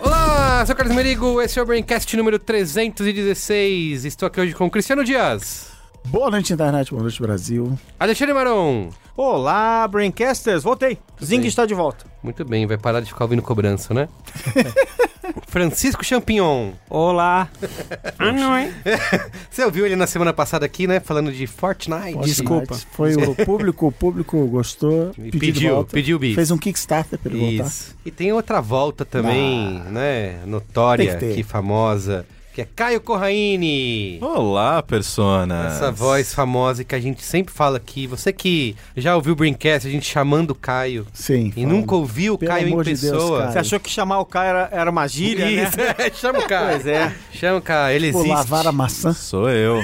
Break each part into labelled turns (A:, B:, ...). A: Olá, sou Carlos Merigo, esse é o Braincast número 316. Estou aqui hoje com Cristiano Dias,
B: Boa noite, internet. Boa noite, Brasil.
A: Alexandre Maron.
C: Olá, Braincasters, voltei. Zing está de volta.
A: Muito bem, vai parar de ficar ouvindo cobrança, né? Francisco Champignon.
D: Olá.
B: Ah,
A: Você ouviu ele na semana passada aqui, né? Falando de Fortnite.
D: Desculpa.
B: Mas Foi o público, o público gostou,
A: E
B: pediu, de
A: pediu,
B: volta.
A: pediu o bis.
B: Fez um Kickstarter pra ele voltar. Ah.
A: Isso. E tem outra volta também, né? Notória,
B: Tem que ter.
A: que famosa, que é Caio Corraine.
E: Olá, persona.
A: Essa voz famosa que a gente sempre fala aqui. Você que já ouviu o Braincast, a gente chamando o Caio.
B: Sim.
A: E
B: fala.
A: nunca ouviu o
B: Pelo
A: Caio em
B: amor de Deus,
A: pessoa.
B: Caio.
C: Você achou que chamar o cara era, era uma gíria,
A: Isso,
C: né?
A: é, chama o cara.
C: Pois é.
A: Chama o cara, ele
B: Vou
A: existe.
B: Tipo, lavar a maçã.
E: Sou eu.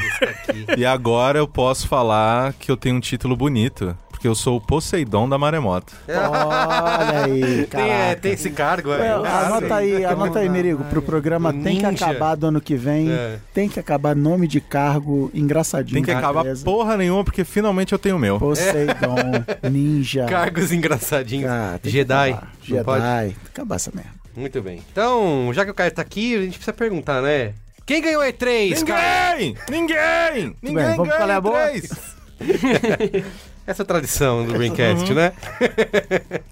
E: e agora eu posso falar que eu tenho um título bonito, porque eu sou o Poseidon da Maremoto.
B: Olha aí,
A: Tem, é,
B: cara.
A: tem esse cargo, é.
B: Well,
A: Ah, sim.
B: anota aí, anota aí, Merigo. Pro programa
A: O
B: tem que
A: ninja.
B: acabar do ano que vem.
A: É.
B: Tem que acabar nome de cargo engraçadinho.
E: Tem que
B: da
E: acabar
B: empresa.
E: porra nenhuma, porque finalmente eu tenho o meu.
B: Poseidon, ninja.
A: Cargos engraçadinhos.
B: Cara, Ah, tem que
A: Jedi.
B: acabar.
A: Não
B: Jedi.
A: pode?
B: Tem que Acabar essa merda.
A: Muito bem. Então, já que o Caio tá aqui, a gente precisa perguntar, né? Quem ganhou a E3, Caio?
E: Ninguém! Ninguém! Ninguém
B: vamos falar
E: ganha
B: a boa?
E: três!
A: Essa é a tradição do Braincast, né?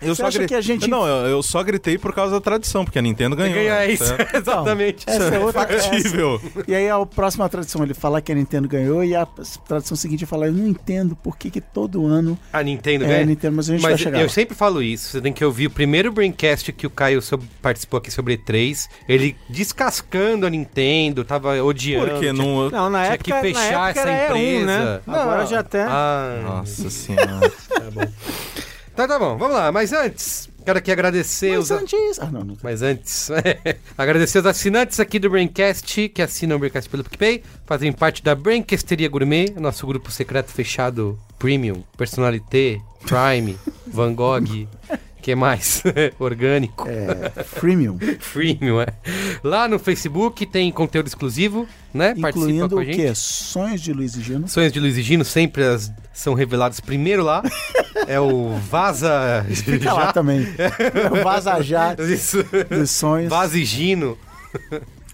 E: Eu
B: Você
E: só
B: acha
E: gri-
B: que a gente-
E: Não, eu, eu só gritei por causa da tradição, porque a Nintendo ganhou.
A: Ganhou
E: né?
A: é isso,
E: Então,
A: exatamente.
B: Essa é outra
E: Factível.
B: E aí a próxima tradição ele falar que a Nintendo ganhou e a tradição seguinte é falar, eu não entendo por que, que todo ano
A: A Nintendo
B: é a
A: ganha.
B: Nintendo, mas a gente vai
A: Mas
B: chegar.
A: eu
B: lá.
A: sempre falo isso, você tem que ouvir o primeiro Braincast que o Caio sob- participou aqui sobre E3, ele descascando a Nintendo, tava odiando.
E: Porque não.
C: Não, na
A: Tinha que
C: época, na
A: fechar
C: época
A: essa
C: era E1,
A: empresa.
C: né? Agora
B: Não.
C: já até...
A: Ah,
E: Nossa senhora.
A: Tá, tá bom, vamos lá. Mas antes, quero aqui agradecer
B: Mas
A: os. a-
B: antes... Ah, não, não.
A: Mas antes, agradecer os assinantes aqui do Braincast, que assinam o Braincast pelo PicPay, fazem parte da Braincasteria Gourmet, nosso grupo secreto fechado Premium, Personalité, Prime, Van Gogh, que mais? Orgânico.
B: É, freemium,
A: Freemium, é. Lá no Facebook tem conteúdo exclusivo, né? Participa
B: incluindo
A: com
B: o
A: a gente.
B: quê? Sonhos de Luiz e Gino.
A: Sonhos de Luiz e Gino sempre as- são revelados primeiro lá. é o Vaza.
B: Fica lá também. Vaza já
A: Isso.
B: dos sonhos.
A: Vaza e Gino.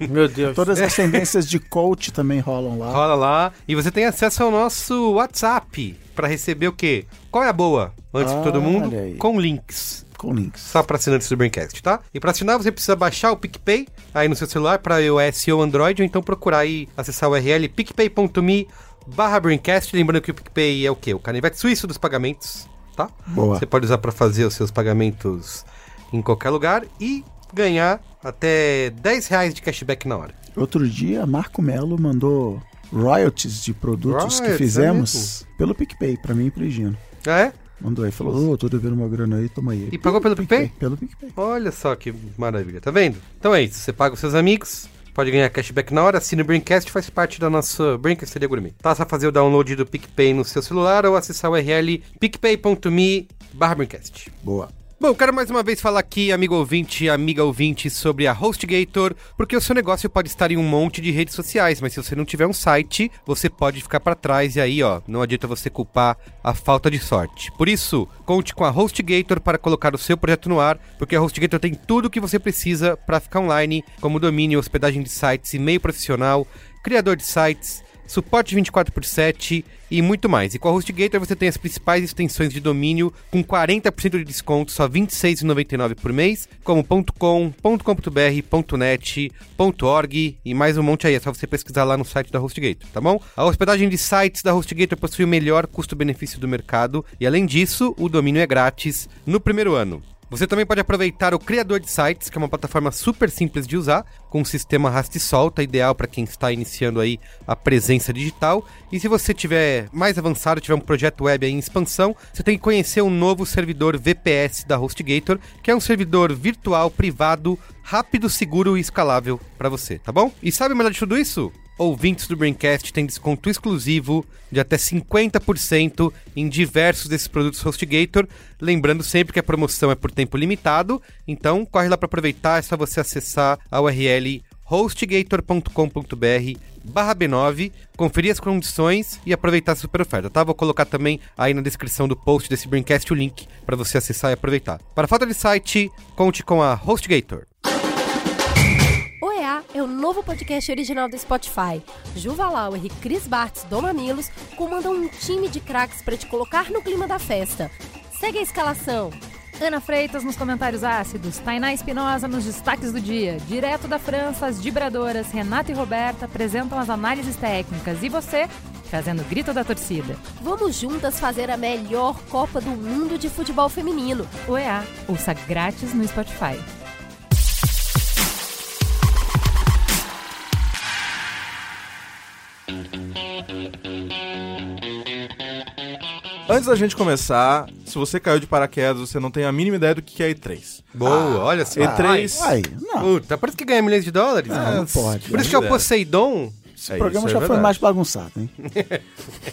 C: Meu Deus.
B: Todas as tendências de coach também rolam lá.
A: Rola lá. E você tem acesso ao nosso WhatsApp pra receber o quê? Qual é a boa? Antes de
B: Ah,
A: todo mundo,
B: olha aí.
A: com links.
B: Com links.
A: Só pra assinantes do Braincast, tá? E pra assinar, você precisa baixar o PicPay aí no seu celular pra iOS ou Android, ou então procurar aí, acessar o URL picpay.me barra Braincast. Lembrando que o PicPay é o quê? O canivete suíço dos pagamentos, tá?
B: Boa.
A: Você pode usar pra fazer os seus pagamentos em qualquer lugar e ganhar até 10 reais de cashback na hora.
B: Outro dia, Marco Melo mandou royalties de produtos
A: Royalties, é
B: que fizemos pelo PicPay, pra mim e pro Gino.
A: É?
B: Mandou aí, falou, ô, tô devendo uma grana aí, toma aí.
A: E pagou pelo PicPay?
B: Pelo PicPay.
A: Olha só que maravilha, tá vendo? Então é isso, você paga os seus amigos, pode ganhar cashback na hora, assina o Braincast, faz parte da nossa Braincasteria Gourmet. Tá só fazer o download do PicPay no seu celular ou acessar o URL picpay.me barra Braincast.
B: Boa.
A: Bom, quero mais uma vez falar aqui, amigo ouvinte e amiga ouvinte, sobre a HostGator, porque o seu negócio pode estar em um monte de redes sociais, mas se você não tiver um site, você pode ficar para trás e aí, ó, não adianta você culpar a falta de sorte. Por isso, conte com a HostGator para colocar o seu projeto no ar, porque a HostGator tem tudo o que você precisa para ficar online, como domínio, hospedagem de sites, e-mail profissional, criador de sites, suporte 24 por 7 e muito mais. E com a HostGator você tem as principais extensões de domínio com 40% de desconto, só R$ 26,99 por mês, como .com, .com.br, .net, .org e mais um monte aí. É só você pesquisar lá no site da HostGator, tá bom? A hospedagem de sites da HostGator possui o melhor custo-benefício do mercado e, além disso, o domínio é grátis no primeiro ano. Você também pode aproveitar o Criador de Sites, que é uma plataforma super simples de usar, com um sistema arrasta e solta, ideal para quem está iniciando aí a presença digital. E se você tiver mais avançado, tiver um projeto web aí em expansão, você tem que conhecer um novo servidor VPS da HostGator, que é um servidor virtual privado, rápido, seguro e escalável para você, tá bom? E sabe o melhor de tudo isso? Ouvintes do Braincast têm desconto exclusivo de até 50% em diversos desses produtos HostGator. Lembrando sempre que a promoção é por tempo limitado, então corre lá para aproveitar, é só você acessar a URL hostgator.com.br barra B9, conferir as condições e aproveitar a super oferta, tá? Vou colocar também aí na descrição do post desse Braincast o link para você acessar e aproveitar. Para falta de site, conte com a HostGator.
D: OEA é o novo podcast original do Spotify. Juva Lauer e Chris Bartz do Mamilos comandam um time de craques para te colocar no clima da festa. Segue a escalação.
F: Ana Freitas nos comentários ácidos, Tainá Espinosa nos destaques do dia, direto da França, as vibradoras Renata e Roberta apresentam as análises técnicas e você trazendo o grito da torcida.
D: Vamos juntas fazer a melhor Copa do Mundo de futebol feminino.
F: OEA, ouça grátis no Spotify.
E: Antes da gente começar, se você caiu de paraquedas, você não tem a mínima ideia do que é E3.
A: Boa, olha só.
E: E3.
B: Uai, não.
A: Puta, parece que ganha milhões de dólares.
B: Ah, não pode.
A: Por isso que é o Poseidon.
B: Esse programa
A: é
B: já foi mais bagunçado, hein?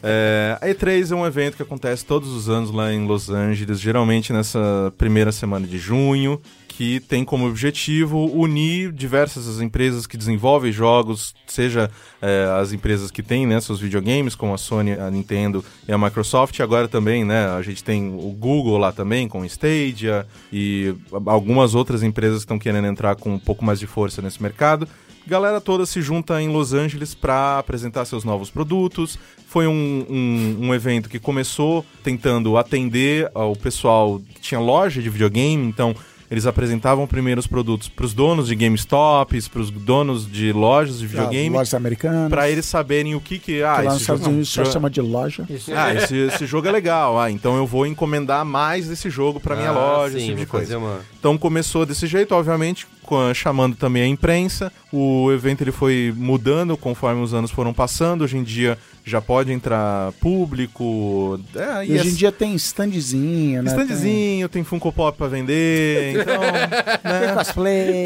E: É, a E3 é um evento que acontece todos os anos lá em Los Angeles, geralmente nessa primeira semana de junho, que tem como objetivo unir diversas as empresas que desenvolvem jogos, seja é, as empresas que têm né, seus videogames, como a Sony, a Nintendo e a Microsoft, e agora também né, a gente tem o Google lá também, com o Stadia, e algumas outras empresas que estão querendo entrar com um pouco mais de força nesse mercado galera toda se junta em Los Angeles para apresentar seus novos produtos. Foi um, um, um, evento que começou tentando atender ao pessoal que tinha loja de videogame, então eles apresentavam primeiro os produtos para os donos de GameStops, para os donos de lojas de videogame,
B: Ah, Lojas americanas.
E: para eles saberem o que que ah,
B: que lá nos
E: esse jogo-
B: Estados Unidos só
E: jo-
B: chama de loja.
E: ah, esse, esse jogo é legal. Ah, então eu vou encomendar mais desse jogo para
A: Ah,
E: minha loja, esse tipo de coisa. Então começou desse jeito, obviamente, com a- chamando também a imprensa. O evento ele foi mudando conforme os anos foram passando. Hoje em dia já pode entrar público. É,
B: E hoje em dia tem standzinho, né?
E: Standzinho, tem Funko Pop pra vender, então...
B: Tem, tem cosplay.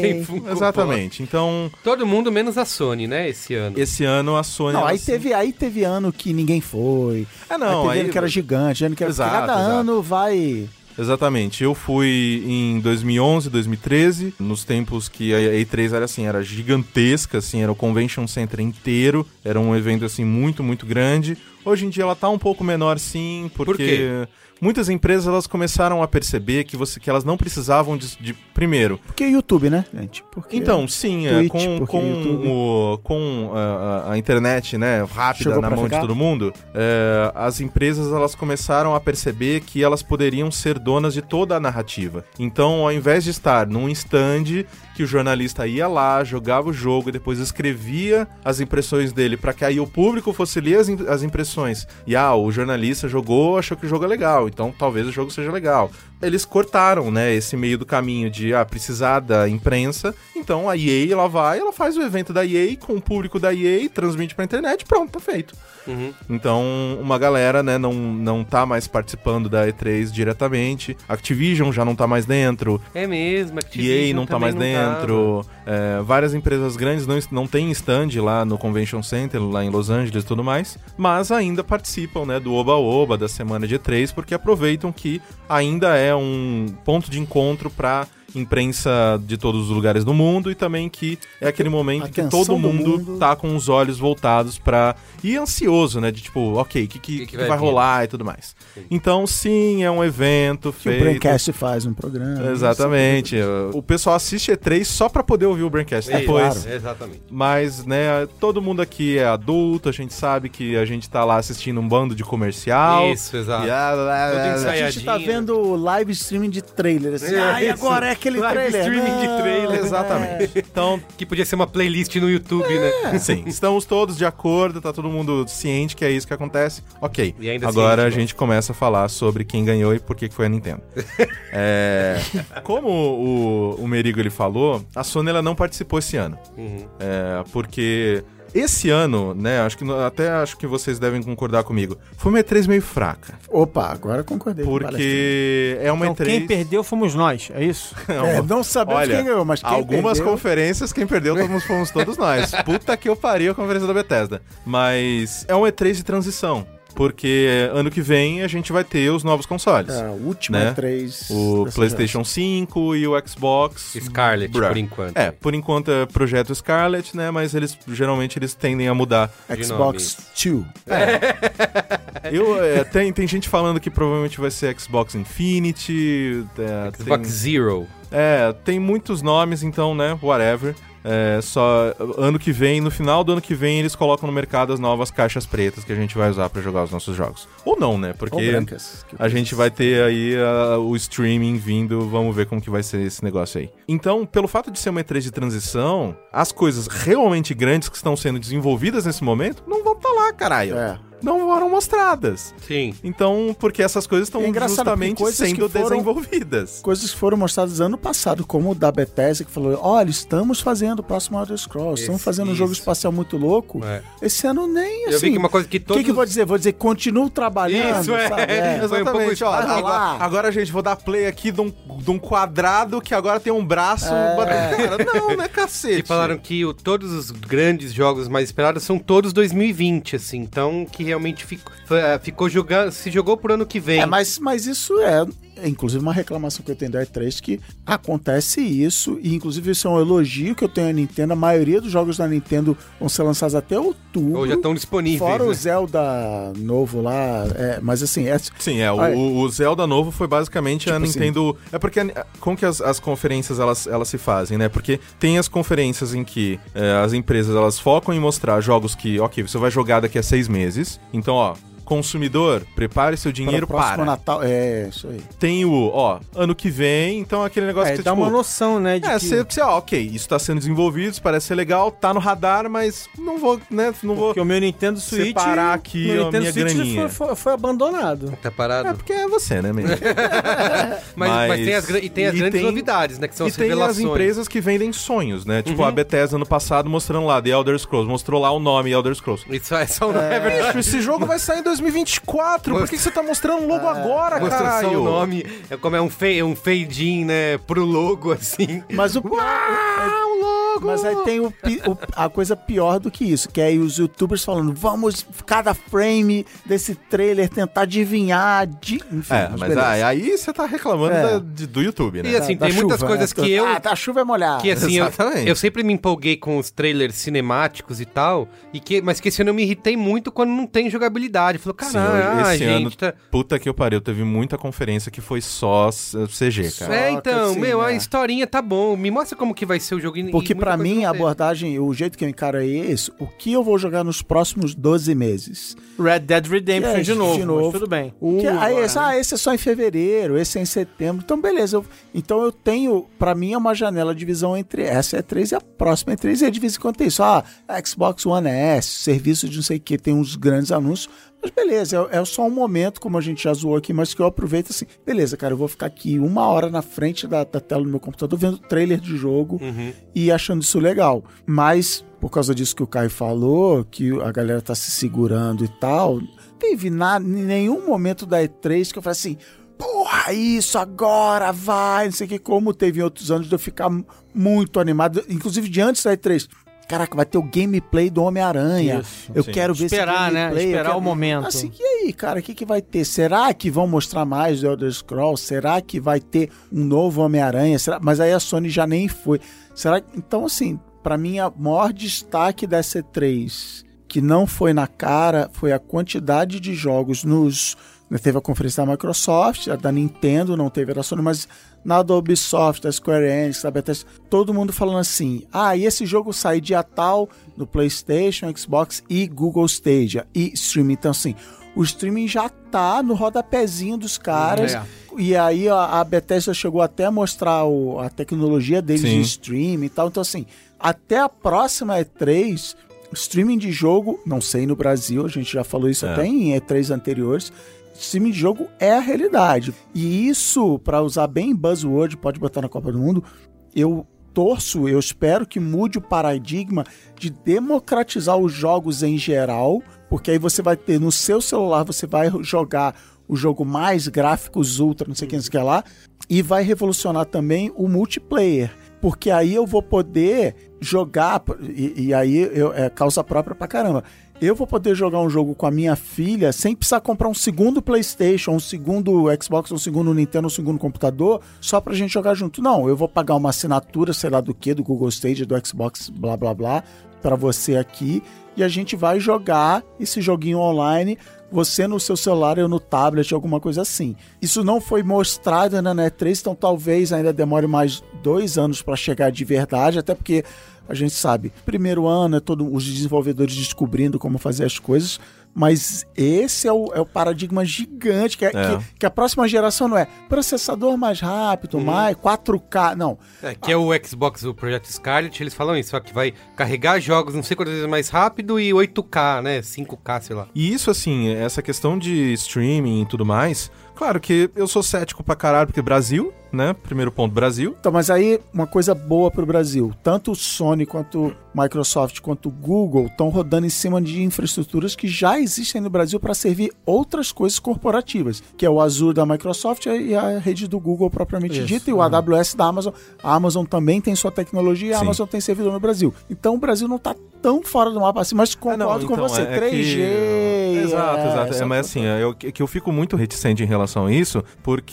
A: Tem Funko
E: Exatamente. Então,
A: Pop. Todo mundo menos a Sony, né, esse ano.
E: esse ano a Sony...
B: Não,
E: ela
B: aí
E: se-
B: teve, aí teve ano que ninguém foi.
E: Ah, não,
B: aí teve
E: aí-
B: ano que era gigante, ano que era.
E: Exato,
B: cada
E: exato.
B: ano vai.
E: Exatamente. Eu fui em 2011, 2013, nos tempos que a E3 era assim, era gigantesca, assim, era o convention center inteiro, era um evento assim muito, muito grande. Hoje em dia ela tá um pouco menor sim, porque
A: quê?
E: muitas empresas elas começaram a perceber que você que elas não precisavam de, de- primeiro.
B: Porque é YouTube, né, gente? Porque
E: Então, sim, é,
B: Twitch,
E: com
B: porque
E: com
B: YouTube.
E: o com a, a- a internet, né, rápida
B: Chegou
E: na
B: pra
E: mão
B: ficar?
E: de todo mundo, é, as empresas elas começaram a perceber que elas poderiam ser donas de toda a narrativa. Então, ao invés de estar num stand que o jornalista ia lá, jogava o jogo e depois escrevia as impressões dele para que aí o público fosse ler as, im- as impressões. E ah, o jornalista jogou, achou que o jogo é legal, então talvez o jogo seja legal. Eles cortaram, né, esse meio do caminho de ah, precisar da imprensa. Então a EA ela vai, ela faz o evento da EA com o público da EA, transmite pra internet, pronto, tá feito. Então, uma galera, né, não, não tá mais participando da E3 diretamente. Activision já não tá mais dentro.
A: É mesmo, Activision
E: EA não tá
A: também
E: mais
A: tava.
E: dentro. É, várias empresas grandes não, não têm stand lá no Convention Center, lá em Los Angeles e tudo mais. Mas ainda participam, né, do Oba-Oba, da semana de E3, porque aproveitam que ainda é um ponto de encontro pra imprensa de todos os lugares do mundo e também que é aquele momento em que
B: atenção
E: todo
B: do
E: mundo,
B: mundo.
E: tá com os olhos voltados pra... e ansioso, né, de tipo, ok, o que,
A: Que
E: que,
A: que
E: que
A: vai
E: vai
A: vir?
E: rolar e tudo mais. Então, sim, é um evento
B: Que o
E: feito...
B: Braincast faz um programa.
E: Exatamente. O pessoal assiste E3 só pra poder ouvir o Braincast
A: É, Isso,
E: depois.
A: claro. Exatamente.
E: Mas, né, todo mundo aqui é adulto, a gente sabe que a gente tá lá assistindo um bando de comercial.
A: Isso, exato.
E: E, ah, blá, blá,
A: Tudo
E: blá,
B: A gente tá
A: ensaiadinho.
B: vendo live streaming de trailer, assim.
A: É,
B: ah, e
A: isso.
B: agora é aquele
E: Live
B: trailer.
E: streaming de
B: Não,
E: trailer,
B: é.
E: exatamente.
A: Então, que podia ser uma playlist no YouTube, né?
E: Sim, estamos todos de acordo, tá todo mundo ciente que é isso que acontece. Ok.
A: E ainda
E: Agora
A: ciente, né?
E: a
A: bom.
E: gente começa a falar sobre quem ganhou e por que que foi a Nintendo. É, como o, o Merigo ele falou, a Sony ela não participou esse ano.
A: Uhum.
E: É, porque esse ano, né, acho que no- até acho que vocês devem concordar comigo, foi uma E3 meio fraca.
B: Opa, agora eu concordei. com o Balestrinho.
E: Porque é uma
C: Então,
E: E3.
C: quem perdeu fomos nós, é isso?
E: Não,
B: É, não sabemos
E: Olha,
B: quem ganhou, mas quem
E: Algumas
B: perdeu,
E: conferências, quem perdeu todos, fomos todos nós. Puta que eu pariu a conferência da Bethesda. Mas é um E3 de transição. Porque ano que vem a gente vai ter os novos consoles.
B: É, a última
E: né?
B: três.
E: O
B: dessa
E: PlayStation 5 e o Xbox.
A: Scarlet,
E: É. Bruh.
A: por enquanto.
E: É, por enquanto é projeto Scarlet, né? Mas eles geralmente eles tendem a mudar.
B: geração. Xbox Two.
E: Eu, é, tem, tem gente falando que provavelmente vai ser Xbox Infinity. é, tem-
A: Xbox Zero.
E: É, tem muitos nomes, então, né? Whatever. É, só ano que vem, no final do ano que vem, eles colocam no mercado as novas caixas pretas que a gente vai usar pra jogar os nossos jogos. Ou não, né?
B: Ou
E: Porque
B: brancas. que
E: a gente vai ter aí ah, o streaming vindo, vamos ver como que vai ser esse negócio aí. Então, pelo fato de ser uma E3 de transição, as coisas realmente grandes que estão sendo desenvolvidas nesse momento não vão estar lá, caralho.
B: É.
E: Não foram mostradas.
A: Sim.
E: Então, porque essas coisas estão
B: É engraçado, porque
E: justamente
B: coisas que
E: sendo
B: foram-
E: desenvolvidas.
B: Coisas que foram mostradas ano passado, como o da Bethesda, que falou: olha, estamos fazendo o próximo Elder Scrolls, estamos
A: Esse-
B: fazendo um jogo
A: isso.
B: espacial muito louco.
A: É.
B: Esse ano nem assim.
A: Eu vi que uma coisa que
B: O
A: todos...
B: que, que eu vou dizer? Vou dizer, continuo trabalhando.
A: Isso, é.
B: sabe?
A: Foi um pouco
E: Exatamente, ó.
B: isso. Vai
E: Agora,
B: lá.
E: agora, gente, vou dar play aqui de um, de um quadrado que agora tem um braço. batendo. Cara, não, né, cacete.
A: Que falaram que o- todos os grandes jogos mais esperados são todos 2020, assim. Então, que realmente fico- foi, ah, ficou jogando... Se jogou pro ano que vem.
B: É, mas, mas isso é, é, inclusive, uma reclamação que eu tenho da E3 que acontece isso, e inclusive isso é um elogio que eu tenho à Nintendo. A maioria dos jogos da Nintendo vão ser lançados até outubro.
E: Oh,
A: Ou já estão disponíveis,
B: Fora
A: né?
B: o Zelda novo lá, é, mas assim, é,
E: Sim, é. o-
B: Olha.
E: O, o Zelda novo foi basicamente a
B: Tipo assim.
E: Nintendo. É porque a- como que as, as conferências elas, elas se fazem, né? Porque tem as conferências em que é, as empresas elas focam em mostrar jogos que, ok, você vai jogar daqui a seis meses. Então, ó. Consumidor, prepare seu dinheiro
B: para o próximo
E: para.
B: Natal. É, isso aí.
E: Tem o, ó, ano que vem, então aquele negócio
C: É,
E: que
C: dá
E: tipo,
C: uma noção, né? De
E: É,
C: que-
E: você, você, ó, ok, isso tá sendo desenvolvido, isso parece ser legal, tá no radar, mas não vou, né, não vou...
C: Porque o meu Nintendo Switch.
E: Separar aqui
C: meu
E: a
C: Nintendo
E: minha
C: Switch
E: graninha.
C: Foi, foi- foi abandonado.
A: Tá parado.
E: É, porque é você, né, mesmo?
A: É, mas, mas
E: mas-
A: tem as, gran- e tem as
E: e
A: grandes
E: tem-
A: novidades, né? Que são
E: e
A: as
E: tem
A: revelações. Uhum.
E: as empresas que vendem sonhos, né? Tipo, a Bethesda no passado mostrando lá, The Elder Scrolls, mostrou lá o nome Elder Scrolls.
A: Isso é só um... É, verdade.
E: Bicho, esse jogo vai sair em 2024, por que, que você tá mostrando logo agora,
A: Mostrou
E: caralho?
A: só o nome, é como é um, fade, um fade-in, né, pro logo, assim.
B: Mas o.
E: Ah, o logo!
B: Mas aí tem o pi- o- a coisa pior do que isso, que é os youtubers falando, vamos cada frame desse trailer tentar adivinhar. De... Enfim,
E: É, mas
B: beleza.
E: aí, aí você tá reclamando
B: É.
E: da- de- do YouTube, né?
A: E assim,
B: Da-
A: tem
B: da
A: muitas
B: chuva,
A: coisas
B: né?
A: que eu...
B: Ah, tá, a chuva é molhada.
A: Que assim, eu,
E: Exatamente.
A: eu sempre me empolguei com os trailers cinemáticos e tal, e que, mas que esse ano eu me irritei muito quando não tem jogabilidade. Falou,
E: Sim,
A: caralho, ah,
E: esse
A: gente,
E: ano,
A: tá...
E: puta que eu pariu, teve muita conferência que foi só eh, CG, cara.
A: É,
B: Soca,
A: então,
B: assim,
A: meu, a
B: né?
A: historinha tá bom, me mostra como que vai ser o jogo. e-
B: Porque
A: e muita
B: pra
A: coisa
B: mim
A: não
B: a
A: teve.
B: abordagem, o jeito que eu encaro aí é esse. O que eu vou jogar nos próximos 12 meses?
C: Red Dead Redemption
B: É,
C: de novo. mas
B: de novo.
C: tudo bem.
B: Que
C: Uh,
B: aí,
C: agora,
B: esse,
C: né?
B: ah, esse é só em fevereiro, esse é em setembro. Então, beleza. eu- então, eu tenho, pra mim, é uma janela de visão entre essa E3 e a próxima E3. E aí, de vez em quando tem isso. Ah, Xbox One S, serviço de não sei o que, tem uns grandes anúncios. Mas beleza, é, é só um momento, como a gente já zoou aqui, mas que eu aproveito assim. Beleza, cara, eu vou ficar aqui uma hora na frente da, da tela do meu computador vendo trailer de jogo
C: Uhum.
B: e achando isso legal. Mas, por causa disso que o Caio falou, que a galera tá se segurando e tal, teve na, nenhum momento da E3 que eu falei assim, porra, isso agora vai, não sei o que, como teve em outros anos de eu ficar mu- muito animado, inclusive de antes da E3. Caraca, vai ter o gameplay do Homem-Aranha.
C: Isso,
B: Eu
E: sim.
B: quero ver
C: Esperar,
B: esse
C: né?
B: gameplay, eu
C: Esperar
B: quero-
C: o momento.
B: Assim, e aí, cara, o que, que vai ter? Será que vão mostrar mais do Elder Scrolls? Será que vai ter um novo Homem-Aranha? Será- Mas aí a Sony já nem foi. Será que- Então, assim, pra mim, o maior destaque da C3, que não foi na cara, foi a quantidade de jogos nos. né, Teve a conferência da Microsoft, a da Nintendo, não teve a da Sony, mas na da Ubisoft, da Square Enix, da Bethesda, todo mundo falando assim: ah, e esse jogo sai dia tal no PlayStation, Xbox e Google Stadia e streaming. Então, assim, o streaming já tá no rodapézinho dos caras.
G: É.
B: E aí a, a Bethesda chegou até a mostrar o- a tecnologia deles de
E: Sim.
B: streaming e tal. Então, assim, até a próxima E3, streaming de jogo, não sei no Brasil, a gente já falou isso
E: É.
B: até em E3 anteriores. Streaming de jogo é a realidade. E isso, pra usar bem buzzword, pode botar na Copa do Mundo, eu torço, eu espero que mude o paradigma de democratizar os jogos em geral, porque aí você vai ter no seu celular, você vai jogar o jogo mais gráficos ultra, não sei quem que é lá, e vai revolucionar também o multiplayer. Porque aí eu vou poder jogar, e, e aí eu, é causa própria pra caramba. Eu vou poder jogar um jogo com a minha filha sem precisar comprar um segundo PlayStation, um segundo Xbox, um segundo Nintendo, um segundo computador, só pra gente jogar junto. Não, eu vou pagar uma assinatura, sei lá do que, do Google Stage, do Xbox, blá blá blá, pra você aqui. E a gente vai jogar esse joguinho online, você no seu celular, eu no tablet, alguma coisa assim. Isso não foi mostrado ainda na E3, então talvez ainda demore mais dois anos pra chegar de verdade, até porque a gente sabe, primeiro ano é todo os desenvolvedores descobrindo como fazer as coisas, mas esse é o, é o paradigma gigante que, é-
E: É.
B: que, que a próxima geração não é processador mais rápido, mais 4K, não.
A: É, que é o Xbox, o Projeto Scarlet, eles falam isso, só que vai carregar jogos não sei quantas vezes mais rápido e 8K, né? 5K, sei lá.
E: E isso, assim, essa questão de streaming e tudo mais, claro que eu sou cético pra caralho, porque Brasil, né? Primeiro ponto, Brasil.
B: Então, mas aí uma coisa boa pro Brasil, tanto o Sony quanto o Microsoft quanto o Google estão rodando em cima de infraestruturas que já existem no Brasil para servir outras coisas corporativas, que é o Azure da Microsoft e a rede do Google propriamente
C: Isso,
B: dita e o AWS da Amazon. A Amazon também tem sua tecnologia, e a
E: Sim.
B: Amazon tem servidor no Brasil. Então o Brasil não tá tão fora do mapa assim, mas concordo
E: Ah, não,
B: com
E: então,
B: você.
E: é- é
B: 3G.
E: que- Exato,
B: é,
E: exato.
B: essa
E: É, mas
B: coisa
E: assim, eu, que que eu fico muito reticente em relação a isso,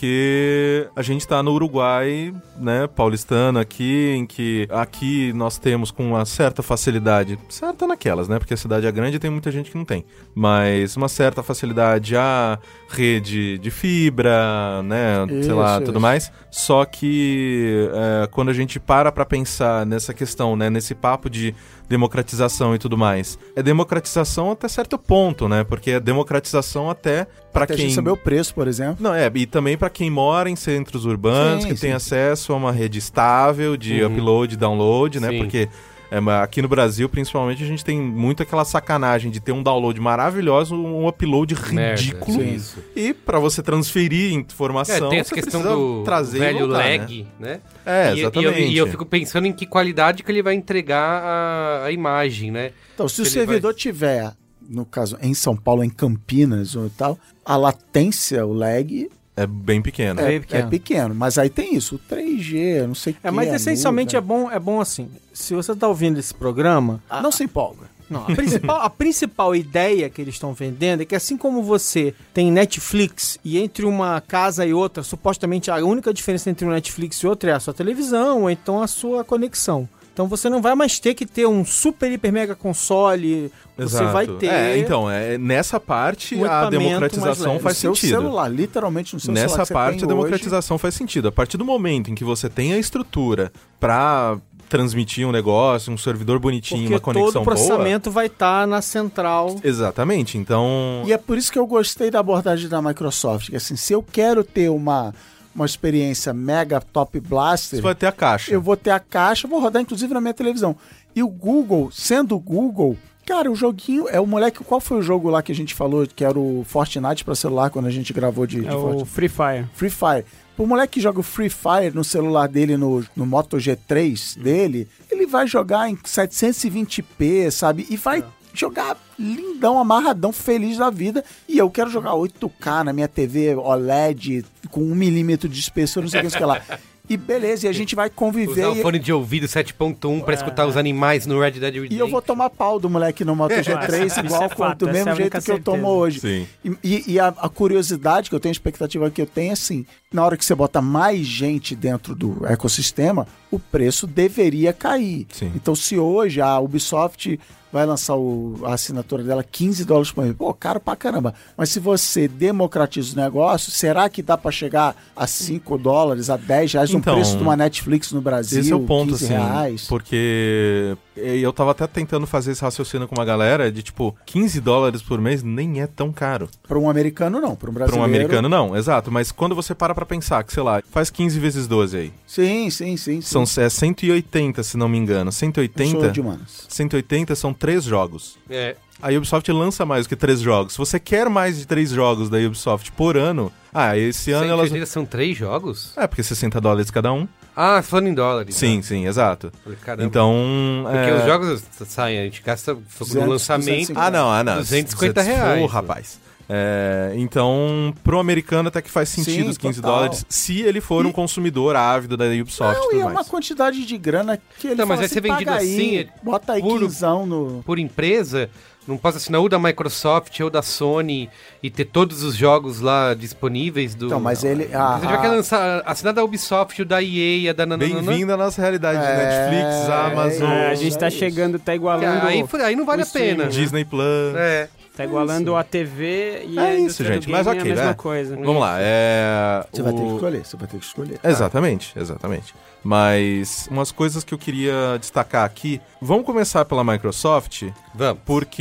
E: porque a gente tá no Uruguai, né, paulistano aqui, em que aqui nós temos com uma certa facilidade, certa naquelas, né, porque a cidade é grande e tem muita gente que não tem, mas uma certa facilidade a rede de fibra, né, sei lá,
B: Isso,
E: tudo
B: isso.
E: mais. Só que é, quando a gente para pra pensar nessa questão, né, nesse papo de democratização e tudo mais. É democratização até certo ponto, né? Porque é democratização até pra
B: Até a
E: quem
B: gente saber o preço, por exemplo.
E: não, é, e também pra quem mora em centros urbanos,
B: Sim,
E: que tem
B: sim.
E: acesso a uma rede estável de upload e download, né?
A: Uhum. Sim.
E: Porque é, ma- aqui no Brasil, principalmente, a gente tem muito aquela sacanagem de ter um download maravilhoso, um upload
A: Merda,
E: ridículo.
A: sim, isso.
E: E pra você transferir informação,
A: É, tem essa
E: você
A: questão
E: precisa
A: do
E: trazer e
A: velho
E: voltar, né?
A: lag, né?
E: É,
A: E- e eu-
E: exatamente.
A: E eu, fico pensando em que qualidade que ele vai entregar a, a imagem, né?
B: Então, se o
A: Ele
B: servidor tiver, no caso, em São Paulo, em Campinas ou tal, a latência, o lag,
E: É bem pequeno.
B: é,
C: Bem
B: é pequeno.
C: pequeno.
B: Mas aí tem isso, o 3G, não sei o
C: É, mas
B: que, a
C: essencialmente é
B: nuvem.
C: bom, é bom assim. Se você tá ouvindo esse programa, a-
B: Não se empolga.
C: Não, a principal, a principal ideia que eles estão vendendo é que assim como você tem Netflix e entre uma casa e outra, supostamente a única diferença entre um Netflix e outro é a sua televisão ou então a sua conexão. Então você não vai mais ter que ter um super, hiper, mega console. Você
E: Exato.
C: vai ter...
E: É, então, é, nessa parte
C: um
E: a
C: equipamento mais
E: democratização
C: leve.
E: faz
B: no né, seu
E: sentido.
B: celular, literalmente no seu celular.
E: Nessa
B: que você
E: parte,
B: tem
E: a democratização faz sentido. A partir do momento em que você tem a estrutura pra transmitir um negócio, um servidor bonitinho,
C: porque
E: uma
C: todo
E: conexão
C: o processamento vai estar na central.
E: boa. Exatamente. Então,
B: Hoje. E é por isso que eu gostei da abordagem da Microsoft. Que assim, se eu quero ter uma, uma experiência mega top blaster,
E: você vai ter a caixa.
B: Eu vou ter a caixa, vou rodar inclusive na minha televisão. E o Google, sendo o Google, cara, o joguinho é o moleque. Qual foi o jogo lá que a gente falou que era o Fortnite pra celular quando a gente gravou de, de
G: É o
B: Fortnite?
G: Free Fire.
B: Free Fire. O moleque que joga o Free Fire no celular dele, no, no Moto G3 dele, ele vai jogar em 720p, sabe? E
A: É.
B: vai jogar lindão, amarradão, feliz da vida. E eu quero jogar 8K na minha TV OLED com um milímetro de espessura, não sei o que, não sei o que lá. E beleza, e a gente vai conviver.
A: Usar o
B: e-
A: fone de ouvido 7.1 pra escutar os animais no Red Dead Redemption.
B: e eu vou tomar pau do moleque no Moto G3,
G: Isso
B: igual
G: é fato,
B: do
G: essa é
B: mesmo
G: a
B: jeito
G: única
B: que eu tomo
G: certeza.
B: hoje.
E: Sim.
B: E- E, e a, a curiosidade que eu tenho, a expectativa que eu tenho é assim: na hora que você bota mais gente dentro do ecossistema, o preço deveria cair.
E: Sim.
B: Então, se hoje a Ubisoft vai lançar o- a assinatura dela 15 dólares por mês, pô, caro pra caramba. Mas se você democratiza o negócio, será que dá pra chegar a 5 dólares, a 10 reais, um no
E: Então,
B: preço de uma Netflix no Brasil?
E: Esse é o ponto,
B: 15
E: assim.
B: reais?
E: Porque E eu tava até tentando fazer esse raciocínio com uma galera de tipo 15 dólares por mês nem é tão caro.
B: Para um americano, não. Para um
E: Pra
B: brasileiro.
E: um americano, não, exato. Mas quando você para pra pensar, que sei lá, faz 15 vezes 12 aí.
B: Sim, sim, sim. sim.
E: São é 180, se não me engano.
B: Eu sou
E: 180.
B: de humanas.
E: 180 são três jogos.
A: É.
E: A Ubisoft lança mais do que três jogos. Se você quer mais de três jogos da Ubisoft por ano, ah, esse ano elas.
A: São três jogos?
E: É, porque 60 dólares cada um.
A: Ah, falando em dólares.
E: Sim,
A: né?
E: sim, exato.
A: Falei, Caramba.
E: Então.
A: Porque
E: é-
A: os jogos saem, a gente gasta no
B: 200,
A: lançamento.
B: 250.
E: Ah, não, ah, não.
A: 250
E: Pô,
A: reais.
E: rapaz. É, então, pro americano até que faz sentido
B: Sim,
E: os 15
B: total.
E: dólares, se ele for um consumidor ávido da Ubisoft
B: Não,
E: e
B: e é
E: tudo
B: uma
E: mais.
B: quantidade de grana que ele
A: Não, Tá, mas
B: fala
A: vai
B: assim,
A: ser vendido
B: "Paga
A: assim,
B: aí,
A: é
B: bota aí
A: puro-
B: quinzão no...
A: Por empresa, não posso assinar o da Microsoft ou da Sony e ter todos os jogos lá disponíveis do.
B: Então, mas ele...
A: Mas
B: ah,
A: a gente vai querer lançar, assinar da Ubisoft, o da EA, e a da Nananana.
E: Bem-vindo à nossa realidade de Netflix, Amazon,
B: é,
G: a gente tá chegando, tá igualando,
A: Aí, foi- aí não vale a
G: Os streaming,
A: pena.
G: né?
E: Disney Plus.
A: É.
G: tá igualando a TV e
E: É
G: a
E: isso,
G: indústria
E: gente,
G: do
E: mas
G: game
E: ok,
G: é a mesma
E: né?
G: coisa.
E: Vamos lá, é.
B: Você vai ter que
E: o- É
B: escolher, você vai ter que escolher.
E: Exatamente, exatamente. Mas umas coisas que eu queria destacar aqui. Vamos começar pela Microsoft,
A: Vamos.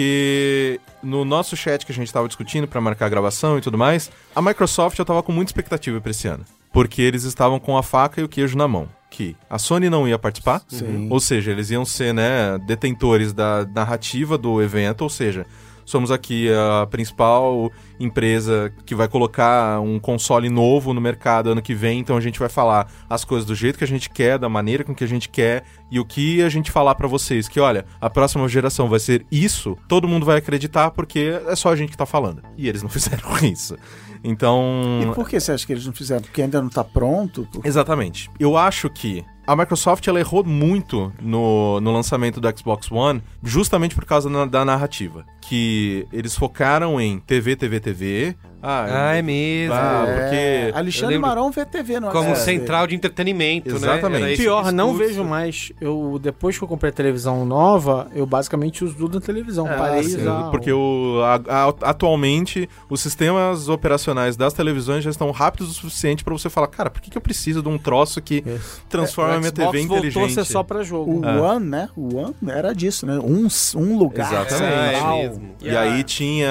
E: porque no nosso chat que a gente tava discutindo pra marcar a gravação e tudo mais, a Microsoft eu tava com muita expectativa pra esse ano, porque eles estavam com a faca e o queijo na mão. Que a Sony não ia participar,
B: Sim.
E: ou seja, eles iam ser né, detentores da narrativa do evento, ou seja, somos aqui a principal empresa que vai colocar um console novo no mercado ano que vem, então a gente vai falar as coisas do jeito que a gente quer, da maneira com que a gente quer, e o que a gente falar pra vocês que, olha, a próxima geração vai ser isso, todo mundo vai acreditar porque é só a gente que tá falando. E eles não fizeram isso. Então,
B: E por que você acha que eles não fizeram? Porque ainda não tá pronto? Porque-
E: Exatamente. Eu acho que a Microsoft ela errou muito no, no lançamento do Xbox One, justamente por causa na- da narrativa. Que eles focaram em TV, TV, TV.
A: Ah,
E: Ah,
A: é mesmo.
E: Ah,
B: É,
E: porque
B: Alexandre
A: eu lembro-
B: Marão VTV no
A: Como
B: é,
A: central de entretenimento,
E: Exatamente.
A: né? Era esse
C: Pior, não
A: discurso.
C: vejo mais. Eu, depois que eu comprei a televisão nova, eu basicamente uso tudo na televisão. Parei de
E: Ah, sim,
C: usar.
E: é, porque o, a- a- atualmente os sistemas operacionais das televisões já estão rápidos o suficiente pra você falar, cara, por que, que eu preciso de um troço que
C: Isso.
E: transforma
C: o
E: é minha
C: Xbox
E: TV em
C: voltou a
E: inteligente?
C: ser só pra jogo.
B: O
A: Uhum.
E: Ah.
B: One, né? O One era disso, né? Um, um lugar.
E: Exatamente.
A: É,
B: central.
A: é mesmo.
E: E
C: Ah.
E: aí tinha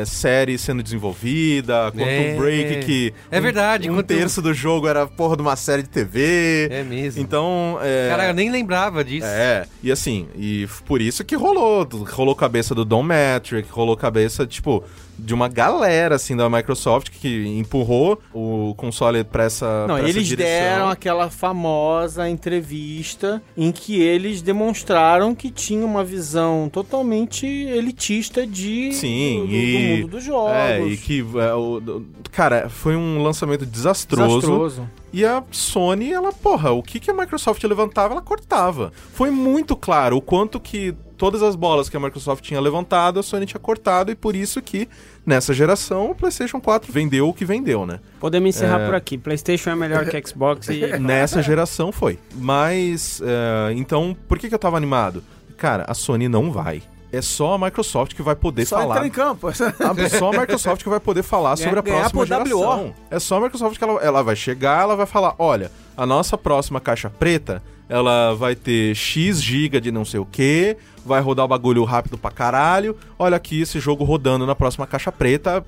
E: é, série sendo desenvolvida, Quantum
A: É.
E: Break, que...
A: É verdade,
E: Um
A: Quantum-
E: terço do jogo era porra de uma série de TV.
A: É mesmo.
E: Então, é...
A: Cara, eu nem lembrava disso.
E: É, e assim, e f- por isso que rolou, rolou cabeça do Don Matrick, rolou cabeça, tipo, de uma galera, assim, da Microsoft que empurrou o console pra essa
C: Não,
E: pra essa
C: eles
E: direção.
C: deram aquela famosa entrevista em que eles demonstraram que tinha uma visão totalmente elitista de
E: Sim,
C: do, do-
E: e-
C: do mundo dos jogos.
E: É, e que, é, o- o- cara, foi um lançamento desastroso.
C: desastroso.
E: E a Sony, ela, porra, o que, que a Microsoft levantava, ela cortava. Foi muito claro o quanto que todas as bolas que a Microsoft tinha levantado, a Sony tinha cortado, e por isso que, nessa geração, o PlayStation 4 vendeu o que vendeu, né?
G: Podemos encerrar por aqui. PlayStation é melhor que Xbox e
B: É
E: Nessa geração foi. Mas, é, então, por que, que eu tava animado? Cara, a Sony não vai. É só a Microsoft que vai poder
B: Só
E: falar.
B: entrar em campo.
E: É só a Microsoft que vai poder falar sobre a
C: É, ganhar
E: próxima
C: por
E: geração. É só a Microsoft que ela, ela vai chegar, ela vai falar, olha, a nossa próxima caixa preta, ela vai ter X giga de não sei o que, vai rodar o bagulho rápido pra caralho, olha aqui esse jogo rodando na próxima caixa preta,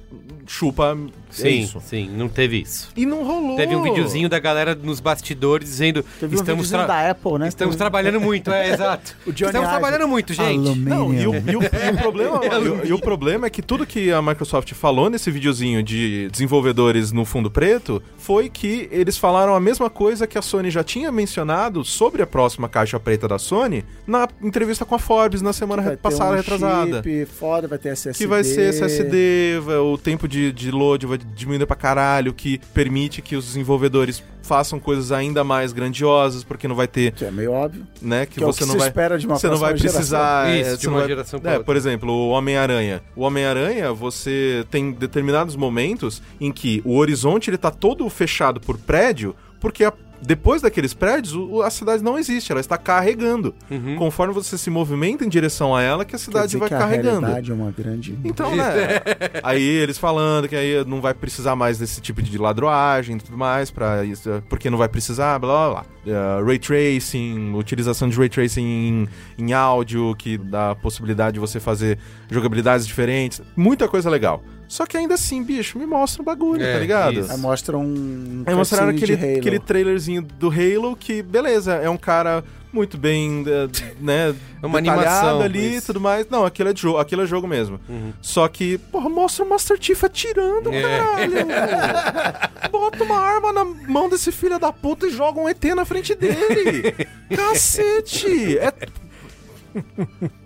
E: chupa,
A: Sim,
E: é isso.
A: sim, não teve isso.
E: E não rolou.
A: Teve um videozinho da galera nos bastidores dizendo:
B: Oh. Teve um
A: estamos, tra-
B: videozinho da Apple, né?
A: estamos
B: Teve-
A: trabalhando muito, é exato.
B: O Johnny
A: estamos
B: Ive.
A: trabalhando muito, gente.
E: Não, e
B: Alumínio.
E: o, e o- e o problema, e o- e o problema é que tudo que a Microsoft falou nesse videozinho de desenvolvedores no fundo preto foi que eles falaram a mesma coisa que a Sony já tinha mencionado sobre a próxima caixa preta da Sony na entrevista com a Forbes na semana
B: Vai ter
E: passada,
B: um
E: retrasada.
B: Chip, foda, vai ter SSD.
E: Que vai ser SSD, vai- o tempo de, de load vai diminuir pra caralho, que permite que os desenvolvedores façam coisas ainda mais grandiosas, porque não vai ter,
B: Que é meio óbvio.
E: né, que,
B: Que, é o
E: você
B: que
E: não
B: se
E: vai
B: espera de uma
E: você não vai
B: próxima geração.
E: precisar.
A: Isso,
E: é,
A: de
E: você
A: uma
E: não vai-
A: geração pra
E: É,
A: outra.
E: por exemplo, o Homem-Aranha. O Homem-Aranha, você tem determinados momentos em que o horizonte ele tá todo fechado por prédio, porque a depois daqueles prédios, o- o- a cidade não existe, ela está carregando.
A: Uhum. Hum.
E: Conforme você se movimenta em direção a ela, que a
B: Quer
E: cidade
B: dizer
E: vai
B: que a
E: carregando.
B: realidade é uma grande...
E: Então, né? aí eles falando que aí não vai precisar mais desse tipo de ladroagem e tudo mais, pra isso, porque não vai precisar, blá blá blá. Eh, ray tracing, utilização de ray tracing em, em áudio, que dá a possibilidade de você fazer jogabilidades diferentes, muita coisa legal. Só que ainda assim, bicho, me mostra o bagulho,
A: É,
E: tá ligado?
A: isso.
B: Aí mostra um...
E: Aí mostraram
B: cutscene de
E: aquele,
B: Halo.
E: aquele trailerzinho do Halo que, beleza, é um cara muito bem, eh, né,
A: É uma
E: detalhado
A: animação,
E: ali e
A: isso.
E: tudo mais. Não, aquilo é, jogo, aquilo é jogo mesmo. Só que, porra, mostra o Master Chief atirando,
A: É.
E: caralho! Bota uma arma na mão desse filho da puta e joga um ET na frente dele! Cacete! É...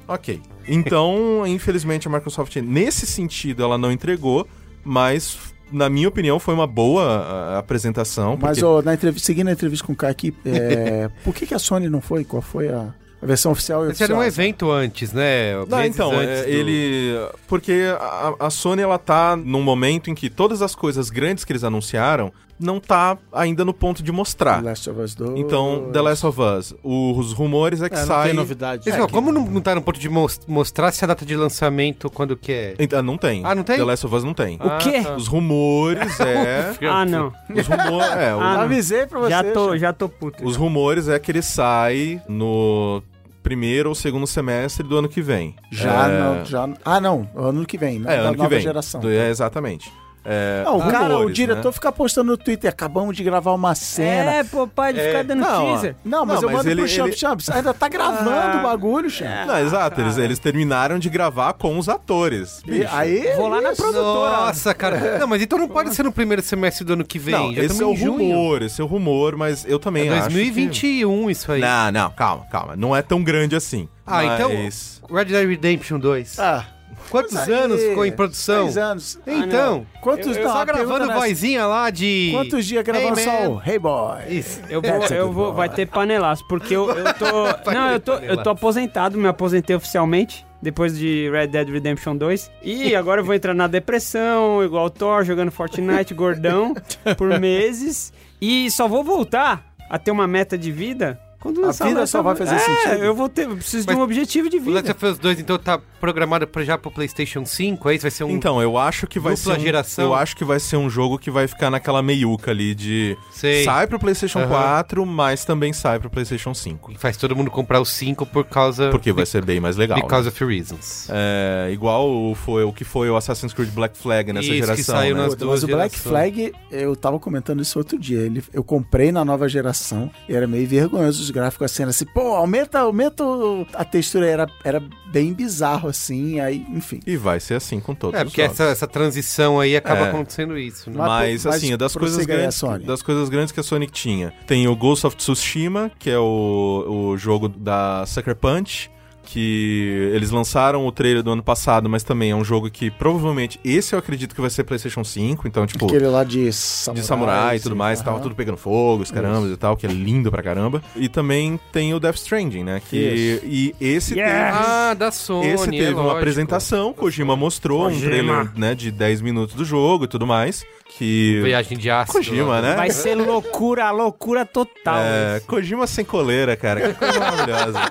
E: ok. Então, infelizmente, a Microsoft, nesse sentido, ela não entregou, mas, na minha opinião, foi uma boa ah, apresentação.
B: Mas
E: porque-
B: ô, na entrevista, seguindo a entrevista com o Kai aqui, é, por que, que a Sony não foi? Qual foi a, a versão oficial e
A: Esse era
B: oficial?
A: um evento antes, né?
E: Não,
A: Meses
E: então,
A: antes
E: é,
A: do-
E: ele. Porque a, a Sony ela tá num momento em que todas as coisas grandes que eles anunciaram não tá ainda no ponto de mostrar.
B: Last of Us 2.
E: Então, The Last of Us, o- os rumores é que
C: É, não tem
E: saem.
C: novidade.
A: Mas, ó, como não, não tá no ponto de mos- mostrar se a data de lançamento, quando que é?
E: Então, não tem.
A: Ah, não tem?
E: The Last of Us não tem. Ah, tá.
G: O quê?
E: Os rumores é.
G: Ah, não.
E: os rumores. É, o-
G: Ah, não.
B: Avisei pra você.
G: Já tô,
B: chefe.
G: já tô puto.
E: os rumores é que ele sai no primeiro ou segundo semestre do ano que vem.
B: Já
E: é,
B: não, já não. Ah, não. Ano que vem, né?
E: É,
B: da
E: ano
B: nova
E: que vem.
B: geração.
E: Do- é, exatamente. É,
B: Não, o cara, o
E: rumores,
B: diretor
E: né?
B: fica postando no Twitter, acabamos de gravar uma cena.
G: É, pô, pai, ele fica dando
E: não, ó.
G: teaser.
B: Não, mas
E: Não,
B: eu
E: mas
B: mando
E: ele-
B: pro Champ
E: ele- Ah, é.
B: Champs. Ainda tá gravando o bagulho, Champ.
E: Não, exato. Eles, eles terminaram de gravar com os atores.
B: E aí.
G: Vou lá na produtora.
A: Nossa, cara. Não, mas então não pode ser no primeiro semestre do ano que vem.
E: não,
A: Já
E: esse é o
A: estamos em junho.
E: rumor, esse é o rumor, mas eu também
A: É
E: acho.
A: 2021 isso
E: que-
A: aí.
E: Não, não, calma, calma. Não é tão grande assim.
A: Ah,
E: Mas-
A: então. Red Dead Redemption 2.
B: Ah,
A: Quantos
B: mas aí-
A: anos ficou em produção?
B: Seis anos.
A: Então.
B: Quantos
G: Eu- eu
B: não,
A: Só
B: a pergunta
A: gravando
B: não é essa.
A: vozinha lá de.
B: Quantos dias gravando
A: Hey,
B: só
A: man.
B: o Hey Boy?
A: Isso.
G: Eu vou,
B: É,
G: eu vou, vai ter panelaço, porque eu, eu tô. Não, eu tô, eu tô aposentado, me aposentei oficialmente. Depois de Red Dead Redemption 2. E agora eu vou entrar na depressão, igual o Thor, jogando Fortnite, gordão, por meses. E só vou voltar a ter uma meta de vida quando
B: A
G: lançar o
B: vida
G: Last
B: só
G: of
B: vai
G: Us.
B: fazer
G: é,
B: sentido.
G: Eu vou ter, eu preciso
A: Mas
G: de um objetivo de
A: O Last
G: vida.
A: of Us 2 então tá programado pra já pro PlayStation 5, é isso? Vai ser um.
E: Então, eu acho que vai
A: Dupla
E: ser. um-
A: geração.
E: Eu acho que vai ser um jogo que vai ficar naquela meiuca ali de.
A: Sei.
E: Sai pro PlayStation
A: Aham.
E: 4, mas também sai pro PlayStation 5.
A: E faz todo mundo comprar o 5 por causa.
E: Porque vai ser bem mais legal. né?
A: Because of Reasons.
E: É, igual o, foi, o que foi o Assassin's Creed Black Flag nessa
A: Isso, que
E: geração.
A: saiu
E: né?
A: nas
B: Puta,
A: duas
B: mas o Black
A: gerações.
B: Flag, eu tava comentando isso outro dia. Ele, eu comprei na nova geração e era meio vergonhoso os gráficos, a cena assim, pô, aumenta, aumenta o- a textura. Era, era bem bizarro assim, aí, enfim.
E: E vai ser assim com todos
A: É,
E: os
A: porque
E: jogos.
A: essa, essa transição aí acaba
E: É.
A: acontecendo isso, né?
B: Mas,
E: Mas,
B: pô, mas
E: assim, das coisas,
B: prossiga aí a
E: grandes,
B: Sony.
E: das coisas grandes que a Sony tinha. Tem o Ghost of Tsushima, que é o, o jogo da Sucker Punch, que eles lançaram o trailer do ano passado, mas também é um jogo que provavelmente esse eu acredito que vai ser PlayStation 5, então, tipo.
B: Aquele lá de samurai,
E: De samurai e tudo
B: assim,
E: mais,
B: aham.
E: tava tudo pegando fogo, os carambas e tal, que é lindo pra caramba. E também tem o Death Stranding, né? Que,
B: Isso.
E: e esse
G: Yes!
E: teve-
A: Ah, da Sony.
E: Esse teve
A: é
E: uma
A: lógico.
E: apresentação, Kojima mostrou um
G: Kojima.
E: trailer né, de 10 minutos do jogo e tudo mais. Que.
A: Viagem de ácido.
E: Kojima, né?
G: Vai ser loucura, loucura total.
E: É,
G: esse.
E: Kojima sem coleira, cara. Que coisa maravilhosa.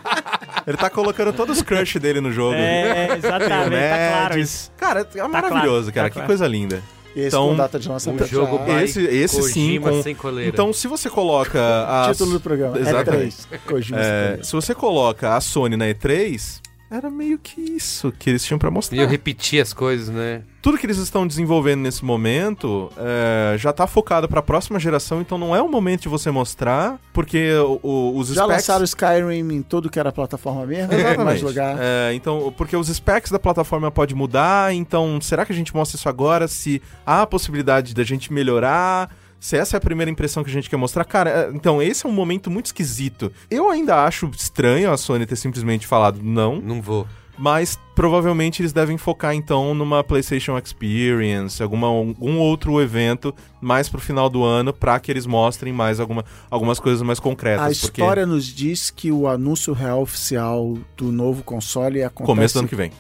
E: Ele tá colocando todos os crush dele no jogo.
G: É,
E: Tem o
G: exatamente, tá claro
E: Mads.
G: isso.
E: Cara, é maravilhoso,
G: claro,
E: cara.
G: tá
E: que
G: claro.
E: coisa linda.
B: Esse
E: Então,
B: com data de lançamento.
A: Um jogo
B: já.
A: by
E: Esse- esse sim,
A: Kojima
E: com-
A: sem coleira.
E: Então, se você coloca a.
B: Título do programa.
E: Exatamente.
B: É 3. Kojima
E: É,
B: Studios.
E: se você coloca a Sony na E3, era meio que isso que eles tinham pra mostrar.
A: E eu repeti as coisas, né?
E: tudo que eles estão desenvolvendo nesse momento é, já tá focado pra próxima geração, então não é o momento de você mostrar, porque o- o- os
B: Já
E: specs...
B: lançaram o Skyrim em tudo que era plataforma mesmo, não tem mais
E: Exatamente.
B: lugar.
E: É, então, porque os specs da plataforma pode mudar, então será que a gente mostra isso agora? Se há a possibilidade da gente melhorar? Se essa é a primeira impressão que a gente quer mostrar, cara, é, então esse é um momento muito esquisito. Eu ainda acho estranho a Sony ter simplesmente falado não,
A: Não vou.
E: mas provavelmente eles devem focar então numa PlayStation Experience, alguma, algum outro evento mais pro final do ano pra que eles mostrem mais alguma, algumas coisas mais concretas.
B: A
E: É, porque
B: história nos diz que o anúncio real oficial do novo console acontece
E: começo do ano que vem.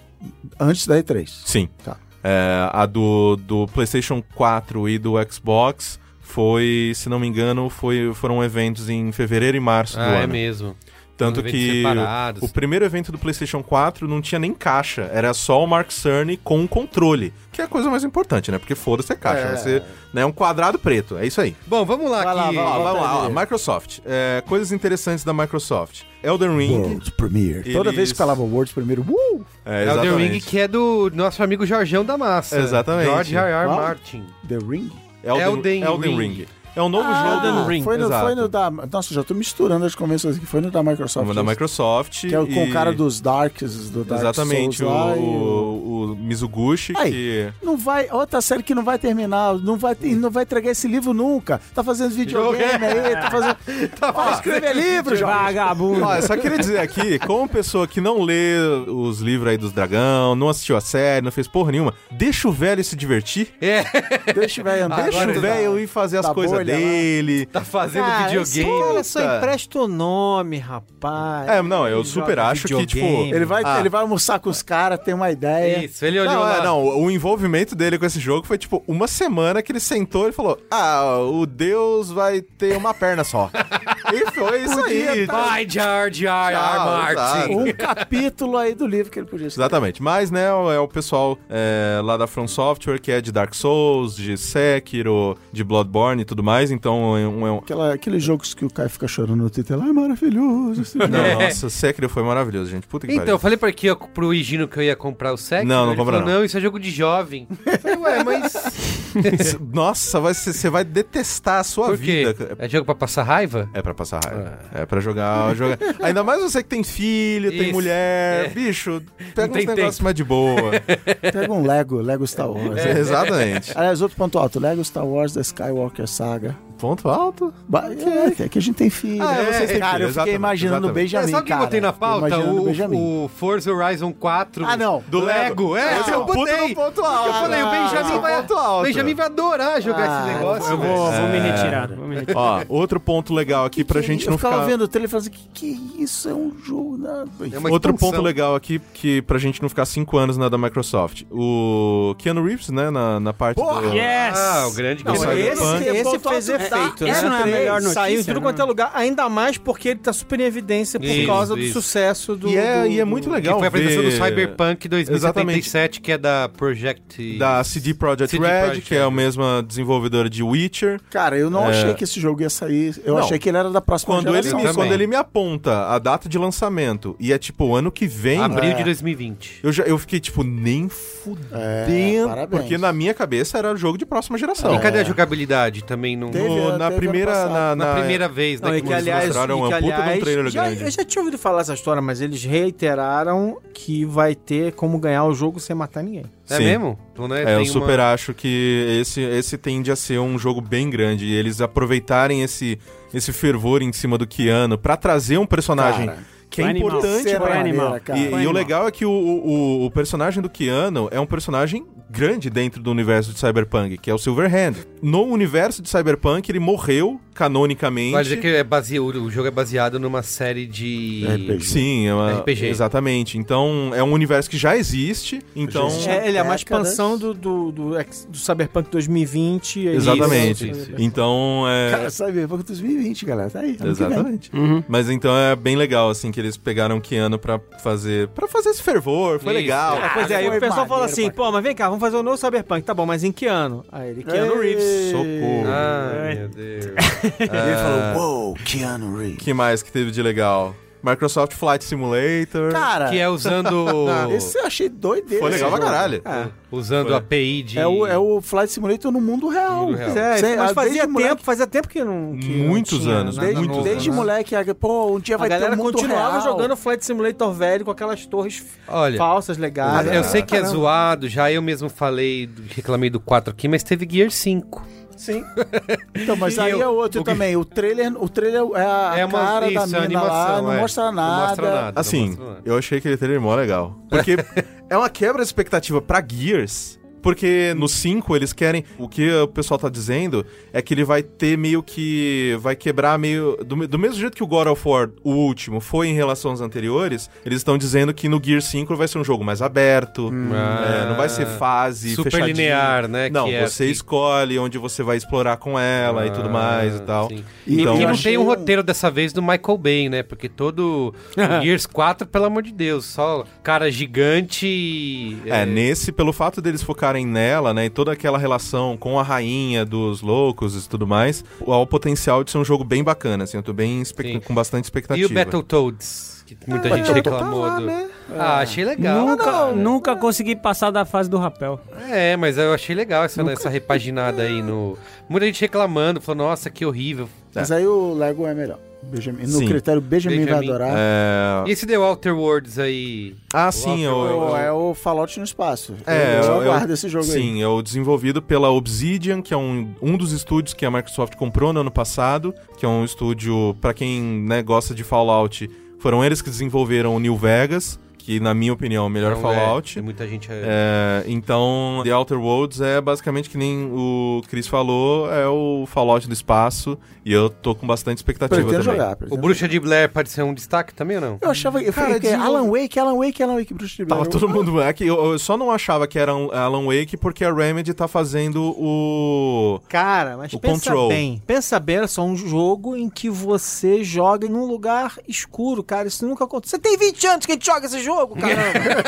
B: antes da E3.
E: Sim.
B: Tá.
E: É, a do, do PlayStation 4 e do Xbox foi, se não me engano, foi, foram eventos em fevereiro e março do
A: Ah, é
E: ano.
A: mesmo.
E: Tanto
A: Eventos
E: que
A: separados.
E: o primeiro evento do PlayStation 4 não tinha nem caixa, era só o Mark Cerny com o controle, que é a coisa mais importante, né? Porque foda-se a caixa,
B: É.
E: vai ser né, um quadrado preto, é isso aí.
A: Bom, vamos lá
B: Vai lá,
A: aqui.
B: vai
E: Ó,
B: lá.
E: vamos lá, ó,
B: Daniel.
E: Microsoft. É, coisas interessantes da Microsoft. Elden Ring.
B: World Premiere. Toda
E: Eles-
B: vez que falava World Premiere, uh!
E: É,
A: É o The Ring
E: exatamente.
A: que é do nosso amigo Jorgão da Massa.
E: Exatamente.
A: George R.R.
B: Qual?
A: Martin.
B: The Ring.
A: Elden Ring.
E: É um novo jogo.
B: Ah, Foi no,
E: exato.
B: foi no da. Nossa, já tô misturando as convenções aqui. Foi no da Microsoft.
E: Uma da
B: esse.
E: Microsoft.
B: Que é o- com
E: e-
B: o cara dos Darks, do Dark
E: Exatamente,
B: Souls lá,
E: o,
B: e o-
E: o Mizuguchi,
B: Aí.
E: que...
B: Não vai, outra série que não vai terminar, não vai, ter- não vai entregar esse livro nunca. Tá fazendo videogame aí, tá fazendo. tá escrever livro, Jorge.
G: Vagabundo.
E: Ó, eu só queria dizer aqui, como pessoa que não lê os livros aí dos dragão, não assistiu a série, não fez porra nenhuma, deixa o velho se divertir,
C: É.
B: Deixa o velho andar.
E: deixa o
B: tá-
E: velho ir fazer as
B: da
E: coisas
B: bolha lá.
E: dele.
A: Tá fazendo videogame.
B: É
C: Olha só,
E: puta.
C: empresta o nome, rapaz.
E: É, não, eu
C: Ele
E: super
C: joga
E: acho que,
C: videogame.
E: tipo,
B: Ele vai,
E: Ah.
B: ele vai almoçar com os caras, tem uma ideia.
A: Isso, ele olhou
E: Não,
A: lá.
E: é, não, o envolvimento dele com esse jogo foi tipo uma semana que ele sentou e falou: Ah, o Deus vai ter uma perna só. e foi isso aí.
B: tá
E: tá
A: Vai, George R.R.
E: Tchau,
A: Martin.
E: Ah, exato.
B: Um capítulo aí do livro que ele podia escrever.
E: Exatamente. Mas, né, é o pessoal é, lá da From Software, que é de Dark Souls, de Sekiro, de Bloodborne e tudo mais. Então, é um... É um...
B: Aquela, aqueles jogos que o Caio fica chorando no Twitter, ah, é maravilhoso. esse jogo."
E: Não, nossa, Sekiro foi maravilhoso, gente. Puta que
A: É. Então, eu
E: pariu.
A: falei pra aqui, ó, pro Higino que eu ia comprar o Sekiro.
E: Não, não
A: ele
E: compra
A: falou,
E: não.
A: não, isso é jogo de jovem. Eu falei, ué, mas
E: Nossa, vai ser- você vai detestar a sua
A: é. por quê?
E: vida. cara.
A: É jogo pra passar raiva?
E: É pra passar raiva. É pra jogar, jogar. Ainda mais você que tem filho, tem
A: Isso.
E: mulher.
A: É.
E: Bicho, pega
A: Não
E: uns
A: tem
E: negócios
A: tempo. É.
E: mais de boa. É.
B: Pega um Lego, Lego Star Wars.
E: Exatamente.
B: Aliás, outro ponto alto, Lego Star Wars da Skywalker Saga.
E: Ponto alto.
B: Ba- É, é que a gente tem filho.
E: Ah, é,
B: né?
E: vocês
B: cara,
E: têm filho,
B: eu fiquei
E: exatamente,
B: imaginando o
E: exatamente.
B: Benjamin,
A: é, sabe o que eu
B: cara.
A: botei na pauta?
B: Imaginando o Benjamin.
A: O, o Forza Horizon 4.
B: Ah, não.
A: Do Lego. É,
E: Esse
A: eu
E: puto
A: botei.
E: do ponto alto.
A: Eu falei, o
E: Esse é
A: Benjamin
E: o
A: vai,
E: ponto alto.
A: Benjamin vai adorar jogar
B: Ah,
A: esse negócio.
G: Eu
A: velho.
G: vou, vou me retirar. Vou me retirar.
E: Ó, outro ponto legal aqui pra gente
B: É. eu
E: não
B: ficava
E: ficar...
B: vendo o trailer e falava assim, que, que isso é um jogo da...
A: É uma
E: Outro
A: expansão.
E: ponto legal aqui, que pra gente não ficar cinco anos na da Microsoft. O Keanu Reeves, né, na, na parte do...
G: Yes!
A: Ah, o grande
G: Não,
A: Game
G: esse-
A: Boy.
G: esse fez
C: É,
G: efeito, né? Três.
C: Saiu em tudo quanto é lugar, ainda mais porque ele tá super em evidência por
A: Isso,
C: causa
A: isso.
C: do sucesso do...
E: E é,
C: do-
E: e é muito
A: Que
E: legal
A: foi a apresentação do
E: ver-
A: Cyberpunk 2077, que é da Project...
E: Da CD Projekt
A: CD
E: Red,
A: Projekt
E: que é a
A: Red.
E: mesma desenvolvedora de Witcher.
B: Cara, eu não
E: É.
B: achei que esse jogo ia sair. Eu
E: Não.
B: achei que ele era da próxima
E: Quando ele,
B: geração.
E: me,
A: também.
E: quando ele me aponta a data de lançamento e é tipo o ano que vem,
A: Abril de
B: É.
A: 2020.
E: eu, já, eu fiquei tipo, nem fudendo.
B: parabéns.
E: porque na minha cabeça era jogo de próxima geração.
A: E cadê a jogabilidade também? Não...
B: Teve-
E: No- na
B: teve ano
E: primeira.
B: passado.
A: na,
E: Na, na-
A: primeira vez, né?
C: Não, e
A: que
C: que,
A: eles
C: aliás,
E: mostraram
C: e
E: uma
C: que,
E: puta de um
C: aliás
E: trailer
C: já,
E: grande.
C: eu já tinha ouvido falar essa história, mas eles reiteraram que vai ter como ganhar o jogo sem matar ninguém.
A: É
E: Sim.
A: mesmo? Então, né,
E: É, eu
A: tem
E: super
A: uma-
E: acho que esse, esse tende a ser um jogo bem grande. E eles aproveitarem esse, esse fervor em cima do Keanu pra trazer um personagem
B: Cara,
E: que é
G: vai animar.
E: importante.
B: Será
E: pra-
G: vai animar.
B: maneira, cara.
E: E, e o legal é que o, o, o personagem do Keanu é um personagem grande dentro do universo de Cyberpunk, que é o Silverhand. No universo de Cyberpunk, ele morreu canonicamente.
A: Vai dizer que é base... o jogo é baseado numa série de...
B: RPG.
E: Sim, é uma...
A: RPG.
E: Exatamente. Então, é um universo que já existe. Então,
B: Existe.
C: É, ele é uma
B: Décadas.
C: expansão do, do, do, ex- do Cyberpunk 2020. ele-
E: exatamente.
A: Isso, isso, isso.
E: Então, é...
B: Cara, sabe, é pouco 2020, galera. Tá aí. ano que vem.
E: Exatamente.
G: Uhum.
E: Mas então é bem legal, assim, que eles pegaram o Keanu pra fazer, pra fazer esse fervor, foi
A: Isso.
E: legal.
C: Ah, pois é, aí
B: foi
C: o pessoal fala
B: maneiro,
C: assim,
B: pai.
C: pô, mas vem cá, vamos fazer o novo Cyberpunk. Tá bom, mas em que ano? Aí ele,
E: É,
C: Keanu
B: Ei.
C: Reeves.
E: Socorro.
B: ah,
A: Ai, Ah, meu Deus.
B: Ele falou, uou, Keanu Reeves.
E: que mais que teve de legal? Microsoft Flight Simulator.
B: Cara,
A: que é usando...
B: esse eu achei doideiro.
E: foi legal
B: esse
E: pra
B: jogo.
E: caralho.
A: Usando
E: Foi.
A: a API de...
B: É o, é o Flight Simulator no mundo real.
A: Mundo real.
C: Pois é, mas
B: Sem- desde
C: fazia tempo,
B: moleque-
C: fazia tempo que não... que não
E: Muitos
C: tinha
E: anos,
C: nada
B: Desde,
E: Muito
C: novo,
B: desde
C: né?
B: moleque, a- pô, um dia vai
C: a galera
B: ter um mundo
C: continuava
B: real.
C: jogando Flight Simulator velho com aquelas torres
A: Olha...
C: falsas legais.
A: Eu sei que é zoado, já eu mesmo falei, reclamei do 4 aqui, mas teve Gear 5.
B: Sim. Então, mas
A: E
B: aí
A: eu-
B: é outro
A: o que-
B: também. O trailer, o trailer é a
A: é uma
B: cara
A: isso,
B: da
A: é
B: mina lá,
A: animação,
B: não
A: é.
B: mostra nada.
A: Não mostra nada. não
E: Assim,
A: mostra nada.
E: eu achei aquele trailer mó legal. Porque é uma quebra de expectativa pra Gears Porque no 5 eles querem. O que o pessoal tá dizendo é que ele vai ter meio que. Vai quebrar meio. Do, me- do mesmo jeito que o God of War, o último, foi em relação aos anteriores, eles estão dizendo que no Gear 5 vai ser um jogo mais aberto. é, não vai ser fase.
A: Hum. Super
E: fechadinho.
A: linear, né,
E: Não,
A: que é
E: você
A: que- Ah,
E: escolhe onde você vai explorar com ela e tudo mais e tal.
A: Sim. E,
E: Então,
A: e não
B: achei
A: tem um
B: um-
A: roteiro dessa vez do Michael Bay, né? Porque todo o Gears 4, pelo amor de Deus, só cara gigante e...
E: É, nesse, pelo fato deles focarem nela, né, e toda aquela relação com a rainha dos loucos e tudo mais, há o potencial de ser um jogo bem bacana, assim, eu tô bem expec-
A: Sim.
E: com bastante
A: E
E: expectativa.
A: o Battletoads, que muita gente
B: Battletoads tá
A: reclamou
B: lá,
A: do...
B: né?
A: Ah, achei legal.
G: nunca,
A: cara.
G: nunca consegui passar da fase do rapel.
A: É, mas eu achei legal essa, essa repaginada aí no... Muita gente reclamando, falou, nossa, que horrível.
B: Mas aí o Lego é melhor. Benjamin- no
E: Sim.
B: critério, Benjamin, vai
A: Benjamin.
B: adorar.
E: É...
A: E esse The Outer Worlds aí...
E: Ah, sim, eu,
B: Pô,
E: eu-
B: é o Fallout no espaço. eu,
E: É,
B: eu
E: eu- eu-
B: aguardo esse jogo aí.
E: Sim, é o desenvolvido pela Obsidian, que é um, um dos estúdios que a Microsoft comprou no ano passado, que é um estúdio, pra quem né, gosta de Fallout, foram eles que desenvolveram o New Vegas, que na minha opinião é o melhor
A: Não, é,
E: Fallout.
A: tem muita gente...
E: É, então, The Outer Worlds é basicamente que nem o Chris falou, é o Fallout do espaço, e eu tô com bastante expectativa
B: Pretendo
E: também.
B: jogar.
A: O
B: pretendo
A: Bruxa de Blair pode ser um destaque também ou não?
B: Eu achava. Eu falei,
E: Cara,
B: que é
E: desenvol-
B: Alan Wake, Alan Wake, Alan Wake, Bruxa de Blair.
E: Tava todo mundo. É que eu, eu só não achava que era um Alan Wake porque a Remedy tá fazendo o.
C: Cara, mas
E: O
C: pensa
E: Control.
C: bem. Pensa bem, era só um jogo em que você joga em um lugar escuro, cara. Isso nunca aconteceu. Você tem 20 anos que a gente joga esse jogo, caramba.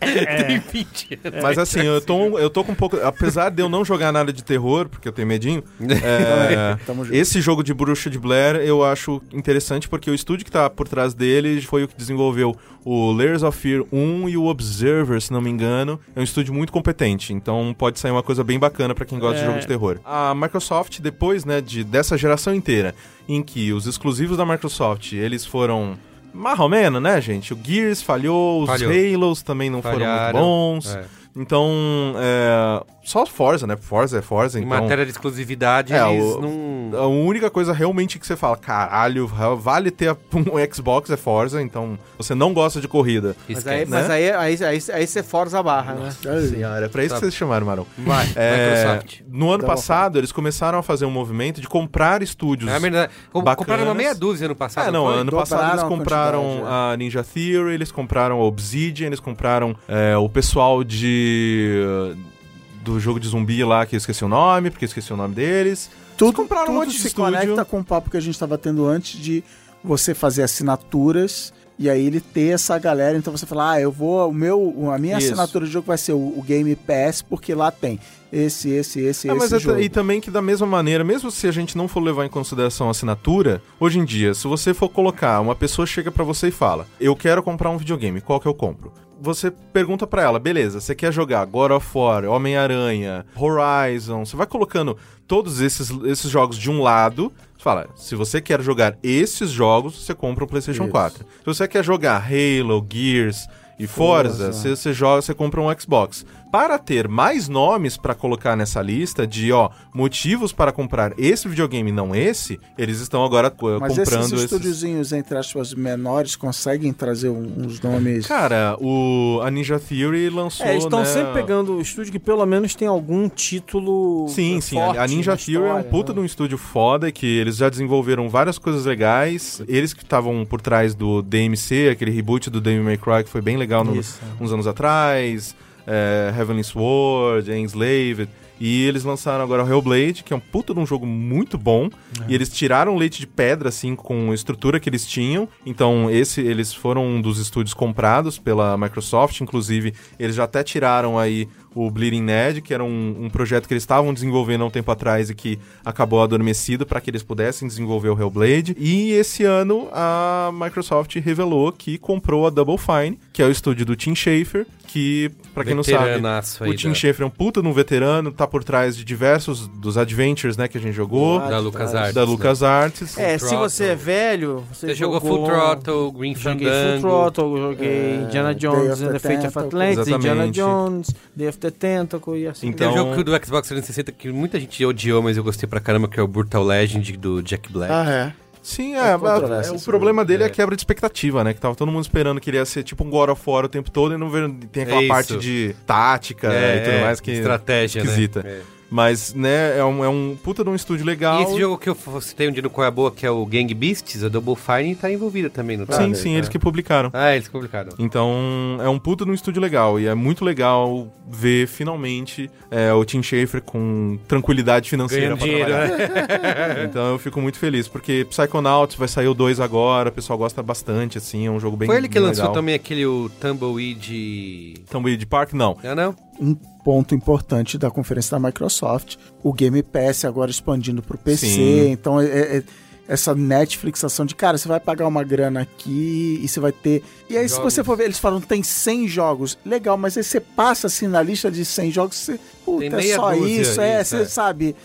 A: Tem 20 anos.
E: Mas assim, eu tô, eu tô com um pouco. Apesar de eu não jogar nada de terror, porque eu tenho medinho, é,
B: Tamo junto.
E: esse jogo de Bruxa de Blair eu acho interessante porque o estúdio que tá por trás dele foi o que desenvolveu o Layers of Fear 1 e o Observer, se não me engano. É um estúdio muito competente, então pode sair uma coisa bem bacana pra quem gosta de jogo de terror. A Microsoft, depois né, de, dessa geração inteira, em que os exclusivos da Microsoft eles foram. Marromeno, né, gente? O Gears falhou, os
A: Falhou.
E: Halos também não
A: Falharam.
E: foram muito bons.
A: É.
E: Então, é, só Forza, né? Forza é Forza,
A: Em
E: então...
A: matéria de exclusividade,
E: É,
A: eles
E: o-
A: não...
E: A única coisa realmente que você fala, caralho, vale ter um Xbox é Forza, então você não gosta de corrida.
C: mas aí,
A: Esquece.
C: mas aí, aí, aí, aí você forza a barra, né?
E: Senhora, é pra isso
A: Tá.
E: que vocês chamaram, Marão.
A: Vai,
E: É,
A: Microsoft.
E: no ano
B: Dá uma
E: passado, eles começaram a fazer um movimento de comprar estúdios.
A: É verdade. Com-
E: bacanas.
A: Compraram uma meia dúzia ano passado.
E: É, não,
A: foi?
E: ano
B: Dobraram
E: passado eles
B: a
E: compraram
B: quantidade, é.
E: a Ninja Theory, eles compraram a Obsidian, eles compraram é, o pessoal de. do jogo de zumbi lá, que eu esqueci o nome, porque eu esqueci o nome deles.
B: Tudo,
E: compraram um
B: tudo
E: monte de
B: se
E: estúdio.
B: conecta com o papo que a gente estava tendo antes de você fazer assinaturas e aí ele ter essa galera. Então você fala, ah, eu vou. O meu, a minha
E: Isso.
B: assinatura de jogo vai ser o, o Game Pass, porque lá tem esse, esse, esse,
E: É,
B: esse
E: mas é t-
B: jogo.
E: e também que da mesma maneira, mesmo se a gente não for levar em consideração a assinatura, hoje em dia, se você for colocar, uma pessoa chega pra você e fala: "Eu quero comprar um videogame, qual que eu compro?" Você pergunta pra ela, beleza, você quer jogar God of War, Homem-Aranha, Horizon, você vai colocando todos esses, esses jogos de um lado, você fala, se você quer jogar esses jogos, você compra o PlayStation
B: Isso.
E: 4. Se você quer jogar Halo, Gears e
B: Forza.
E: Forza, você, você joga, você compra um Xbox. Para ter mais nomes pra colocar nessa lista de, ó, motivos para comprar esse videogame e não esse, eles estão agora co-
B: Mas esses
E: comprando esses...
B: estúdiozinhos, entre aspas, menores, conseguem trazer um- uns nomes.
E: Cara, o a Ninja Theory lançou,
C: É, eles estão
E: né,
C: sempre pegando o estúdio que pelo menos tem algum título.
E: Sim,
C: eh,
E: sim.
C: forte
E: a Ninja
C: na
E: Theory é um
C: história,
E: puta
C: né?
E: de um estúdio foda que eles já desenvolveram várias coisas legais. Eles que estavam por trás do DMC, aquele reboot do Devil May Cry que foi bem legal no,
C: Isso.
E: uns anos atrás, é, Heavenly Sword, Enslaved. E eles lançaram agora o Hellblade, que é um puta de um jogo muito bom. E eles tiraram leite de pedra, assim, com a estrutura que eles tinham. Então, esse eles foram um dos estúdios comprados pela Microsoft. Inclusive, eles já até tiraram aí o Bleeding Ned, que era um, um projeto que eles estavam desenvolvendo há um tempo atrás e que acabou adormecido para que eles pudessem desenvolver o Hellblade. E esse ano a Microsoft revelou que comprou a Double Fine, que é o estúdio do Tim Schafer, que, para quem não sabe,
A: Veteranaço aí né?
E: o Tim
A: da-
E: Schafer é um puta de um veterano, tá por trás de diversos dos adventures, né, que a gente jogou,
A: da Lucas Arts.
E: da LucasArts.
C: É, se
A: Full Throttle.
C: você é velho, você,
A: Você jogou Full Throttle,
C: Joguei
A: Green
C: Full
A: Fandango.
C: Throttle, joguei Indiana
B: Day
C: Jones
B: of
C: and
B: the
C: the Fate of
B: Tentacle.
C: Atlantis, Indiana
E: Exatamente.
C: Jones, Day of the Tentacle e assim.
E: Então,
A: Tem um jogo que- do Xbox 360 que muita gente odiou, mas eu gostei pra caramba, que é o Brutal Legend do Jack Black.
B: Ah, é.
E: Sim, é. mas
B: controverso,
E: o
B: assim,
E: problema dele é
A: é.
E: a quebra de expectativa, né? Que tava todo mundo esperando que ele ia ser tipo um God of War o tempo todo e não vendo- tem aquela
A: É Isso.
E: parte de tática é, e tudo mais que.
A: É, estratégia, né?
E: esquisita.
A: É.
E: Mas, né, é um, é um puta de um estúdio legal.
A: E esse jogo que eu citei um dia no Qual é a Boa, que é o Gang Beasts, a Double Fine, tá envolvida também, não tá?
E: Sim, sim, eles que publicaram.
A: Ah, eles complicaram.
E: Então, é um puta de um estúdio legal. E é muito legal ver, finalmente, é, o Tim Schafer com tranquilidade financeira
A: Ganhando
E: pra
A: dinheiro,
E: trabalhar.
A: né?
E: Então eu fico muito feliz, porque Psychonauts vai sair o 2 agora, o pessoal gosta bastante, assim, é um jogo bem
A: Foi ele que
E: bem
A: lançou
E: legal.
A: também aquele o Tumbleweed...
E: Tumbleweed Park? Não.
A: Não, não?
B: Um ponto importante da conferência da Microsoft, o Game Pass agora expandindo para o PC,
E: Sim.
B: então é- é- essa Netflixação de cara, você vai pagar uma grana aqui e você vai ter. E aí, se
A: Jogos.
B: você for ver, eles falam tem 100 jogos, legal, mas aí você passa assim na lista de 100 jogos, você,
A: Tem
B: puta, é
A: meia
B: só
A: dúzia,
B: isso, é,
A: isso,
B: você
A: é.
B: sabe.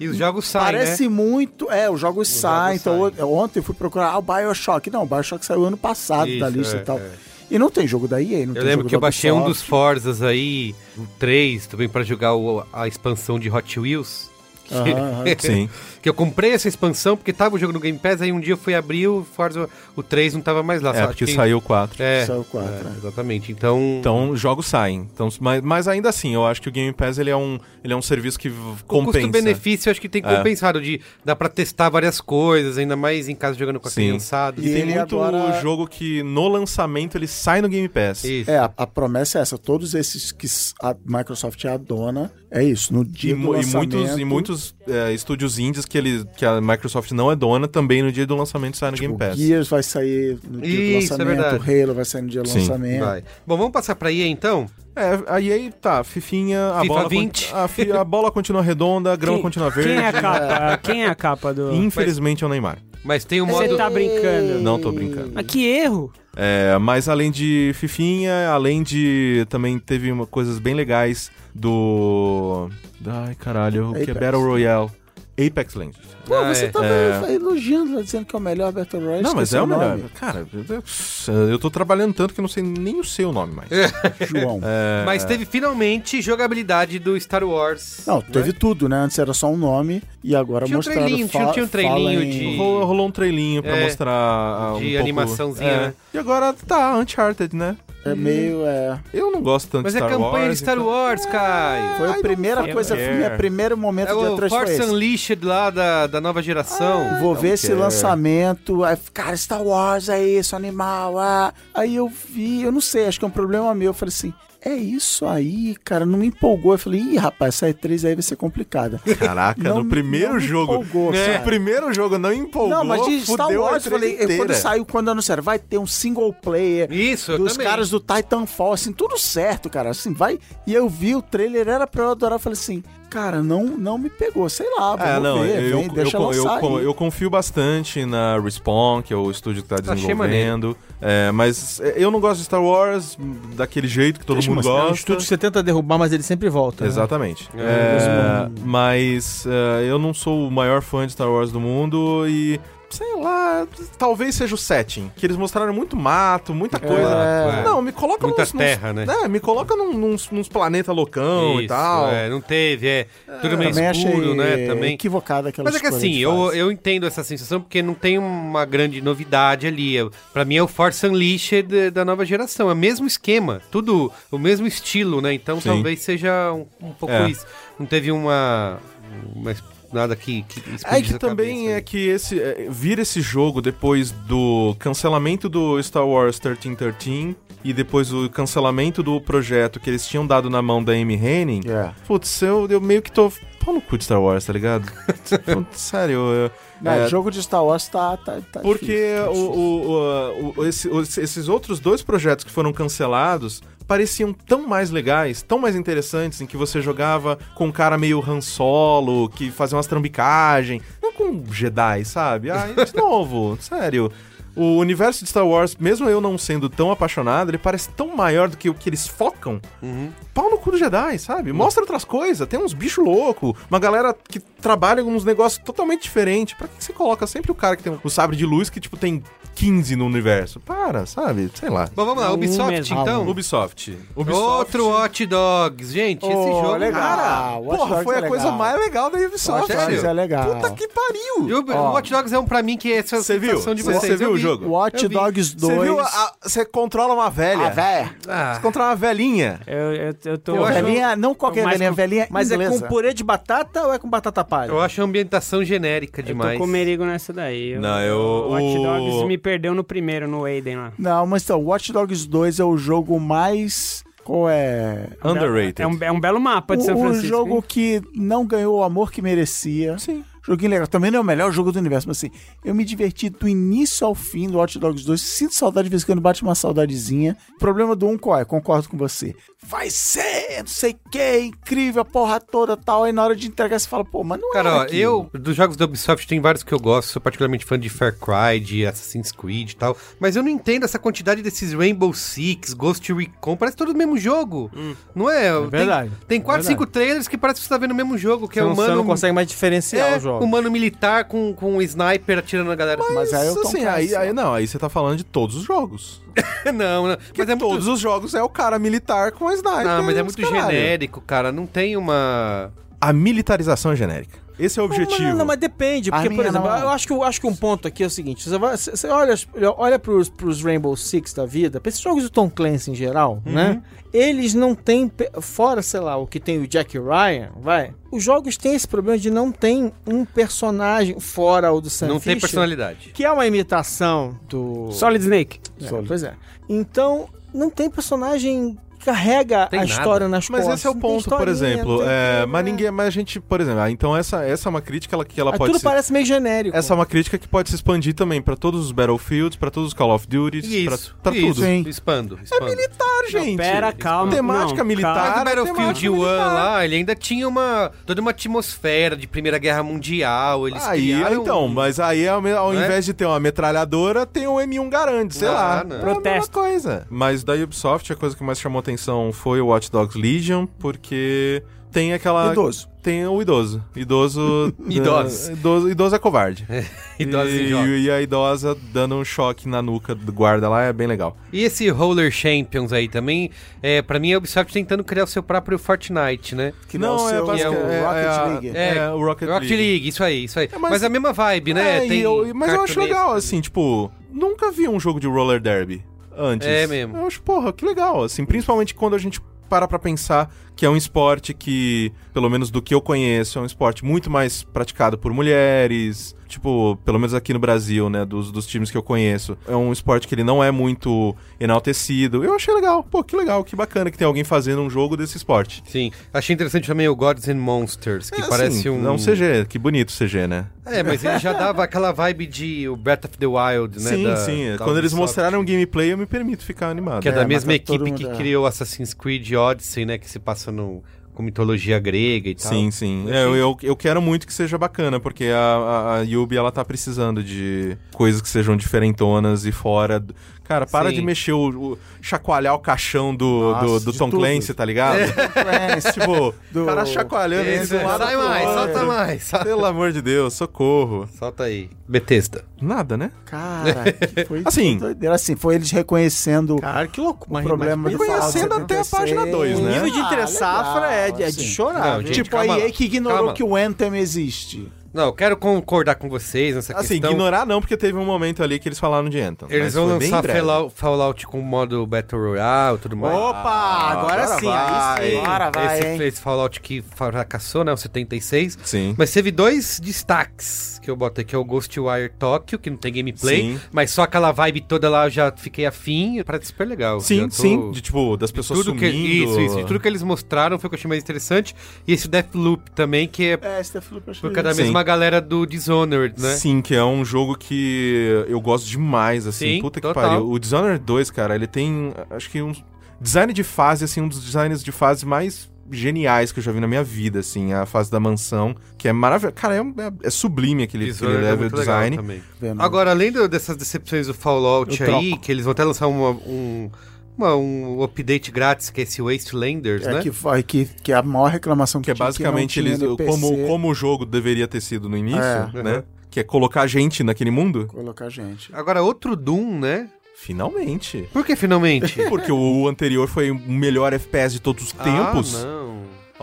A: E os jogos saem,
B: Parece
A: né?
B: muito. É, os jogos
A: Os
B: saem.
A: jogos
B: então,
A: saem.
B: on- ontem eu fui procurar ah, o Bioshock. Não, o Bioshock saiu ano passado da
A: Isso,
B: lista
A: é,
B: e tal.
A: é.
B: E não tem jogo da EA, não
A: Eu
B: tem
A: lembro
B: jogo
A: que eu
B: da
A: baixei um dos
B: Ubisoft.
A: Forzas aí, o 3, também pra jogar o- a expansão de Hot Wheels. que-
B: Aham,
A: É.
B: aham.
E: Sim.
A: Que eu comprei essa expansão porque tava o jogo no Game Pass, aí um dia eu fui abrir o Forza, o 3 não tava mais lá.
E: É,
A: só
E: porque
A: acho que-
E: saiu o 4.
A: Tá É,
B: Saiu quatro,
A: é,
B: né?
A: exatamente. Então,
E: Então, jogos saem. Então, mas, mas ainda assim, eu acho que o Game Pass ele é um, ele é um serviço que v-
A: o
E: compensa.
A: custo-benefício acho que tem
E: É.
A: compensado. De, dá pra testar várias coisas, ainda mais em casa jogando com a
E: Sim.
A: criançada.
E: E, tem
B: ele
E: muito
B: agora-
E: jogo que no lançamento ele sai no Game Pass.
A: Isso.
B: É, a, a promessa é essa. Todos esses que s- a Microsoft é a dona, é isso. No
E: E,
B: dia do
E: mu- e
B: lançamento...
E: muitos, e muitos é, estúdios indies que, ele, que a Microsoft não é dona, também no dia do lançamento sai no
B: tipo,
E: Game Pass.
B: Gears vai sair no dia
A: Isso, é
B: do lançamento,
A: verdade.
B: Halo vai sair no dia do
E: Sim,
B: lançamento.
A: Vai. Bom, vamos passar pra EA então?
E: É, a EA tá, Fifinha, a,
A: FIFA
E: bola, con-
A: 20.
E: a, fi- a bola continua redonda, a grama
G: Quem-
E: continua verde.
G: Quem é a capa? Quem é a capa do.
E: Infelizmente é o Neymar.
A: Mas tem o
G: Você
A: modo.
G: tá brincando.
E: Não tô brincando.
G: Mas que erro!
E: É, mas além de Fifinha, além de. Também teve uma- coisas bem legais do. Ai caralho, o que é
B: Apex.
E: Battle Royale? Apex Legends.
B: Pô,
A: Ah,
B: você tá
A: é.
B: tava
E: É.
B: elogiando, lá, dizendo que é o melhor Battle Royale.
E: não, mas
B: esqueci
E: é o melhor.
B: nome.
E: Cara, eu- eu tô trabalhando tanto que eu não sei nem o seu nome mais.
B: João.
E: É.
A: Mas teve finalmente jogabilidade do Star Wars.
B: Não, teve tudo, né? Antes era só um nome e agora
A: Tinha um
B: mostraram...
A: trailinho,
B: fa-
A: tinha- tinha um trailinho
B: Fallen-
A: de-
E: Rolou, rolou um trailinho pra
A: É,
E: mostrar ah, um
A: de
E: pouco-
A: animaçãozinha,
E: é.
A: né?
E: E agora tá Uncharted, né?
B: É meio, é...
E: Eu não gosto tanto
A: Mas
E: de Star
A: é campanha
E: Wars.
A: de Star
E: então-
A: Wars, Caio.
B: Foi a primeira
G: fucking
B: coisa,
E: care.
B: foi meu primeiro momento
A: É
B: de
A: o
B: atrás foi
A: Force
B: esse. Ah,
A: Unleashed lá da, da nova geração.
B: Vou ver esse
E: care.
B: lançamento. Aí, cara, Star Wars é isso, animal. Ah. Aí eu vi, eu não sei, acho que é um problema meu. Eu falei assim. É isso aí, cara, não me empolgou. Eu falei, ih, rapaz, essa E3 aí vai ser complicada.
E: Caraca,
B: Não
E: no
B: me-
E: primeiro
B: não me
E: jogo.
B: empolgou,
E: né?
B: sabe?
E: No primeiro jogo não empolgou.
B: É. não, mas de Star
E: fudeu a
B: Wars, eu
E: treta
B: falei, eu- quando
E: inteira.
B: saiu, quando anunciaram, vai ter um single player
A: Isso, eu
B: dos
A: também.
B: caras do Titanfall, assim, tudo certo, cara. Assim, vai. E eu vi o trailer, era pra eu adorar. Eu falei assim, cara, não, não me pegou, sei lá, vamos
E: É, não,
B: ver,
E: eu,
B: vem,
E: eu-
B: deixa
E: eu- eu-
B: lançar aí.
E: eu confio bastante na Respawn, que é o estúdio que tá
A: Achei
E: desenvolvendo. É, mas eu não gosto de Star Wars hum, daquele jeito que todo
C: Deixa
E: mundo
C: eu mostrar. É um
E: gosta.
C: estúdio que você tenta derrubar, mas ele sempre volta. né?
E: Exatamente.
A: É,
E: É, mas é, eu não sou o maior fã de Star Wars do mundo e. Sei lá, talvez seja o setting. Que eles mostraram muito mato, muita coisa.
A: é.
E: Não, me coloca
A: Muita
E: nos, nos-
A: terra, né?
E: É, me coloca num, nos, nos planeta loucão
A: Isso,
E: e tal.
A: é, não teve, é. Tudo meio
B: Também
A: escuro,
B: achei
A: né? Também.
B: equivocada aquela
A: Mas é que
B: escolha
A: assim,
B: de
A: eu,
B: fase.
A: eu entendo essa sensação porque não tem uma grande novidade ali. Eu- Pra mim é o Force Unleashed eh, da nova geração. É o mesmo esquema, tudo o mesmo estilo, né? Então
E: Sim.
A: talvez seja um, um pouco
E: É.
A: isso. Não teve uma. uma es- nada que. que
E: É
A: explodisse
E: que
A: a
E: também
A: cabeça,
E: é
A: né?
E: que esse é, vir esse jogo depois do cancelamento do Star Wars 1313 e depois o cancelamento do projeto que eles tinham dado na mão da Amy Henning.
B: É.
E: Putz, eu, eu meio que tô pau no cu de Star Wars, tá ligado? Putz, sério, eu-
B: Não,
E: é,
B: jogo de Star Wars tá. tá, tá
E: porque
B: difícil, tá
E: o-
B: difícil.
E: o- o- o- esse- os- esses outros dois projetos que foram cancelados pareciam tão mais legais, tão mais interessantes, em que você jogava com um cara meio Han Solo, que fazia umas trambicagens, não com um Jedi, sabe? Ah, e de novo, sério. O universo de Star Wars, mesmo eu não sendo tão apaixonado, ele parece tão maior do que o que eles focam. Pau no cu do Jedi, sabe? Mostra outras coisas, tem uns bichos loucos, uma galera que trabalha com uns negócios totalmente diferentes. Pra que você coloca sempre o cara que tem o sabre de luz que, tipo, tem 15 no universo? Para, sabe? Sei lá.
A: Bom, vamos lá,
G: Um
A: Ubisoft
G: mesmo.
A: então.
E: Ubisoft.
A: Outro Hot Dogs. Gente, esse
B: Oh,
A: jogo.
B: legal.
E: Cara,
B: Ah, Watch
E: porra,
B: Dogs
E: foi
B: é
E: a coisa
B: legal.
E: mais legal da Ubisoft.
A: Watch Dogs
E: velho.
B: é legal.
E: Puta que pariu.
A: E o o Hot Dogs é um pra mim que é essa
E: Você viu?
A: sensação de
E: Você-
A: vocês.
E: você viu
A: Eu
E: o
A: vi.
E: jogo?
B: Watch
A: Eu vi.
B: Dogs 2.
E: Você viu? a- a- Você controla uma velha.
B: Ah, véia.
A: Ah,
E: Você controla uma velhinha.
G: Eu, eu, eu tô.
A: Eu acho-
B: Velhinha, não qualquer
G: Mas
B: velhinha,
G: com-
B: velhinha
C: Mas é
B: inglesa.
C: com purê de batata ou é com batata palha?
A: eu acho a ambientação genérica
G: Eu
A: demais.
G: tô com merigo nessa daí.
E: Não, eu-
G: O Watch
E: o-
G: Dogs me perdeu no primeiro, no Aiden lá.
B: Não, mas então, Watch Dogs 2 é o jogo mais... Qual é?
E: Underrated.
G: É um, é um belo mapa de
B: o,
G: São
B: o
G: Francisco.
B: jogo
G: hein?
B: que não ganhou o amor que merecia.
E: Sim.
B: Joguinho legal. Também não é o melhor jogo do universo, mas assim, eu me diverti do início ao fim do Hot Dogs 2. Sinto saudade, de vez em quando bate uma saudadezinha. O problema do 1 qual é? Concordo com você. Vai ser, não sei o que, incrível, a porra toda tal. Aí na hora de entregar você fala, pô, mas não
A: Cara,
B: era
A: ó,
B: aquilo.
A: eu, dos jogos da Ubisoft, tem vários que eu gosto. Sou particularmente fã de Far Cry, de Assassin's Creed e tal. Mas eu não entendo essa quantidade desses Rainbow Six, Ghost Recon. Parece todo o mesmo jogo. Não é? Tem-
C: verdade.
A: Tem quatro,
C: É
A: cinco trailers que parece que você tá vendo o mesmo jogo, que
C: Você
A: é
C: não,
A: humano.
C: você não consegue mais diferenciar
A: é,
C: o jogo.
A: humano militar com, com um sniper atirando na galera.
B: Mas aí eu tô
E: assim, aí, aí não, aí você tá falando de todos os jogos.
A: não, não.
E: Que
A: Mas é muito
E: todos os jogos é o cara militar com a sniper.
A: Não, mas é
E: e os
A: muito
E: caralho.
A: genérico, cara. Não tem uma.
E: A militarização é genérica. Esse é o
C: Não, mas
E: objetivo.
C: Não, não, mas depende,
B: A
C: porque, por
B: minha
C: exemplo,
B: não.
C: eu acho, que, eu acho que um ponto aqui é o seguinte: você, vai, você- você olha, olha pros, pros Rainbow Six da vida, pra esses jogos do Tom Clancy em geral, né? Eles não têm. pe- Fora, sei lá, o que tem o Jack Ryan, vai. Os jogos têm esse problema de não tem um personagem fora o do Sam
A: não tem
C: Fisher,
A: personalidade.
C: Que é uma imitação do.
G: Solid Snake.
C: É, pois é. Então, não tem personagem que carrega
A: Tem
C: a
A: nada.
C: história nas
E: Mas
C: costas.
E: esse é o
C: não tipo, tem
E: ponto, por
C: historinha, não
E: exemplo.
C: tem né?
E: é,
C: nada.
E: mas ninguém. Mas a gente, por exemplo, ah, então essa, essa é uma crítica ela- que ela
C: Aí
E: pode
C: Ah, tudo
E: se.
C: parece meio genérico.
E: Essa é uma crítica que pode se expandir também pra todos os Battlefields, pra todos os Call of Duties,
A: E
E: pra-
A: isso.
E: pra,
A: e isso.
E: tudo.
B: Sim.
A: Expando. expando.
E: Militar, gente.
G: Pera, calma.
E: Temática
G: Não,
E: militar. é
A: Mas o
G: calma.
A: Battlefield
E: temática
A: 1
E: militar.
A: lá, ele ainda tinha uma toda uma atmosfera de Primeira Guerra Mundial. Eles
E: Aí,
A: criaram...
E: então, mas aí ao, me- ao
A: Né?
E: invés de ter uma metralhadora, tem um M1 Garand, sei
A: Ah,
E: lá.
A: não.
E: É a mesma
G: Protesto.
E: coisa. Mas da Ubisoft, a coisa que mais chamou atenção foi o Watch Dogs Legion, porque tem aquela...
B: Idoso.
E: Tem o idoso. Idoso...
A: Idosos.
E: idoso. Idoso é covarde.
A: Idosos em
E: e,
A: jogos.
E: e a idosa dando um choque na nuca do guarda lá é bem legal.
A: E esse Roller Champions aí também, é, pra mim, é a Ubisoft tentando criar o seu próprio Fortnite, né?
B: Que não, é, o seu-
E: basicamente-
B: o Rocket League.
E: É, é o Rocket,
A: Rocket League. isso aí, isso aí.
E: É, mas-
A: mas... a mesma vibe, né?
E: É, e eu- e- mas eu acho
A: cartunesco
E: legal,
A: ali.
E: assim, tipo, nunca vi um jogo de roller derby antes.
A: É mesmo.
E: Eu acho, porra, que legal, assim, principalmente quando a gente para pra pensar que é um esporte que, pelo menos do que eu conheço, é um esporte muito mais praticado por mulheres, tipo, pelo menos aqui no Brasil, né, dos, dos times que eu conheço, é um esporte que ele não é muito enaltecido. Eu achei legal, pô, que legal, que bacana que tem alguém fazendo um jogo desse esporte.
A: Sim. Achei interessante também o Gods and Monsters, que
E: É, assim,
A: parece um.
E: É um CG, que bonito CG, né?
A: É, mas ele já dava aquela vibe de o Breath of the Wild, né?
E: Sim,
A: da-
E: sim. é,
A: da
E: Quando eles
A: Ubisoft,
E: mostraram o gameplay, eu me permito ficar animado.
A: Que é,
B: É,
A: da
B: mas
A: mesma
B: tá todo
A: equipe
B: mundo-
A: que
B: é.
A: criou Assassin's Creed Odyssey, né? Que se passa no, com mitologia grega e tal.
E: Sim, sim. É, eu, eu, eu quero muito que seja bacana, porque a, a, a Yubi, ela tá precisando de coisas que sejam diferentonas e fora. do- Cara, para
A: Sim.
E: de mexer o, o- chacoalhar o caixão do, do,
B: Nossa,
E: do
B: de
E: Tom
B: tudo.
E: Clancy, tá ligado?
B: Clancy,
E: tipo,
B: do-
E: o cara chacoalhando
A: Esse,
E: esse lado
A: sai
E: pro
A: mais,
E: outro.
A: solta mais. Solta,
E: Pelo amor de Deus, socorro.
A: solta aí. Bethesda.
E: Nada, né?
B: Cara, que foi
E: Assim.
B: doideira. assim, foi eles reconhecendo
C: Cara, que louco.
B: o problema do Fallout
E: conhecendo até a
B: 76.
E: página dois,
C: O
E: né?
C: nível de interessafra
B: Ah,
C: é,
B: legal,
C: de- é de
B: assim.
C: chorar.
A: Não,
C: viu?
A: gente,
B: tipo,
A: calma
B: a
A: lá,
B: EA que ignorou
A: calma.
B: que o Anthem existe.
A: Não, eu quero concordar com vocês nessa
E: Assim,
A: questão.
E: ignorar não, porque teve um momento ali que eles falaram de Anthem.
A: Eles
E: mas
A: vão
E: foi bem
A: lançar
E: breve.
A: Fallout, Fallout com modo Battle Royale e tudo mais.
C: Opa, agora,
E: agora
C: sim.
E: vai.
C: Aí sim.
B: Agora vai,
A: esse,
B: hein?
A: esse Fallout que fracassou, né? O 76.
E: Sim.
A: Mas teve dois destaques que eu boto aqui, é o Ghostwire Tokyo, que não tem gameplay,
E: Sim.
A: mas só aquela vibe toda lá eu já fiquei afim, parece super legal.
E: Sim,
A: já tô-
E: sim. De, tipo, das pessoas
A: Tudo que, é
E: sumindo.
A: isso, isso. De tudo que eles mostraram foi o que eu achei mais interessante. E esse Deathloop também, que é
B: É, esse Deathloop eu achei
A: porque é da
E: Sim.
A: mesma galera do Dishonored, né?
E: Sim, que é um jogo que eu gosto demais, assim.
A: Sim,
E: Puta que
A: total.
E: pariu. O Dishonored 2, cara, ele tem, acho que um design de fase, assim, um dos designs de fase mais geniais que eu já vi na minha vida, assim. A fase da mansão, que é maravilhosa. Cara, é, um- é- é sublime aquele, aquele
A: Dishonored é
E: level
A: muito legal
E: design.
A: também.
B: vendo.
A: Agora, além do- dessas decepções do Fallout
B: Eu
A: aí, que eles vão até lançar uma- um uma- um update grátis, que é esse Wastelanders,
B: É
A: né?
B: que, foi- que, que a maior reclamação que,
E: Que é
B: tinha,
E: basicamente
B: não tinha
E: eles,
B: no PC,
E: como, como o jogo deveria ter sido no início,
B: É.
E: né? Que é colocar gente naquele mundo.
B: Colocar gente.
A: Agora, outro Doom, né?
E: Finalmente.
A: Por que finalmente?
E: Porque o anterior foi o melhor FPS de todos os tempos.
A: Ah, não.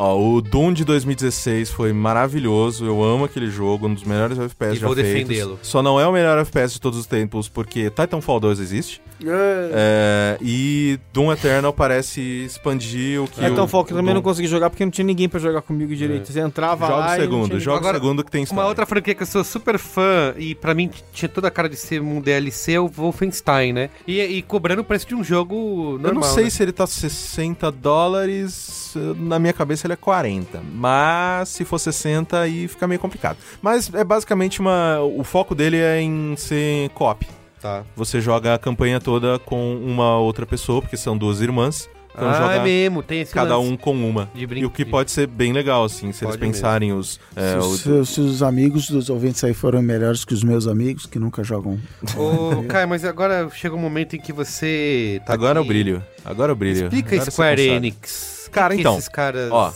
E: Ó, o Doom de 2016 foi maravilhoso, eu amo aquele jogo, um dos melhores FPS
A: E
E: já
A: vou
E: feitos.
A: defendê-lo.
E: Só não é o melhor FPS de todos os tempos, porque Titanfall 2 existe, é, e Doom Eternal parece expandir o
G: assim.
E: que
C: É tão
E: o,
C: foco que eu também
E: o
C: não consegui jogar porque não tinha ninguém pra jogar comigo direito. Você entrava
E: Joga
C: lá e
E: o
C: não tinha
E: segundo,
C: ninguém.
E: joga o
A: Agora,
E: segundo que tem história.
A: Uma outra franquia que eu sou super fã e pra mim tinha toda a cara de ser um DLC é o Wolfenstein, né? E, e cobrando o preço de um jogo normal.
E: eu não sei
A: né?
E: se ele tá 60 dólares, eh, na minha cabeça ele é 40, mas se for 60 aí fica meio complicado. Mas é basicamente uma... o foco dele é em ser co-op.
A: Tá.
E: você joga a campanha toda com uma outra pessoa, porque são duas irmãs. Então
A: ah,
E: joga
A: é mesmo, tem esse
E: cada
A: lance.
E: um com uma.
A: De brinco-
E: E o que
A: de-
E: pode ser bem legal, assim, se
A: Pode
E: eles
A: mesmo.
E: pensarem os. é,
B: se,
E: o-
B: os- se, os amigos dos ouvintes aí foram melhores que os meus amigos, que nunca jogam.
A: Ô, Caio, mas agora chega um momento em que você. tá
E: Agora é o
A: aqui.
E: brilho. Agora é o brilho.
A: Explica
E: Agora você
A: Square
E: consegue.
A: Enix. O
E: Cara,
A: que que
E: então,
A: Esses caras.
E: ó.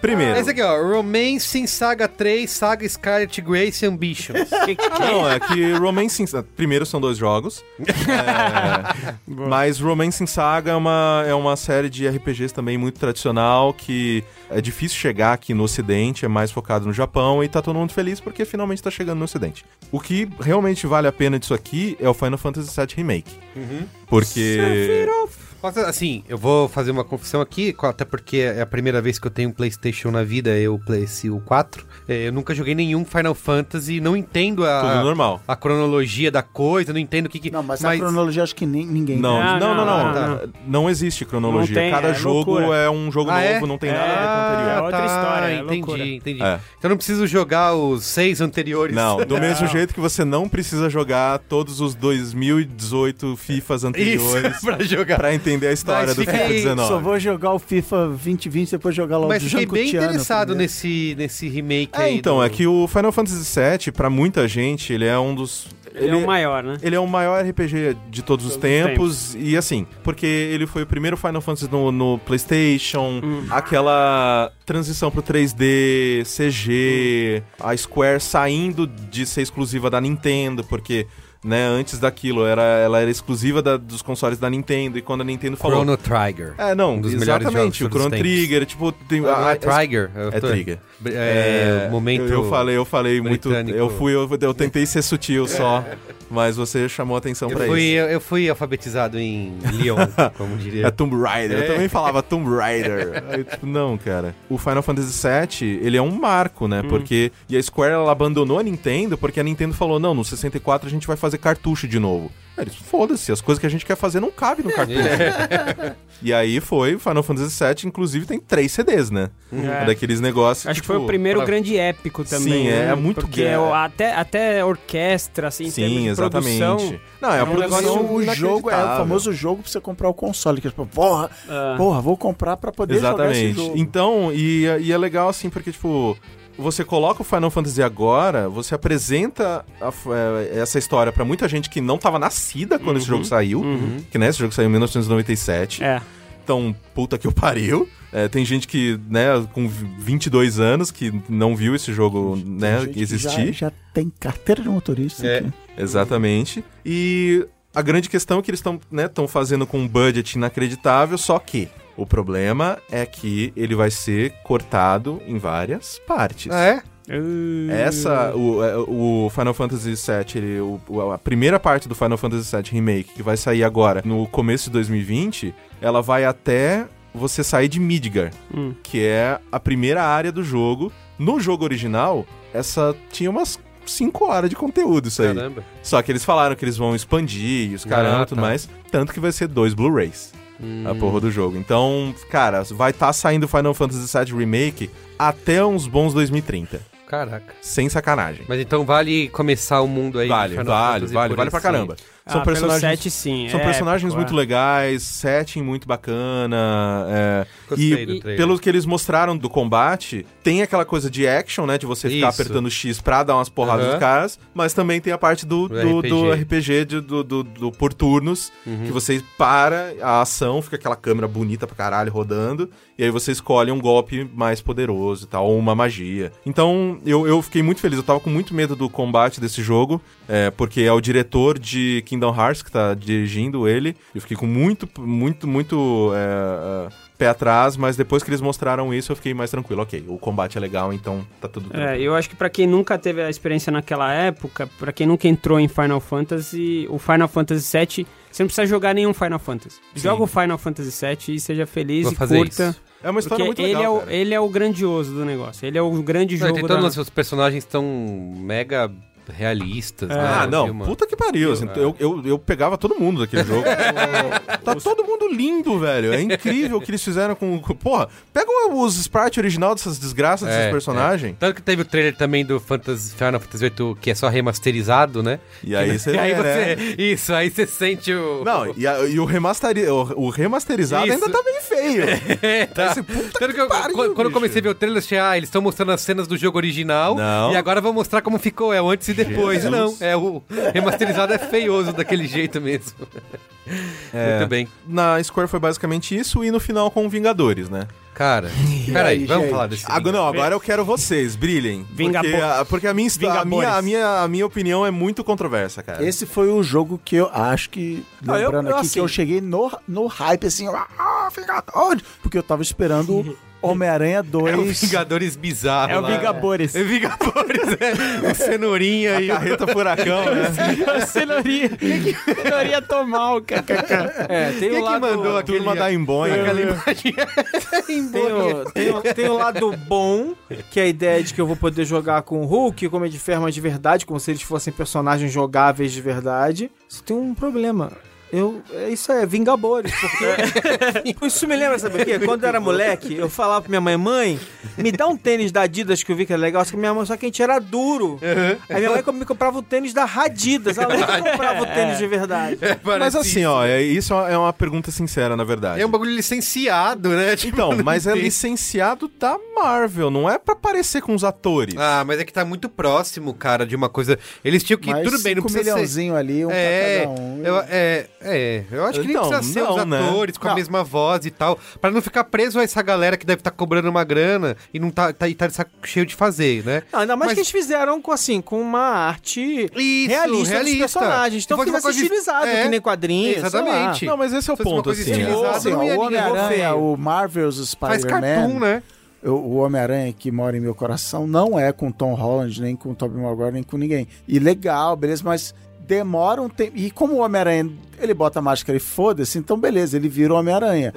E: Primeiro.
A: Esse aqui, ó. Romance em Saga 3, Saga Scarlet Grace Ambitions.
E: Não, é que Romance in Saga. Primeiro são dois jogos. É, mas Romance in Saga é uma, é uma série de RPGs também muito tradicional que é difícil chegar aqui no Ocidente, é mais focado no Japão e tá todo mundo feliz porque finalmente tá chegando no Ocidente. O que realmente vale a pena disso aqui é o Final Fantasy VII Remake. Porque.
A: Mas, assim, eu vou fazer uma confissão aqui, co- até porque é a primeira vez que eu tenho um PlayStation na vida, eu PlayStation 4. É, eu nunca joguei nenhum Final Fantasy, não entendo
E: Tudo
A: a,
E: normal.
A: a cronologia da coisa, não entendo o que que.
B: Não, mas, a cronologia acho que nem, ninguém.
E: Não, não,
G: Não,
E: não, não.
G: não,
E: Não,
A: não,
E: existe cronologia.
G: Não tem,
E: Cada
G: é
E: jogo
G: loucura.
E: é um jogo
A: Ah,
E: novo,
A: é?
E: não tem nada a ver com o anterior.
G: É outra
A: tá,
G: história, é loucura.
A: entendi, entendi.
E: É.
A: Então eu não preciso jogar os seis anteriores.
E: Não, do mesmo jeito que você não precisa jogar todos os 2018 FIFAs
A: Isso,
E: anteriores
A: pra jogar.
E: pra entender a história
A: Mas
E: do
A: fiquei-
E: FIFA
B: né? Só
E: 19.
B: vou jogar o FIFA 2020 depois jogar lá
A: Mas
B: o
A: fiquei bem
B: Jankutiano tá
A: interessado
B: primeiro.
A: nesse, nesse remake
E: É,
A: aí.
E: então,
A: do-
E: é que o Final Fantasy VII, pra muita gente, ele é um dos...
G: Ele é o maior, né?
E: Ele é o maior RPG de todos, os tempos, e assim, porque ele foi o primeiro Final Fantasy no, no PlayStation, aquela transição pro 3D, CG, a Square saindo de ser exclusiva da Nintendo, porque. Né, antes daquilo, era, ela era exclusiva da- dos consoles da Nintendo, e quando a Nintendo falou.
A: Chrono Trigger.
E: É, não,
A: Um dos melhores
E: exatamente.
A: jogos
E: O
A: de todos
E: Chrono
A: os tempos.
E: Trigger, tipo, tem.
A: Ah,
E: a-
A: é Trigger? Eu
E: é
A: tô-
E: Trigger.
A: É, o momento.
E: Eu, eu falei, eu falei muito.
A: britânico.
E: Eu fui, eu, eu tentei ser sutil só, mas você chamou atenção
A: Eu
E: pra
A: fui,
E: isso.
A: eu, eu fui alfabetizado em Lyon, como
E: É
A: diria.
E: Tomb Raider. Eu também falava Tomb Raider. Aí, tipo, não, cara. O Final Fantasy VII, ele é um marco, né? Porque. E a Square, ela abandonou a Nintendo porque a Nintendo falou: não, no 64 a gente vai fazer cartucho de novo. Aí Eles, foda-se, as coisas que a gente quer fazer não cabem no cartucho. e aí foi, o Final Fantasy VII, inclusive, tem três CDs, né?
G: É.
E: Daqueles negócios.
G: Acho que
E: tipo,
G: foi o primeiro
A: pra-
G: grande épico também.
E: Sim, é,
G: né?
E: é muito
G: Porque
E: grande.
G: o- até, até orquestra, assim, em termos
E: Sim,
G: de
E: exatamente.
G: produção,
E: não, é,
G: é
E: a
G: um
E: produção.
G: negócio-
B: o jogo é o
E: inacreditável.
B: famoso jogo pra você comprar o console. Que é tipo, porra,
G: ah,
B: porra, vou comprar pra poder jogar esse
E: Exatamente.
B: jogo.
E: Então, e, e é legal assim, porque, tipo, você coloca o Final Fantasy agora, você apresenta a f- eh, essa história pra muita gente que não tava nascida quando esse
B: Uhum.
E: jogo saiu. Que, né, esse jogo saiu em 1997.
G: é.
E: Então, puta que eu pariu. É, tem gente que, né, com 22 anos que não viu esse
A: Então,
E: jogo, né,
B: Tem gente que
E: existir.
B: Já, já tem carteira de motorista.
A: É.
B: aqui.
E: Exatamente. E a grande questão é que eles estão né, tão fazendo com um budget inacreditável, só que o problema é que ele vai ser cortado em várias partes.
A: Ah, é?
E: Essa, o, é, o Final Fantasy VII, ele, o- o- a primeira parte do Final Fantasy VII Remake, que vai sair agora, no começo de 2020, ela vai até você sair de Midgar,
G: Hum.
E: que é a primeira área do jogo. No jogo original, essa tinha umas 5 horas de conteúdo isso aí.
A: Caramba.
E: Só que eles falaram que eles vão expandir e os caramba e
A: Ah,
E: tudo
A: tá.
E: mais. Tanto que vai ser dois Blu-rays. A porra do jogo. Então, cara, vai estar tá saindo Final Fantasy VII Remake até uns bons 2030.
A: Caraca.
E: Sem sacanagem.
A: Mas então vale começar o mundo aí. de
E: Vale,
A: Final
E: vale,
A: Fantasy
E: vale,
A: por
E: vale pra
A: esse-
E: caramba. São
G: Ah, pelo
E: personagens.
G: set, sim.
E: São
G: É,
E: personagens
G: pô,
E: muito
G: é.
E: legais, setting muito bacana. é,
A: Gostei
E: e
A: do trailer.
E: pelo que eles mostraram do combate, tem aquela coisa de action, né? De você ficar
A: Isso.
E: apertando X pra dar umas porradas
A: Aham.
E: nos caras, mas também tem a parte do,
A: Do
E: do, do
A: RPG.
E: RPG de- do, do- do- por turnos,
A: Uhum.
E: que você para a ação, fica aquela câmera bonita pra caralho rodando, e aí você escolhe um golpe mais poderoso e tal, ou uma magia. Então eu, eu fiquei muito feliz, eu tava com muito medo do combate desse jogo, é, porque é o diretor de Kingdom Hearts que tá dirigindo ele, eu fiquei com muito, muito, muito. é, é, Pé atrás, mas depois que eles mostraram isso, eu fiquei mais tranquilo. Ok, o combate é legal, então tá tudo tranquilo.
G: É, eu acho que pra quem nunca teve a experiência naquela época, pra quem nunca entrou em Final Fantasy, o Final Fantasy VII, você não precisa jogar nenhum Final Fantasy. Joga o Final Fantasy VII e seja feliz
A: Vou
G: e
A: fazer
G: curta.
A: isso.
E: É uma
G: Porque
E: história muito
G: ele,
E: legal.
G: é o,
E: cara.
G: ele é o grandioso do negócio. Ele é o grande
A: Não, e
G: jogo
A: tem
G: da...
A: todos os personagens tão mega realistas. né?
E: Ah,
A: Eu vi
E: não,
A: uma-
E: puta que pariu. assim, eu, eu, eu pegava todo mundo daquele jogo. tá todo mundo lindo, velho. É incrível o que eles fizeram com. com- Porra, pega os sprites original dessas desgraças, desses
A: É,
E: personagens.
A: Tanto que teve o trailer também do Fantasy, Final Fantasy VIII, que é só remasterizado, né?
E: E aí você.
A: E aí
E: vê,
A: você.
E: né?
A: Isso, aí você sente o.
E: Não, e, a- e o, remasteri... o, o remasterizado
A: Isso.
E: ainda tá meio feio.
A: É, tá.
E: Esse puta
A: Tanto que eu-
E: pariu,
A: quando, quando eu
E: bicho.
A: comecei a ver o trailer, eu achei, ah, eles estão mostrando as cenas do jogo original
E: Não.
A: e agora vão mostrar como ficou, é o antes e depois. E Não,
E: Jesus.
A: é o remasterizado é feioso daquele jeito mesmo.
E: É.
A: Muito bem.
E: Na Square foi basicamente isso, e no final com Vingadores, né?
A: Cara, peraí,
B: aí,
A: vamos
B: gente?
A: falar desse.
E: Agora, não,
A: É.
E: agora eu quero vocês, brilhem.
G: Vinga-
E: Porque, a, porque a, minha, histó- a, minha, a, minha, a minha opinião é muito controversa, cara.
B: Esse foi o jogo que eu acho que.
E: Ah, eu-
B: Lembrando
E: eu
B: aqui
E: assim-
B: que eu cheguei no, no hype assim. Ah, Vingadores! Porque eu tava esperando o Homem-Aranha
A: É o
B: 2.
A: Vingadores bizarro.
G: É o
A: lá.
G: Vingabores.
A: É Vingadores, é. O Cenourinha e o
E: Carreta furacão, né?
G: A cenourinha. cenourinha tomal, cara. É,
A: Quem
G: tem o
A: que
G: lado...
A: mandou
E: A turma da Embonha.
A: aquela imagem.
C: Tem o, tem, o, tem o lado bom, que é a ideia de que eu vou poder jogar com o Hulk, como é de ferma de verdade, como se eles fossem personagens jogáveis de verdade. Só tem um problema. Eu, é isso aí, é Vingabores, porque... isso me lembra, sabe o quê? Quando eu era moleque, eu falava pra minha mãe, mãe, me dá um tênis da Adidas que eu vi que era legal, só que minha mãe, só que a gente era duro. Aí minha mãe me comprava o tênis da Adidas, ela nunca comprava o tênis de verdade.
E: Mas assim, ó,
A: né?
E: é, isso é uma pergunta sincera, na verdade.
A: É um bagulho licenciado, né? Tipo,
E: Então, mas é
A: tem.
E: licenciado da Marvel, não é pra parecer com os atores.
A: Ah, mas é que tá muito próximo, cara, de uma coisa. Eles tinham que.
B: Mais
A: Tudo bem, não
B: cinco
A: precisa ser.
B: milhãozinho ali, um
A: é,
B: pra cada um.
A: eu, é, é, eu acho que
E: Então,
A: nem precisa ser
E: não,
A: os
E: né?
A: atores com a
E: Não.
A: mesma voz e tal, Pra não ficar preso a essa galera que deve estar cobrando uma grana e não tá, tá, e tá de saco cheio de fazer, né?
C: Não, ainda mais
A: Mas-
C: que eles fizeram com, assim, com uma arte
A: Isso,
C: realista,
A: realista.
C: dos personagens. Então
A: Se fosse
C: fica
A: uma coisa-
C: estilizado,
A: é,
C: que nem quadrinhos. sei
A: exatamente.
E: Não, mas esse é o
A: Se fosse uma
E: ponto,
A: coisa
E: assim.
A: estilizada,
B: Ou,
E: é.
B: assim,
A: não ia
B: ó, o
A: ninguém.
B: Homem-Aranha,
A: Feio.
B: o Marvel's
A: Faz cartoon,
B: Spider-Man,
A: né?
B: o, o Homem-Aranha que mora em meu coração, não é com Tom Holland, nem com Tobey Maguire, nem com ninguém. E legal, beleza, mas demora um tempo. E como o Homem-Aranha, ele bota a máscara e foda-se, então beleza, ele vira o Homem-Aranha.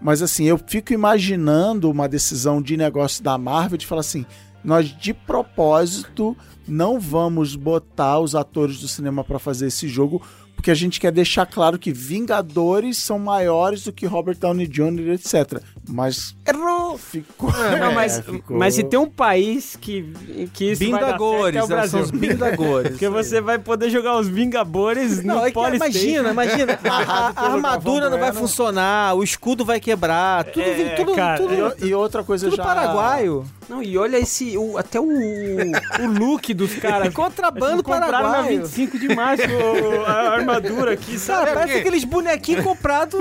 B: Mas assim, eu fico imaginando uma decisão de negócio da Marvel de falar assim: nós de propósito não vamos botar os atores do cinema pra fazer esse jogo. Porque a gente quer deixar claro que Vingadores são maiores do que Robert Downey Jr., etc. Mas. Errou! Ficou.
G: Não,
B: É,
G: mas,
B: ficou.
G: mas se tem um país que, que isso vai dar certo, é
C: Bindagores,
G: o
C: elas são
G: Brasil.
C: os bindagores.
G: Porque você vai poder jogar os Vingabores no
C: Não, é que-
G: Polystation.
C: imagina, imagina. A, a- a armadura não vai
B: Bueno.
C: funcionar, o escudo vai quebrar, tudo,
G: né? É,
C: vem- tudo,
G: cara,
C: tudo,
B: E, e outra coisa
C: tudo
B: já.
C: paraguaio.
G: Não, e olha esse. o- até o, o look dos caras.
C: É Contrabando
G: Compraram na
C: paraguaio.
G: 25 de março o- a armadura aqui,
C: Cara,
G: sabe?
C: parece
A: quê?
C: aqueles bonequinhos comprados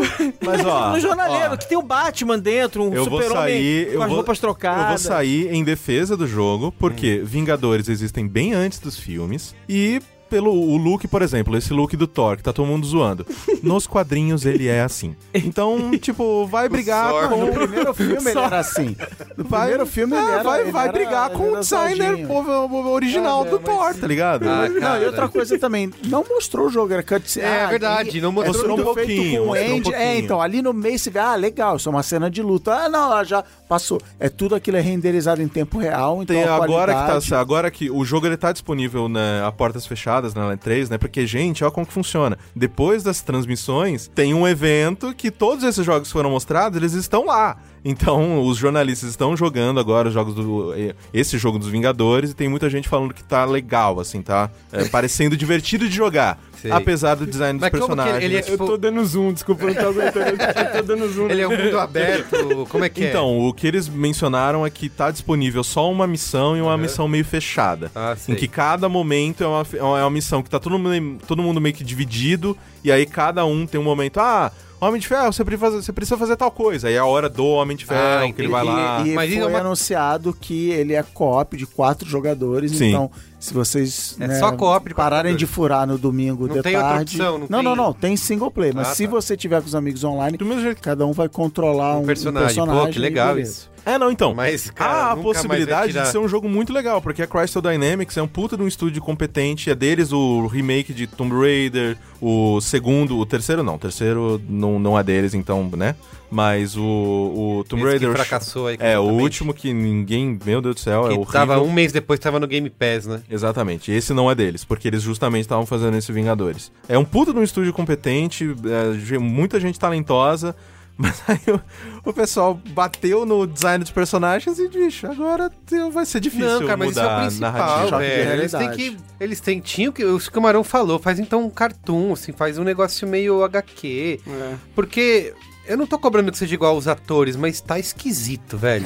E: Mas, ó,
C: no jornaleiro,
E: ó.
C: que tem o Batman dentro, um
E: Eu vou sair,
C: super-homem
E: eu
C: com as
E: vou-
C: roupas trocadas.
E: Eu vou sair em defesa do jogo,
B: Hum.
E: porque Vingadores existem bem antes dos filmes. E pelo o look, por exemplo, esse look do Thor, que tá todo mundo zoando. Nos quadrinhos ele é assim. Então, tipo, vai brigar
A: Thor
E: com.
B: No primeiro filme ele era assim. No primeiro filme ele
E: É,
B: era
E: vai,
B: ele
E: vai
B: era-
E: brigar
B: ele
E: com o
B: era
E: designer
B: sujinho.
E: o- o- o original
B: É,
E: do
B: mas-
E: Thor, tá ligado?
A: Ah,
B: Não,
G: assim.
A: cara.
B: e outra coisa também, não mostrou o jogo, era cutscene.
A: É,
B: Ah,
A: verdade, não mostrou
B: tudo
E: um
B: feito
E: pouquinho,
B: com o
E: mostrou um
B: Andy. É,
E: pouquinho.
B: então, ali no meio você vê, ah, legal, isso é uma cena de luta. Ah, não, ela já passou. É tudo aquilo é renderizado em tempo real, então
E: Tem
B: a
E: agora que
B: qualidade-
E: tá, agora que o jogo ele tá disponível na a portas fechadas na L3, né? Porque gente, olha como que funciona. Depois das transmissões, tem um evento que todos esses jogos que foram mostrados, eles estão lá. Então, os jornalistas estão jogando agora os jogos do. esse jogo dos Vingadores e tem muita gente falando que tá legal, assim, tá é, parecendo divertido de jogar.
A: Sei.
E: Apesar do design dos
A: Mas como que
E: personagens.
A: ele é,
G: Eu tô dando zoom, desculpa, eu não tô aguentando. Eu tô dando zoom.
A: Ele é um mundo aberto, como é que é?
E: Então, o que eles mencionaram é que tá disponível só uma missão e uma missão meio fechada.
A: Ah,
E: em
A: sei.
E: que cada momento é uma, é uma missão que tá todo mundo, todo mundo meio que dividido, e aí cada um tem um momento, ah, Homem de Ferro, você precisa fazer, você precisa fazer tal coisa. Aí é a hora do Homem de Ferro, que
A: Ah, entendi.
E: ele vai lá.
A: E-
B: E
A: Mas
B: foi
A: isso é uma-
B: anunciado que ele é co-op de quatro jogadores,
E: Sim.
B: então se vocês né,
A: É só co-op de quatro
B: pararem
A: jogadores.
B: de furar no domingo
A: Não
B: de
A: tem outra
B: tarde...
A: opção, não
B: não,
A: tem-
B: não, não, tem single play, mas
A: Ah,
B: se
A: tá.
B: você tiver com os amigos online,
E: Do mesmo jeito
B: cada um vai controlar um,
A: um
B: um
A: personagem. Pô, que
B: e
A: legal
B: beleza.
A: isso.
E: É, não, então.
A: Mas, cara,
E: há a
A: nunca mais
E: possibilidade
A: vai tirar.
E: de ser um jogo muito legal, porque a Crystal Dynamics é um puta de um estúdio competente, é deles o remake de Tomb Raider, o segundo, o terceiro não, o terceiro não, não é deles, então, né? Mas o, o Tomb
A: Esse que
E: Raider...
A: fracassou aí
E: É, o
A: completamente.
E: último que ninguém... Meu Deus do céu, é
A: Que
E: horrível.
A: tava um mês depois, tava no Game Pass, né?
E: Exatamente, esse não é deles, porque eles justamente estavam fazendo esse Vingadores. É um puta de um estúdio competente, é, ge- muita gente talentosa, mas aí o, o pessoal bateu no design dos personagens e, bicho, agora te- vai ser
A: Não,
E: difícil
A: cara, mas isso é o
E: mudar a narrativa.
A: principal,
B: Choque de
A: velho. Eles têm que.
B: realidade.
A: Eles têm. Tinha o que o Camarão falou, faz então um cartoon, assim, faz um negócio meio HQ.
B: É.
A: Porque eu não tô cobrando que seja igual aos atores, mas tá esquisito, velho.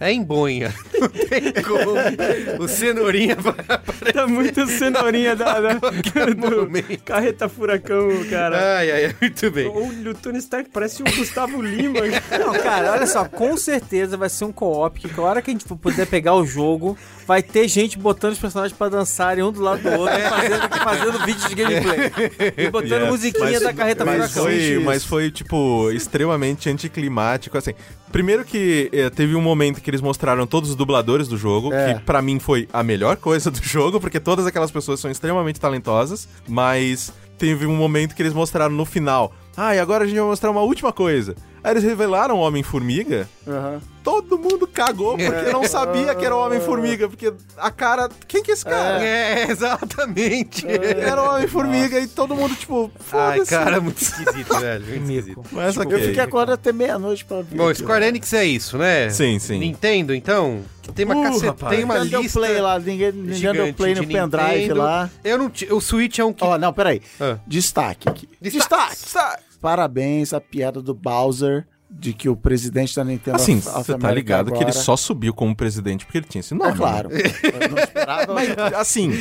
A: É embonha. Não tem como. O cenourinha vai aparecer.
G: Tá muito cenourinha da, da- do
A: momento.
G: carreta furacão, cara.
A: Ai, ai, ai, muito bem.
G: O, o Tony Stark parece o Gustavo Lima.
C: Não, cara, olha só, com certeza vai ser um co-op, que a hora que a gente puder pegar o jogo, vai ter gente botando os personagens pra dançarem um do lado do outro,
A: É.
C: fazendo, fazendo vídeos de gameplay. E botando
E: Yeah,
C: musiquinha
E: mas-
C: da
B: Tá
C: carreta
E: mas
C: furacão.
E: foi,
B: isso.
E: mas foi, tipo, extremamente anticlimático, assim. Primeiro que eh, teve um momento que eles mostraram todos os dubladores do jogo,
B: É.
E: que pra mim foi a melhor coisa do jogo, porque todas aquelas pessoas são extremamente talentosas, mas teve um momento que eles mostraram no final. Ah, e agora a gente vai mostrar uma última coisa. Aí eles revelaram o Homem-Formiga.
B: Aham. É.
E: Todo mundo cagou porque não sabia que era o Homem-Formiga, porque a cara. Quem que é esse cara?
A: É, exatamente.
B: É.
E: Era o Homem-Formiga e todo mundo, tipo,
A: Ai,
E: foda-se.
A: cara, muito esquisito, velho. Muito esquisito.
E: Mas
B: Eu
E: ok.
B: fiquei agora até meia-noite pra ver.
A: Bom,
B: aqui,
A: Square
B: ó.
A: Enix é isso, né?
E: Sim, sim.
A: Nintendo, então? que Tem uma
E: Uh,
A: caceta,
E: rapaz.
A: tem uma
B: Ninguém deu
A: lista.
B: play lá, ninguém, ninguém deu
A: gigante
B: play
A: de
B: no pendrive
A: Nintendo.
B: lá.
A: Eu não ti- O Switch é um que.
B: Ó, não, peraí.
A: Ah.
B: Destaque aqui.
A: Destaque!
B: Parabéns à piada do Bowser de que o presidente da Nintendo
E: Assim,
B: of- of
E: você tá
B: America
E: ligado que
B: agora-
E: ele né? só subiu como presidente porque ele tinha esse
B: É
E: nome.
B: claro. Eu não esperava.
E: Mas, assim,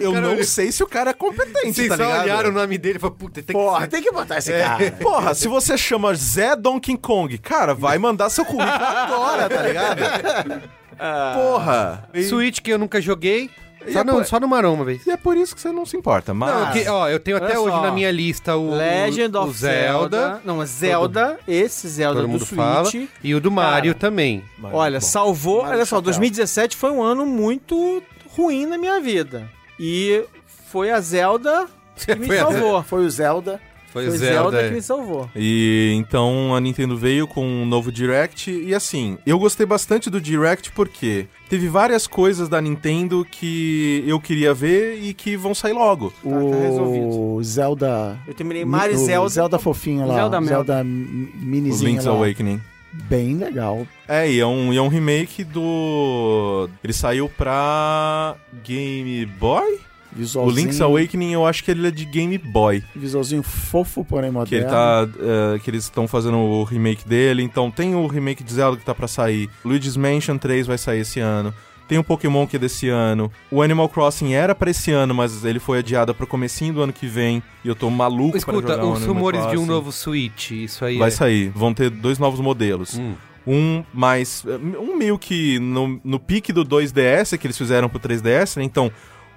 E: eu
A: Cara,
E: não
A: eu-
E: sei se o cara é competente,
A: Vocês
E: tá
A: só
E: ligado? É.
A: olharam o nome dele e falaram, puta, tem
B: Porra,
A: que ser.
B: tem que botar esse cara.
E: Porra, se você chama Zé Donkey Kong, cara, vai mandar seu currículo agora, tá ligado?
A: Ah.
E: Porra. E,
A: Switch que eu nunca joguei. Só,
E: é Ah.
A: no,
E: por-
A: só no Marão uma vez.
E: e é por isso que você não se importa, mas...
A: Não, que- ó, eu tenho até
C: Olha
A: hoje
C: só.
A: na minha lista o,
C: Legend
A: o
C: of
A: Zelda,
C: Zelda. Não, é Zelda, esse Zelda
A: todo
C: do
A: mundo
C: Switch.
A: fala, e o do Mario também.
E: Mas,
C: Olha,
E: bom.
C: salvou.
B: Mario
C: Olha só,
B: Chapéu.
C: 2017 foi um ano muito ruim na minha vida. E foi a Zelda que me
A: Foi a-
C: salvou.
B: Foi o Zelda.
A: Foi
C: Foi
A: o
C: Zelda,
A: Zelda.
C: que me salvou.
E: E então a Nintendo veio com um novo Direct e assim, eu gostei bastante do Direct porque teve várias coisas da Nintendo que eu queria ver e que vão sair logo.
B: o
G: resolvido.
B: Zelda.
C: Eu terminei Mario e
B: o
C: Zelda.
B: Zelda fofinho lá.
G: Zelda
B: Zelda,
G: Mel.
B: m-
E: Os
B: minizinho
E: Link's
B: lá.
E: Awakening.
B: Bem legal.
E: É, e é, um, e é um remake do. Ele saiu pra. Game Boy? O
B: Visualzinho,
E: Link's Awakening eu acho que ele é de Game Boy.
B: visualzinho fofo, porém
E: Que, ele
B: moderno.
E: tá, eh, que eles estão fazendo o remake dele. Então tem o remake de Zelda que tá pra sair. Luigi's Mansion 3 vai sair esse ano. Tem o Pokémon que é desse ano. O Animal Crossing era pra esse ano, mas ele foi adiado pro comecinho do ano que vem. E eu tô maluco pra
A: Escuta,
E: jogar o
A: os
E: Animal
A: rumores de um
E: Crossing.
A: novo Switch, isso aí
E: Vai
A: é...
E: sair. Vão ter dois novos modelos.
A: Hum.
E: Um mais. Um meio que no, no pique do 2DS que eles fizeram pro 3DS, né? Então,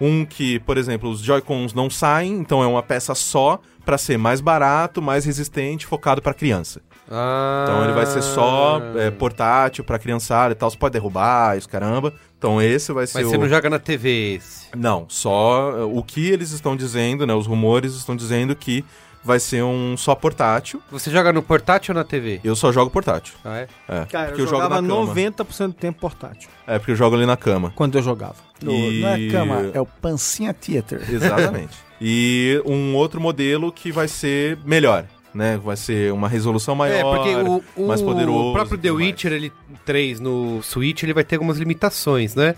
E: um que, por exemplo, os Joy-Cons não saem, então é uma peça só pra ser mais barato, mais resistente, focado pra criança.
A: Ah.
E: Então ele vai ser só é, portátil pra criançada e tal. Você pode derrubar, isso caramba. Então esse vai ser
A: Mas
E: o.
A: você não joga na TV esse.
E: Não, só eh, o que eles estão dizendo, né? Os rumores estão dizendo que vai ser um só portátil.
A: Você joga no portátil ou na TV?
E: Eu só jogo portátil.
A: Ah, é?
E: É,
C: Cara,
E: porque
C: eu, jogava
E: jogo na cama.
C: 90% do tempo portátil.
E: É, porque eu jogo ali na cama.
C: Quando eu jogava.
B: No-
E: e-
B: Não é cama, é o Pancinha Theater.
E: Exatamente. e um outro modelo que vai ser melhor. né? Vai ser uma resolução maior,
A: É, porque o, o,
E: mais poderoso.
A: o próprio
E: e
A: The
E: tudo mais.
A: Witcher ele, 3 no Switch ele vai ter algumas limitações, né?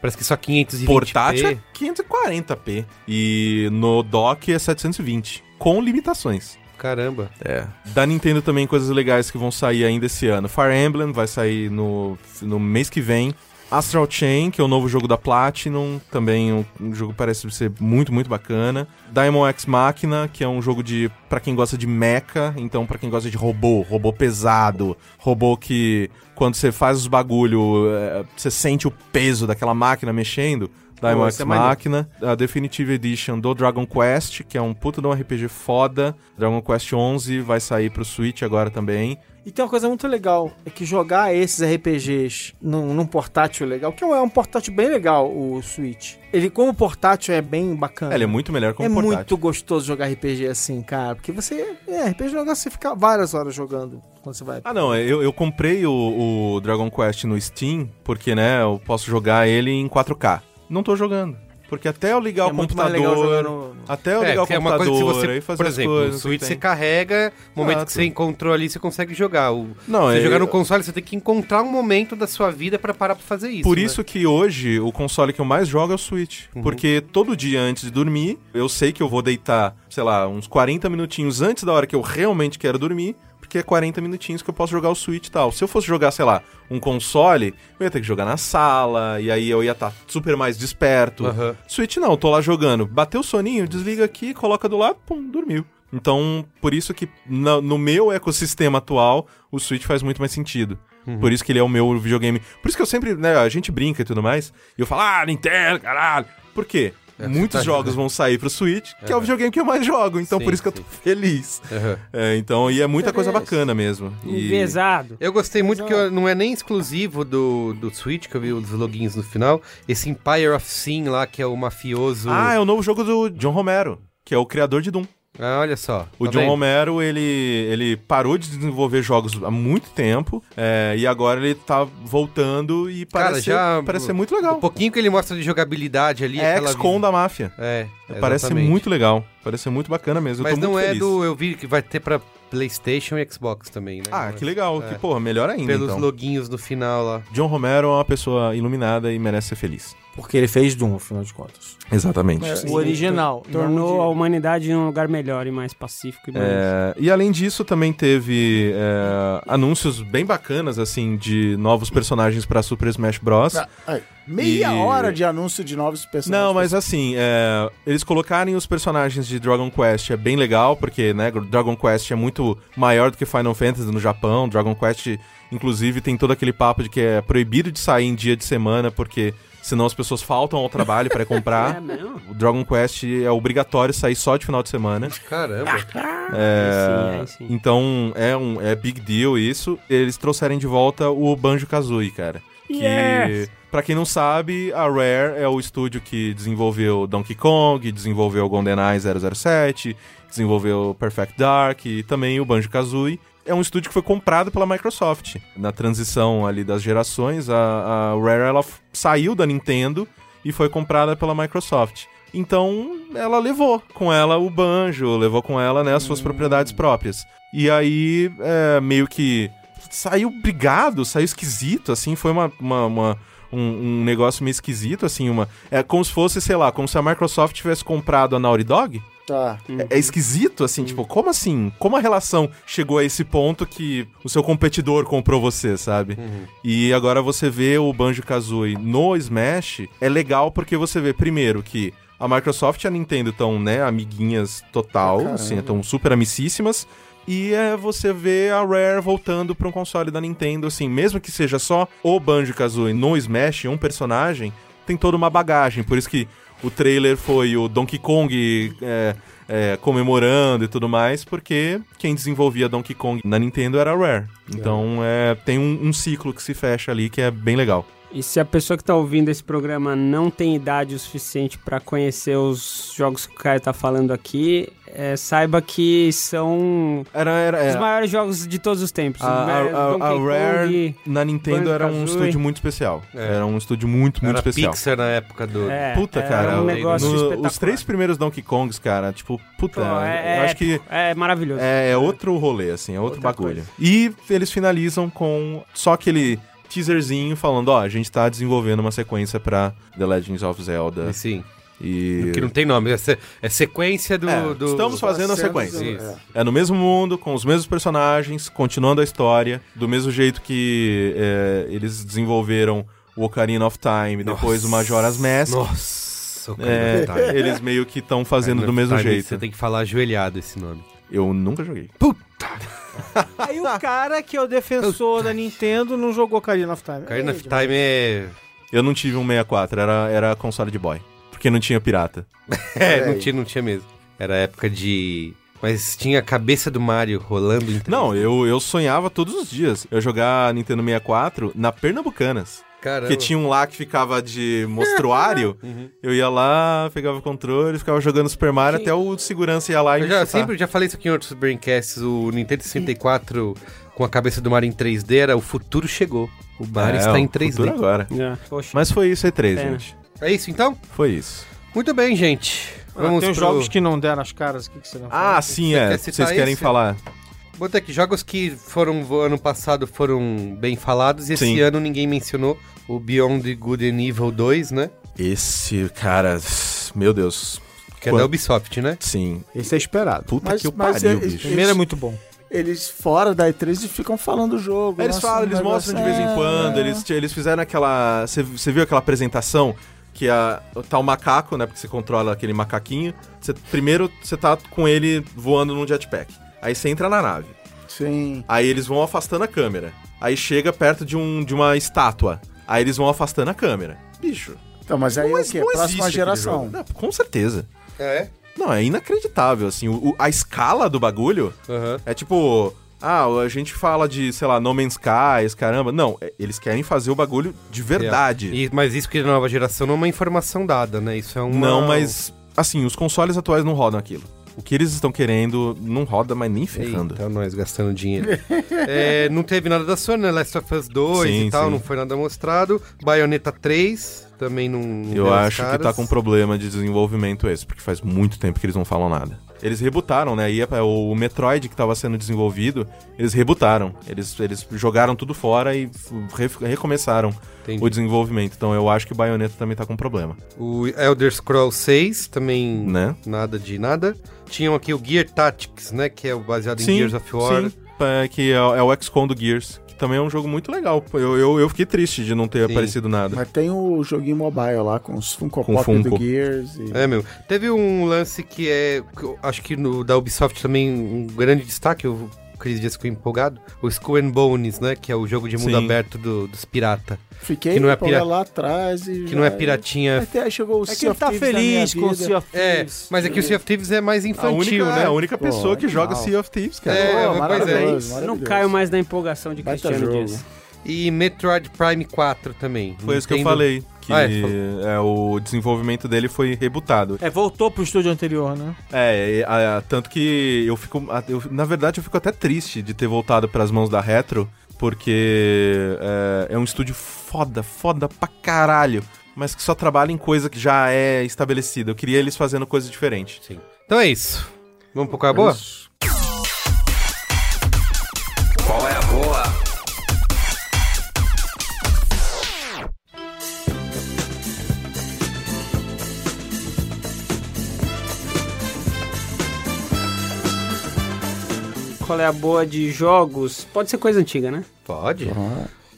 A: Parece que só 520p.
E: Portátil é 540p e no dock é 720, com limitações.
A: Caramba.
E: É. Da Nintendo também coisas legais que vão sair ainda esse ano. Fire Emblem vai sair no, no mês que vem. Astral Chain, que é o novo jogo da Platinum, também um, um jogo que parece ser muito, muito bacana. Diamond X Machina, que é um jogo de pra quem gosta de mecha, então pra quem gosta de robô, robô pesado, robô que quando você faz os bagulho, é, você sente o peso daquela máquina mexendo. Diamond
C: Pô,
E: X
C: isso é maneiro.
E: máquina, a Definitive Edition do Dragon Quest, que é um puta de um RPG foda. Dragon Quest 11 vai sair pro Switch agora também.
C: E tem uma coisa muito legal, é que jogar esses RPGs num, num portátil legal, que é um portátil bem legal, o Switch. Ele, como portátil, é bem bacana.
E: É, ele é muito melhor como
C: É
E: portátil.
C: muito gostoso jogar RPG assim, cara. Porque você. É, RPG é um negócio que você fica várias horas jogando quando você vai.
E: Ah, não, eu, eu comprei o, o Dragon Quest no Steam, porque, né, eu posso jogar ele em 4K. Não tô jogando. Porque até eu ligar
C: é
E: o
C: muito
E: computador...
C: mais legal jogar no.
E: Até eu ligar o
A: que é uma
E: um computador
A: coisa que se
E: aí
A: você,
E: fazer
A: por
E: as
A: exemplo, o
E: coisas
A: Switch
E: que
A: você
E: tem.
A: carrega, no momento
E: Exato.
A: que você encontrou ali, você consegue jogar. O,
E: Não,
A: você
E: é-
A: jogar no console, você tem que encontrar um momento da sua vida pra parar pra fazer isso.
E: Por
A: né? Uhum.
E: isso que hoje o console que eu mais jogo é o Switch. Porque todo dia antes de dormir, eu sei que eu vou deitar, sei lá, uns 40 minutinhos antes da hora que eu realmente quero dormir. Porque é 40 minutinhos que eu posso jogar o Switch e tal. Se eu fosse jogar, sei lá, um console, eu ia ter que jogar na sala, e aí eu ia estar super mais desperto.
A: Aham.
E: Switch não, eu tô lá jogando. Bateu o soninho, desliga aqui, coloca do lado, pum, dormiu. Então, por isso que na- no meu ecossistema atual, o Switch faz muito mais sentido. Por isso que ele é o meu videogame. Por isso que eu sempre, né, a gente brinca e tudo mais, e eu falo, ah, Nintendo, caralho. Por quê?
A: É,
E: Muitos
A: você tá
E: jogos
A: jogando.
E: vão sair pro Switch, que é o videogame que eu mais jogo, então
A: Sim,
E: por isso que eu tô feliz. É, então, e é muita coisa bacana mesmo. E...
G: Um Pesado.
A: Eu gostei muito que eu- não é nem exclusivo do, do Switch, que eu vi os logins no final. Esse Empire of Sin lá, que é o mafioso.
E: Ah, é o novo jogo do John Romero, que é o criador de Doom.
A: Ah, olha só.
E: O
A: tá
E: John
A: vendo?
E: Romero, ele, ele parou de desenvolver jogos há muito tempo, é, e agora ele tá voltando e
A: Cara,
E: parece,
A: já-
E: parece ser muito
A: O
E: legal.
A: pouquinho que ele mostra de jogabilidade ali.
E: É
A: aquela
E: ex-con
A: vida-
E: da máfia.
A: É,
E: Parece ser
A: exatamente.
E: muito legal. Parece ser muito bacana mesmo.
A: Mas
E: eu tô
A: não
E: muito
A: é
E: feliz.
A: do. Eu vi que vai ter pra PlayStation e Xbox também, né?
E: Ah,
A: Não
E: que
A: é?
E: legal.
A: É.
E: Que, porra, melhor ainda,
A: Pelos
E: então.
A: loginhos no final lá.
E: John Romero é uma pessoa iluminada e merece ser feliz. É,
C: Porque ele fez Doom, afinal de contas.
E: Exatamente.
C: o original.
G: Tornou
C: não
G: a
C: de-
G: humanidade um lugar melhor e mais pacífico. E mais...
E: É, e além disso, também teve é, anúncios bem bacanas, assim, de novos personagens pra Super Smash Bros.
B: Ah, aí, Meia
E: E-
B: hora de anúncio de novos personagens.
E: Não, mas assim, é, eles colocarem os personagens de Dragon Quest é bem legal, porque, né, Dragon Quest é muito maior do que Final Fantasy no Japão. Dragon Quest, inclusive, tem todo aquele papo de que é proibido de sair em dia de semana, porque senão as pessoas faltam ao trabalho pra
G: É
E: comprar.
G: mesmo?
E: O Dragon Quest é obrigatório sair só de final de semana. Ah,
A: Caramba.
E: É,
G: Aí sim, aí sim.
E: Então é um é big deal isso. Eles trouxerem de volta o Banjo Kazooie, cara. Que,
G: Yes!
E: pra quem não sabe, a Rare é o estúdio que desenvolveu Donkey Kong, desenvolveu GoldenEye 007, desenvolveu Perfect Dark e também o Banjo Kazooie. É um estúdio que foi comprado pela Microsoft. Na transição ali das gerações, a, a Rare ela f- saiu da Nintendo e foi comprada pela Microsoft. Então, ela levou com ela o banjo, levou com ela né, as suas propriedades próprias. E aí, é, meio que saiu brigado, saiu esquisito, assim, foi uma, uma- uma- um, um negócio meio esquisito, assim, uma... É como se fosse, sei lá, como se a Microsoft tivesse comprado a Naughty Dog.
B: Tá.
E: É- É esquisito, assim, tipo, como assim? Como a relação chegou a esse ponto que o seu competidor comprou você, sabe? E agora você vê o Banjo-Kazooie no Smash, é legal porque você vê, primeiro, que a Microsoft e a Nintendo estão, né, amiguinhas total, assim, estão super amicíssimas. E é, você vê a Rare voltando para um console da Nintendo, assim, mesmo que seja só o Banjo-Kazooie no Smash, um personagem, tem toda uma bagagem, por isso que o trailer foi o Donkey Kong é, é, comemorando e tudo mais, porque quem desenvolvia Donkey Kong na Nintendo era a Rare. Então é, tem um, um ciclo que se fecha ali que é bem legal.
G: E se a pessoa que tá ouvindo esse programa não tem idade o suficiente pra conhecer os jogos que o Caio tá falando aqui, é, saiba que são
E: Era, era,
G: os
E: era.
G: maiores jogos de todos os tempos.
E: É. A, a- a- a
G: Donkey
E: Rare
G: Kong,
E: na Nintendo era um
G: Banjo-Kazooie.
E: estúdio muito especial.
A: É.
E: Era um estúdio muito, muito
A: Era
E: especial.
A: Pixar na época do...
G: é,
E: Puta,
G: era
E: cara.
G: um
E: eu-
G: negócio
E: no-
G: espetacular.
E: os três primeiros Donkey Kongs, cara, tipo, puta,
G: Pô, é,
E: eu acho que
G: é maravilhoso.
E: é, é outro rolê, assim, é outro
G: Outra
E: bagulho. E eles finalizam com só aquele teaserzinho falando, ó, a gente tá desenvolvendo uma sequência pra The Legends of Zelda.
A: Sim,
E: E...
A: que não tem nome. É, se- é sequência do...
E: É,
A: do-
E: estamos fazendo a
B: Sendo-
E: sequência.
A: Isso.
E: É no mesmo mundo, com os mesmos personagens, continuando a história, do mesmo jeito que é, eles desenvolveram o Ocarina of Time, depois o Majora's Mask.
A: Nossa, o cara
E: É,
A: do Time.
E: eles meio que estão fazendo
A: Time
E: do mesmo
A: Time,
E: jeito.
A: Você tem que falar ajoelhado esse nome.
E: Eu nunca joguei.
C: Aí o cara que é o defensor da Nintendo não jogou Ocarina of Time.
A: Ocarina of Time é...
E: Eu não tive um 64, era, era console de boy. Porque não tinha pirata.
A: É, não
B: aí.
A: tinha, não tinha mesmo. Era a época de... Mas tinha a cabeça do Mario rolando em...
E: Não, eu, eu sonhava todos os dias eu jogar Nintendo 64 na Pernambucanas.
A: Caramba. Uhum.
E: Porque tinha um lá que ficava de mostruário. Eu ia lá, pegava o controle, ficava jogando Super Mario até o segurança ia lá e
A: Eu
E: me
A: já,
E: chutar.
A: sempre já falei isso aqui em outros braincasts, o Nintendo 64 com a cabeça do Mario em 3D era o futuro chegou. O Mario
E: É,
A: está em
E: o futuro
A: 3D.
E: agora.
G: É. Poxa.
E: Mas foi isso, E3,
G: Pena.
E: gente.
A: É isso então?
E: Foi isso.
A: Muito bem, gente.
C: tem
A: Vamos pro...
C: os jogos que não deram as caras, o que, que você não
E: Ah,
C: falou?
E: sim,
A: Você
E: é.
A: quer citar
E: Vocês querem
A: esse?
E: falar?
A: Bota aqui, jogos que foram ano passado foram bem falados e
E: Sim.
A: esse ano ninguém mencionou o Beyond Good and Evil 2, né?
E: Esse, cara. Meu Deus.
A: Que é
E: Quando-
A: da Ubisoft, né?
E: Sim.
C: Esse é esperado.
E: Puta
B: Mas-
E: que eu
B: mas
E: pariu,
B: é-
E: bicho.
C: Primeiro é muito bom.
B: Eles fora da E3 eles ficam falando do jogo.
E: Eles
B: lançam
E: falam,
B: um
E: eles
B: negócio-
E: mostram de vez em
B: É,
E: quando,
B: é.
E: eles, eles fizeram aquela. Você viu aquela apresentação que a, tá o macaco, né? Porque você controla aquele macaquinho. Cê- primeiro você tá com ele voando num jetpack. Aí você entra na nave.
B: Sim.
E: Aí eles vão afastando a câmera. Aí chega perto de, um, de uma estátua. Aí eles vão afastando a câmera. Bicho,
B: Então, mas aí
E: não,
B: é o
E: ex-
B: quê?
E: não existe
B: Próxima
E: aquele
B: geração.
E: jogo.
C: né?
E: Não, com certeza.
A: É.
E: Não, é inacreditável, assim. o- o- a escala do bagulho é tipo. Ah, a gente fala de, sei lá, No Man's Sky, esse caramba. Não, é- eles querem fazer o bagulho de verdade.
A: E, mas isso que é nova geração não é uma informação dada, né? Isso é um.
E: Não, mas. Assim, os consoles atuais não rodam aquilo. O que eles estão querendo não roda, mas nem ferrando.
A: Eita, nós gastando dinheiro. É, não teve nada da Sony, né? Last of Us 2
E: Sim,
A: e tal,
E: sim.
A: não foi nada mostrado. Bayonetta 3 também não. não
E: Eu
A: deu as
E: acho que
A: caras.
E: tá com problema de desenvolvimento esse, porque faz muito tempo que eles não falam nada. Eles rebutaram, né? Ia pra- o Metroid que tava sendo desenvolvido, eles rebutaram. Eles, eles jogaram tudo fora e f- re- recomeçaram
A: Entendi.
E: o desenvolvimento. Então eu acho que o Bayonetta também tá com problema,
A: O Elder Scrolls 6 também
E: né?
A: nada de nada. Tinham aqui o Gear Tactics, né? Que é baseado em Gears of War.
E: sim. É, que é, é o XCOM do Gears, que também é um jogo muito legal. Eu, eu, eu fiquei triste de não ter
A: Sim.
E: aparecido nada.
B: Mas tem o joguinho mobile lá com os Funko
E: Com
B: Pop
E: Funko.
B: do Gears. E...
A: É, meu. Teve um lance que é. que eu Acho que no, da Ubisoft também um grande destaque. O Cris Dias ficou empolgado. O Skull and Bones, né? Que é o jogo de mundo
E: Sim.
A: aberto do- dos pirata.
B: Fiquei
A: Que não é
B: empolgado
A: pira-
B: lá atrás e.
A: Que
B: já-
A: não é piratinha.
B: Até aí chegou o
C: É que
B: Sea
C: ele
B: of
C: tá
B: Thieves na
C: feliz
B: minha
C: com o
B: vida.
C: Sea of
A: É,
C: Thieves.
A: mas é que o Sea of Thieves é mais infantil,
E: a única,
A: né?
E: É a única
B: Pô,
E: pessoa que joga
B: animal.
E: Sea of Thieves, cara.
A: É,
B: Pô,
A: pois é,
B: maravilhoso,
A: isso.
G: Eu não
B: maravilhoso.
G: caio mais na empolgação de
B: Baita
G: Cristiano
B: jogo.
G: Dias.
A: E Metroid Prime 4 também.
E: Foi isso que eu
A: Nintendo-
E: falei. Que
A: Ah, é, tu
E: é, o desenvolvimento dele foi rebutado.
C: É, voltou pro estúdio anterior, né?
E: É, é, a- tanto que eu fico. a- eu- na verdade, eu fico até triste de ter voltado pras mãos da Retro, porque é, é um estúdio foda, foda pra caralho. Mas que só trabalha em coisa que já é estabelecida. Eu queria eles fazendo coisa diferente.
A: Sim. Então é isso. Vamos pro Qual é a boa?
H: Qual é a boa?
G: Qual é a boa de jogos? Pode ser coisa antiga, né?
A: Pode.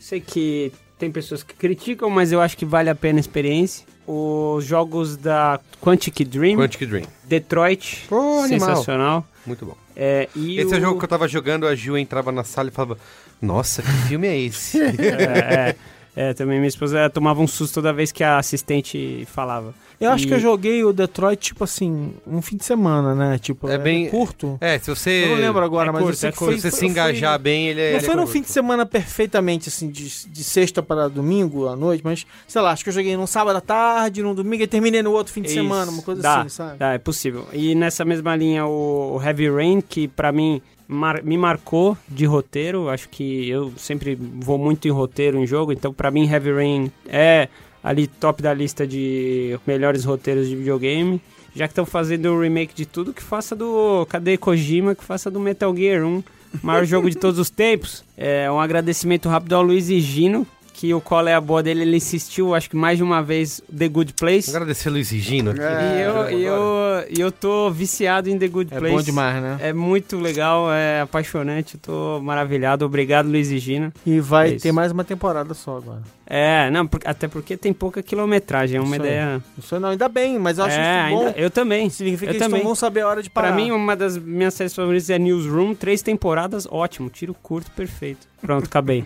G: Sei que tem pessoas que criticam, mas eu acho que vale a pena a experiência. Os jogos da Quantic Dream,
A: Quantic Dream.
G: Detroit,
A: Pô, animal.
G: sensacional.
A: Muito bom.
G: É, e
A: esse é o
G: o
A: jogo que eu tava jogando, a Gil entrava na sala e falava: Nossa, que filme é esse?
G: É, é. É, também minha esposa tomava um susto toda vez que a assistente falava.
C: Eu acho
G: E-
C: que eu joguei o Detroit, tipo assim, um fim de semana, né? Tipo,
A: É
C: era
A: bem-
C: curto.
A: É, se você.
C: Eu não lembro agora,
G: é
C: mas
G: curto,
C: eu sei
G: é
C: que
A: Se
C: foi,
A: você se
C: foi-
A: engajar bem, ele é.
C: Não
A: ele
C: foi
A: é
C: num
A: curto.
C: fim de semana perfeitamente, assim, de, de sexta para domingo à noite, mas, sei lá, acho que eu joguei num sábado à tarde, num domingo e terminei no outro fim de
A: É
G: Isso,
C: semana, uma coisa
G: dá,
C: assim, sabe?
G: Dá, é possível. E nessa mesma linha, o Heavy Rain, que pra mim mar- me marcou de roteiro, acho que eu sempre vou muito em roteiro em jogo, então pra mim Heavy Rain é ali top da lista de melhores roteiros de videogame. Já que estão fazendo o remake de tudo, que faça do. Cadê Kojima? Que faça do Metal Gear 1, maior jogo de todos os tempos. É um agradecimento rápido ao Luiz e Gino, que o qual é a boa dele, ele insistiu, acho que mais de uma vez, The Good Place.
A: Agradecer Luiz e Gino
B: É,
A: aqui.
G: E eu, e eu, e eu tô viciado em The Good
C: É
G: Place.
C: bom demais, né?
G: É muito legal, é apaixonante, eu tô maravilhado. Obrigado, Luiz e Gina.
C: E
G: É
C: vai
G: isso.
C: ter mais uma temporada só agora.
G: É, não, por- até porque tem pouca quilometragem, é uma
C: Isso aí.
G: ideia.
C: Não sei não, ainda bem, mas eu acho
G: é,
C: isso bom.
G: ainda- eu também.
C: Significa
G: eu
C: que
G: também.
C: eles não vão saber a hora de parar.
G: Pra mim, um uma das minhas séries favoritas é Newsroom, três temporadas, ótimo, tiro curto, perfeito. Pronto, acabei.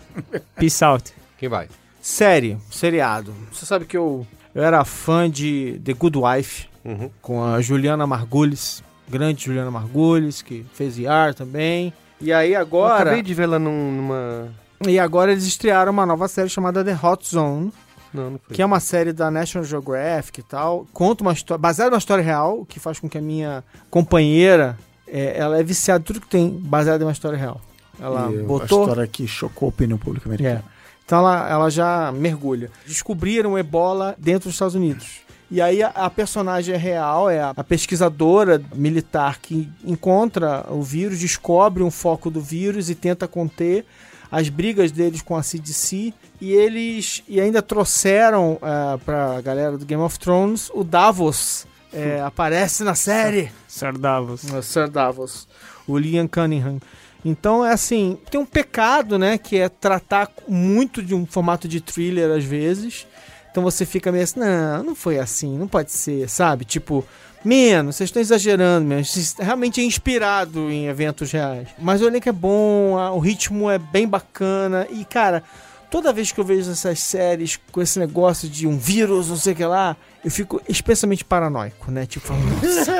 G: Peace out.
A: Quem vai?
C: Série, seriado. Você sabe que eu, eu era fã de The Good Wife,
A: Uhum.
C: com a Juliana Margulis, grande Juliana Margulis, que fez IAR também. E aí
A: Eu
C: agora...
A: acabei de ver ela num- numa.
C: E agora eles estrearam uma nova série chamada The Hot Zone,
A: Não, não foi.
C: que é uma série da National Geographic e tal. Conta uma história, baseada numa história real, o que faz com que a minha companheira, é, ela é viciada em tudo que tem baseado em uma história real. Ela
B: E A
C: botou...
B: história que chocou a opinião pública americana.
C: É. Então ela, ela já mergulha. Descobriram o ebola dentro dos Estados Unidos. E aí a, a personagem real é a, a pesquisadora militar que encontra o vírus, descobre um foco do vírus e tenta conter as brigas deles com a CDC. E eles e ainda trouxeram para pra galera do Game of Thrones o Davos. é, aparece na série.
G: Sardavos.
C: O Sir Davos, o Liam Cunningham. Então é assim, tem um pecado, né, que é tratar muito de um formato de thriller às vezes. Então você fica meio assim, não, não foi assim, não pode ser, sabe? Tipo, menos, vocês estão exagerando, menos. Isso Realmente é inspirado em eventos reais. Mas o elenco é bom, a- o ritmo é bem bacana e cara, toda vez que eu vejo essas séries com esse negócio de um vírus, não sei o que lá, eu fico especialmente paranoico, né? Tipo, nossa,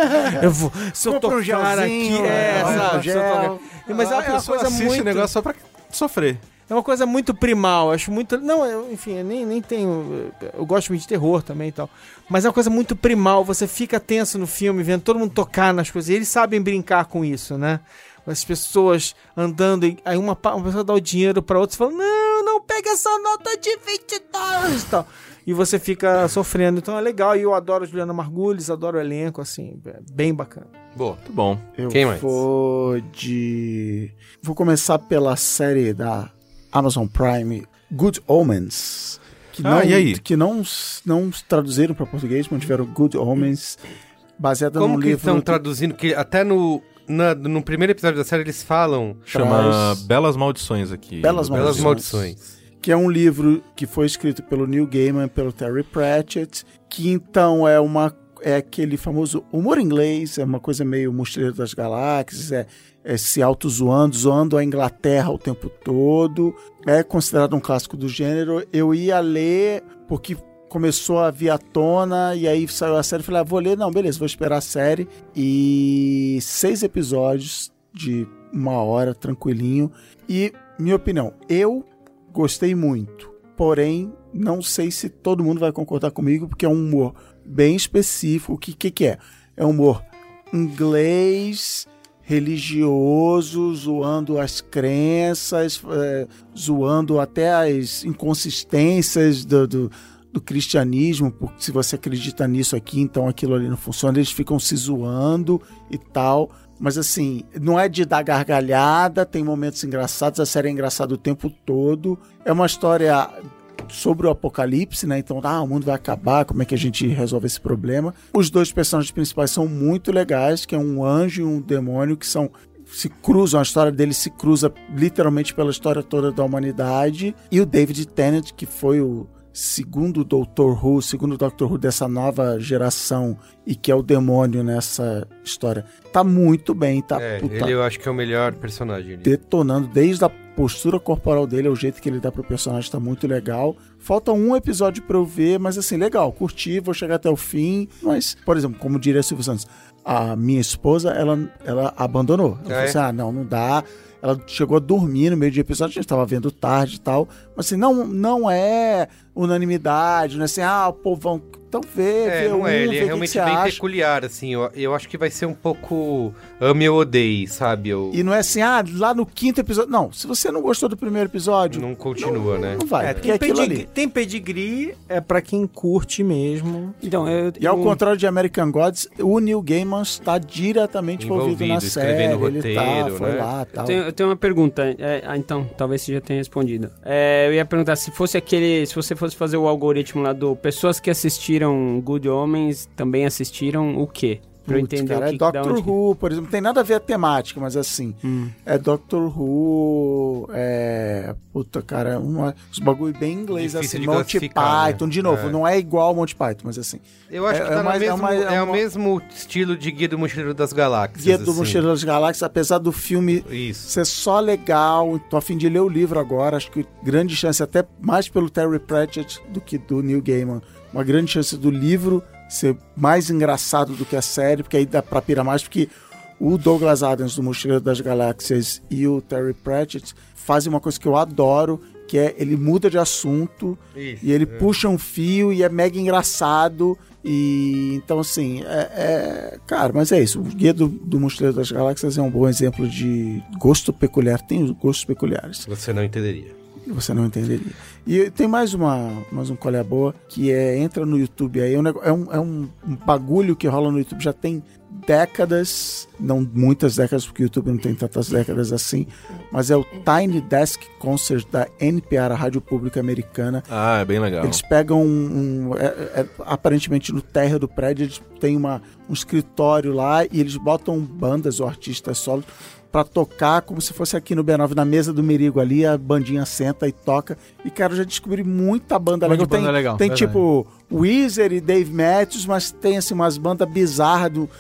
C: eu vou, se eu
B: Compra um
C: tocar aqui,
B: gelzinho,
C: é,
B: né?
C: sabe? se eu
B: Gel.
C: tocar- Mas é
E: Ah, a
C: uma- é uma
E: pessoa
C: coisa
E: assiste
C: muito.
E: o negócio só pra sofrer.
C: É uma coisa muito primal, eu acho muito. Não, eu, enfim, eu nem, nem tenho. Eu gosto muito de terror também e tal. Mas é uma coisa muito primal, você fica tenso no filme, vendo todo mundo tocar nas coisas. E eles sabem brincar com isso, né? As pessoas andando, e aí uma, pa- uma pessoa dá o dinheiro pra outra e fala: Não, não pega essa nota de 20 dólares e tal. E você fica sofrendo. Então é legal. E eu adoro a Juliana Margulis, adoro o elenco, assim, é bem bacana.
A: Boa.
B: Tá
E: Muito bom.
B: Eu
A: Quem mais?
B: vou de. Vou começar pela série da Amazon Prime, Good Omens. Que
E: Ah,
B: não,
E: e aí?
B: Que não, s- não s- traduziram para português, mantiveram Good Omens, baseada
A: Como
B: num
A: que
B: livro.
A: estão traduzindo? Que até no, na- no primeiro episódio da série eles falam
E: Chama
B: Traz-
E: Belas Maldições aqui.
B: Belas
A: belas
B: Maldições.
A: maldições.
B: que é um livro que foi escrito pelo Neil Gaiman, pelo Terry Pratchett, que então é uma é aquele famoso humor inglês, é uma coisa meio mochileiro das galáxias, é, é se auto-zoando, zoando a Inglaterra o tempo todo. É considerado um clássico do gênero. Eu ia ler porque começou a vir à tona e aí saiu a série. Falei, ah, vou ler, não, beleza, vou esperar a série. E seis episódios de uma hora, tranquilinho. E, minha opinião, eu gostei muito. Porém, não sei se todo mundo vai concordar comigo, porque é um humor bem específico. O que, que, que é? É um humor inglês, religioso, zoando as crenças, eh, zoando até as inconsistências do, do, do cristianismo, porque se você acredita nisso aqui, então aquilo ali não funciona. Eles ficam se zoando e tal. Mas assim, não é de dar gargalhada, tem momentos engraçados, a série é engraçada o tempo todo. É uma história sobre o apocalipse, né? Então, ah, o mundo vai acabar, como é que a gente resolve esse problema? Os dois personagens principais são muito legais, que é um anjo e um demônio que são se cruzam, a história deles se cruza literalmente pela história toda da humanidade. E o David Tennant, que foi o segundo Doutor Who, segundo Doctor Who dessa nova geração e que é o demônio nessa história, tá muito bem, tá
A: É,
B: puta,
A: ele eu acho que é o melhor personagem. ali.
B: detonando desde a postura corporal dele, é o jeito que ele dá pro personagem tá muito legal. Falta um episódio pra eu ver, mas assim, legal, curti, vou chegar até o fim. Mas, por exemplo, como diria Silvio Santos, a minha esposa, ela, ela abandonou. Ela
A: É.
B: falou assim: ah, não, não dá. Ela chegou a dormir no meio de episódio, a gente tava vendo tarde e tal. Mas assim, não, não é unanimidade, não é assim, ah, o povão. Então vê,
A: É,
B: vê um,
A: não é,
B: vê
A: ele é
B: o que
A: realmente
B: que você
A: bem
B: acha.
A: peculiar, assim. Eu, eu acho que vai ser um pouco ame ou odeie, sabe? Eu,
B: E não é assim, ah, lá no quinto episódio. Não, se você não gostou do primeiro episódio, não,
A: não continua, né?
B: vai,
C: É,
B: porque é
C: tem,
B: aquilo
C: pedigree,
B: ali.
C: tem pedigree, é pra quem curte mesmo.
G: Então, eu,
B: E ao
G: eu-
B: contrário de American Gods, o Neil Gaiman está diretamente envolvido,
A: Envolvido,
B: na série.
A: escrevendo
B: ele tá,
A: roteiro,
B: foi
A: né?
B: lá
G: eu
B: tal.
G: tenho, eu tenho uma pergunta. É, ah, então, talvez você já tenha respondido. É, eu ia perguntar se fosse aquele. Se você fosse fazer o algoritmo lá do. Pessoas que assistiram Good Homens também assistiram o quê? Pra eu
B: Putz,
G: entender
B: cara,
G: o que
B: é
G: da
B: Doctor
G: onde que-
B: Who, por exemplo. Tem nada a ver a temática, mas assim. É Doctor Who. É. Puta, cara, uma, os bagulho bem inglês,
A: Difícil
B: assim.
A: de
B: Monty
A: classificar, né?
B: Python, de novo,
A: É.
B: não é igual ao Monty Python, mas assim.
A: Eu acho
B: É-
A: que
B: é
A: tá no
B: mais- é
A: mesmo, é,
B: uma- é
A: o
B: uma-
A: mesmo estilo de Guia do Mochileiro das Galáxias.
B: Guia do
A: assim.
B: Mochileiro das Galáxias, apesar do filme
A: Isso.
B: ser só legal. Tô a fim de ler o livro agora. Acho que grande chance, até mais pelo Terry Pratchett do que do Neil Gaiman. Uma grande chance do livro ser mais engraçado do que a série, porque aí dá pra pirar mais, porque o Douglas Adams do Mochileiro das Galáxias e o Terry Pratchett fazem uma coisa que eu adoro, que é ele muda de assunto
A: Isso, é.
B: e ele puxa um fio e é mega engraçado. E então, assim, é, é- cara, mas é isso. O Guia do, do Mochileiro das Galáxias é um bom exemplo de gosto peculiar. Tem os gostos peculiares
A: Você não entenderia.
B: que você não entenderia. E tem mais uma, mais um colher boa que é entra no YouTube aí. É um, nego- é um, é um bagulho que rola no YouTube já tem décadas, não muitas décadas, porque o YouTube não tem tantas décadas assim, mas é o Tiny Desk Concert da NPR, a Rádio Pública Americana.
E: Ah, é bem legal.
B: Eles pegam um. um- é- é- aparentemente no térreo do prédio, eles têm uma, um escritório lá e eles botam bandas ou artistas solos pra tocar como se fosse aqui no B9, na mesa do Merigo ali, a bandinha senta e toca. E, cara, eu já descobri muita banda
C: Muita
B: legal.
C: banda
B: tem
C: legal,
B: tem
C: verdade.
B: tipo Weezer e Dave Matthews, mas tem assim umas bandas bizarras do.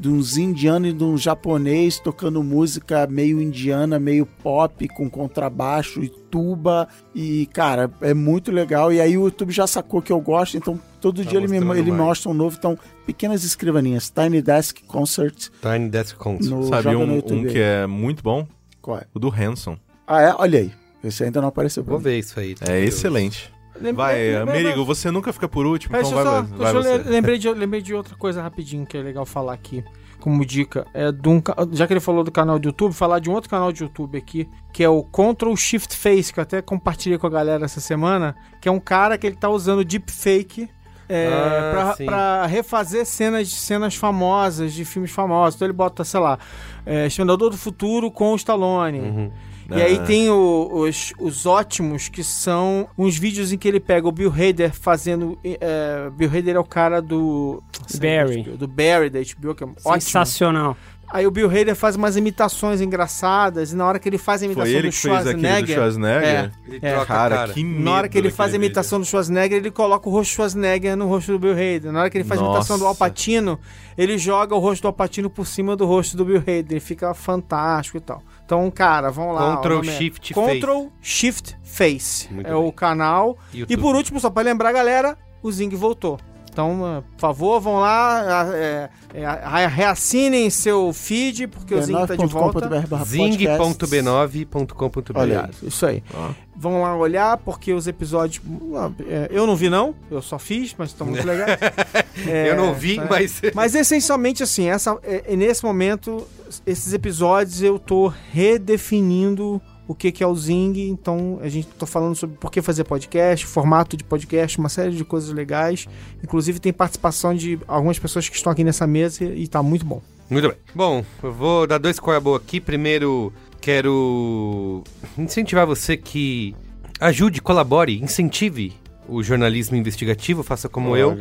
B: De uns indianos e de um japonês tocando música meio indiana, meio pop, com contrabaixo e tuba. E, cara, é muito legal. E aí o YouTube já sacou que eu gosto, então todo dia ele, me,
E: mostrando
B: ele
E: mais.
B: mostra um novo. Então, pequenas escrivaninhas. Tiny Desk Concert
A: Tiny Desk Concert.
B: no
E: Sabe
B: joga no
E: um,
B: YouTube.
E: um que é muito bom?
B: Qual é?
E: O do Hanson.
B: Ah, é? Olha aí. Esse ainda não apareceu.
A: Vou ver isso aí. Uhum.
E: É excelente. Vai, Merigo, você nunca fica por último,
C: Mas
E: então vai,
C: deixa eu só-
E: vai
C: deixa eu
E: você.
C: le- lembrei, de, lembrei de outra coisa rapidinho que é legal falar aqui, como dica. É de um ca- já que ele falou do canal do YouTube, falar de um outro canal do YouTube aqui, que é o Ctrl Shift Face, que eu até compartilhei com a galera essa semana, que é um cara que ele tá usando deepfake. É,
A: Ah,
C: pra-
A: sim.
C: pra refazer cenas cenas famosas, de filmes famosos. Então ele bota, sei lá, é, Exterminador do Futuro com o Stallone. E
E: Ah.
C: aí tem o- os, os ótimos, que são uns vídeos em que ele pega o Bill Hader fazendo. eh, Bill Hader é o cara do.
G: Barry.
C: Do Barry da HBO, que é ótimo.
G: Sensacional.
C: Aí o Bill Hader faz umas imitações engraçadas, e na hora que ele faz a imitação
E: Foi ele
C: do
E: que fez aquele do
C: Schwarzenegger.
E: Schwarzenegger?
A: Ele
C: É,
A: troca a
E: Cara,
A: cara.
E: que medo
C: Na hora que ele faz a
E: daquele
C: imitação do Schwarzenegger, ele coloca o rosto do Schwarzenegger no rosto do Bill Hader. Na hora que ele faz a imitação do
E: Nossa.
C: Alpatino, ele joga o rosto do Alpatino por cima do rosto do Bill Hader. Ele fica fantástico e tal. Então, cara, vamos lá.
A: Ctrl
C: o nome é-
A: Shift Face.
C: Ctrl Shift Face.
A: Muito
C: é
A: bem.
C: o canal.
A: YouTube.
C: E por último, só pra lembrar, galera, o Zing voltou. Então, eh, por favor, vão lá, ah, é, é, ah, reassinem seu feed, porque
B: É
C: o Zing tá de volta.
B: Ah, Olha
A: zing.b9.com.br
B: aí.
C: Isso aí.
E: Ó.
C: Vão lá olhar, porque os episódios. ah, é, Eu não vi, não. Eu só fiz, mas estão muito legais. É,
A: Eu não vi,
C: tá.
A: mas...
C: Mas essencialmente, assim, essa, é, é, nesse momento, esses episódios eu tô redefinindo o que, que é o Zing. Então, a gente tá falando sobre por que fazer podcast, formato de podcast, uma série de coisas legais. Inclusive, tem participação de algumas pessoas que estão aqui nessa mesa e tá muito bom.
A: Muito bem. Bom, eu vou dar dois coiabô aqui. Primeiro, quero incentivar você que ajude, colabore, incentive o jornalismo investigativo, faça como eu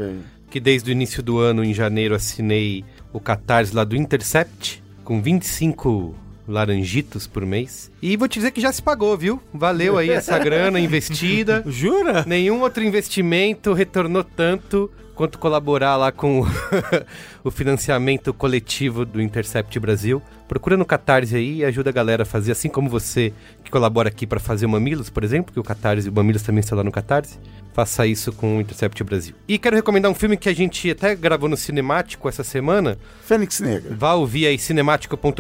A: que desde o início do ano, em janeiro, assinei o Catarse lá do Intercept, com 25 laranjitos por mês. E vou te dizer que já se pagou, viu? Valeu aí essa grana investida.
C: Jura?
A: Nenhum outro investimento retornou tanto quanto colaborar lá com o- o financiamento coletivo do Intercept Brasil. Procura no Catarse aí e ajuda a galera a fazer, assim como você que colabora aqui para fazer o Mamilos, por exemplo, que o Catarse, o Mamilos também está lá no Catarse. Faça isso com o Intercept Brasil. E quero recomendar um filme que a gente até gravou no Cinemático essa semana,
B: Fênix Negra.
A: Vá ouvir aí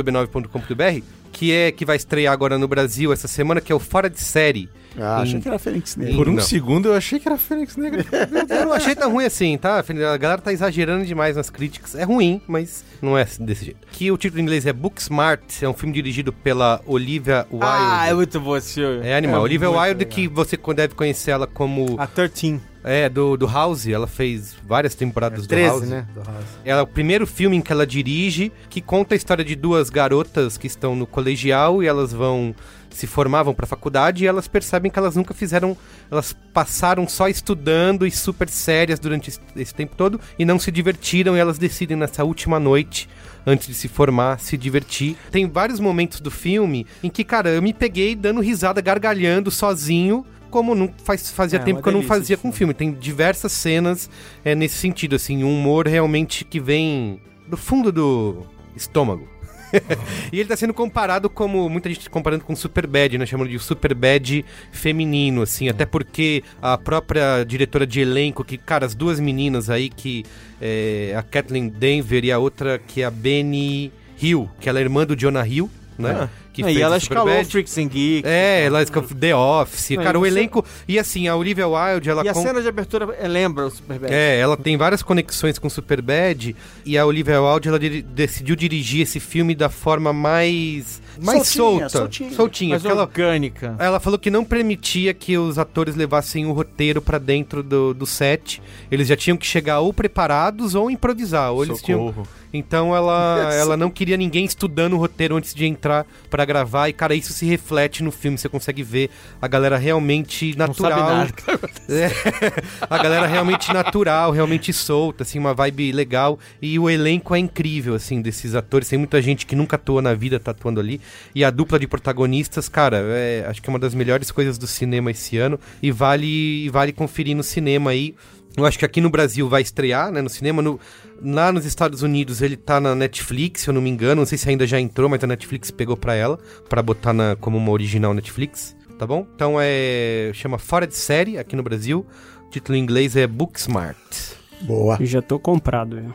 A: cinemático.b9.com.br, que é que vai estrear agora no Brasil essa semana, que é o Fora de Série.
B: Ah, achei
A: Hum.
B: que era Fênix Negra.
E: Por um
A: Não.
E: segundo eu achei que era Fênix Negra.
A: Eu não achei tão ruim assim, tá? A galera tá exagerando demais nas críticas. É ruim, mas não é assim- desse jeito. Que o título em inglês é Booksmart, é um filme dirigido pela Olivia Wilde.
C: Ah, é muito bom esse filme.
A: É animal.
C: É
A: Olivia
C: muito
A: Wilde,
C: legal.
A: que você deve conhecer ela como.
C: A 13.
A: É, do, do House. Ela fez várias temporadas do
C: 13,
A: House.
C: né?
A: Ela é o primeiro filme em que ela dirige, que conta a história de duas garotas que estão no colegial e elas vão se formavam para faculdade e elas percebem que elas nunca fizeram, elas passaram só estudando e super sérias durante esse- esse tempo todo e não se divertiram e elas decidem nessa última noite antes de se formar, se divertir. Tem vários momentos do filme em que, cara, eu me peguei dando risada, gargalhando sozinho, como não faz, fazia
C: É,
A: tempo
C: uma
A: que eu não
C: delícia
A: fazia
C: esse
A: com filme. Tem diversas cenas é, nesse sentido, assim, um humor realmente que vem do fundo do estômago. e ele tá sendo comparado como muita gente comparando com Superbad, né, chamando de Superbad feminino, assim, até porque a própria diretora de elenco, que, cara, as duas meninas aí que é, a Kathleen Denver e a outra que é a Benny Hill, que ela é irmã do Jonah Hill, né? que
C: Ah. e
A: fez
C: ela
A: o
C: escalou
A: Superbad.
C: Freaks and Geeks.
A: É, ela escalou The Office,
C: Não, e
A: cara, o
C: você-
A: elenco e assim a Olivia Wilde, ela
C: E a
A: con-
C: cena de abertura é, lembra o Superbad.
A: é, ela tem várias conexões com Superbad e a Olivia Wilde ela diri- decidiu dirigir esse filme da forma mais mais
B: Soltinha,
A: solta,
B: soltinha.
A: soltinha
C: Mas
A: porque ela
C: orgânica.
A: ela falou que não permitia que os atores levassem o roteiro pra dentro do, do set. Eles já tinham que chegar ou preparados ou improvisar. Ou eles tinham...
E: Socorro.
A: Então ela, ela não queria ninguém estudando o roteiro antes de entrar pra gravar. E, cara, isso se reflete no filme. Você consegue ver a galera realmente natural.
C: sabe nada. tá
A: É, a galera realmente natural, realmente solta, assim, uma vibe legal. E o elenco é incrível, assim, desses atores. Tem muita gente que nunca atua na vida, tá atuando ali. E a dupla de protagonistas, cara, é, acho que é uma das melhores coisas do cinema esse ano. E vale, vale conferir no cinema aí. Eu acho que aqui no Brasil vai estrear, né, no cinema. No, lá nos Estados Unidos ele tá na Netflix, se eu não me engano. Não sei se ainda já entrou, mas a Netflix pegou pra ela, pra botar na, como uma original Netflix, tá bom? Então é. chama Fora de Série aqui no Brasil. O título em inglês é Booksmart.
B: Boa.
G: Eu já tô comprado. viu?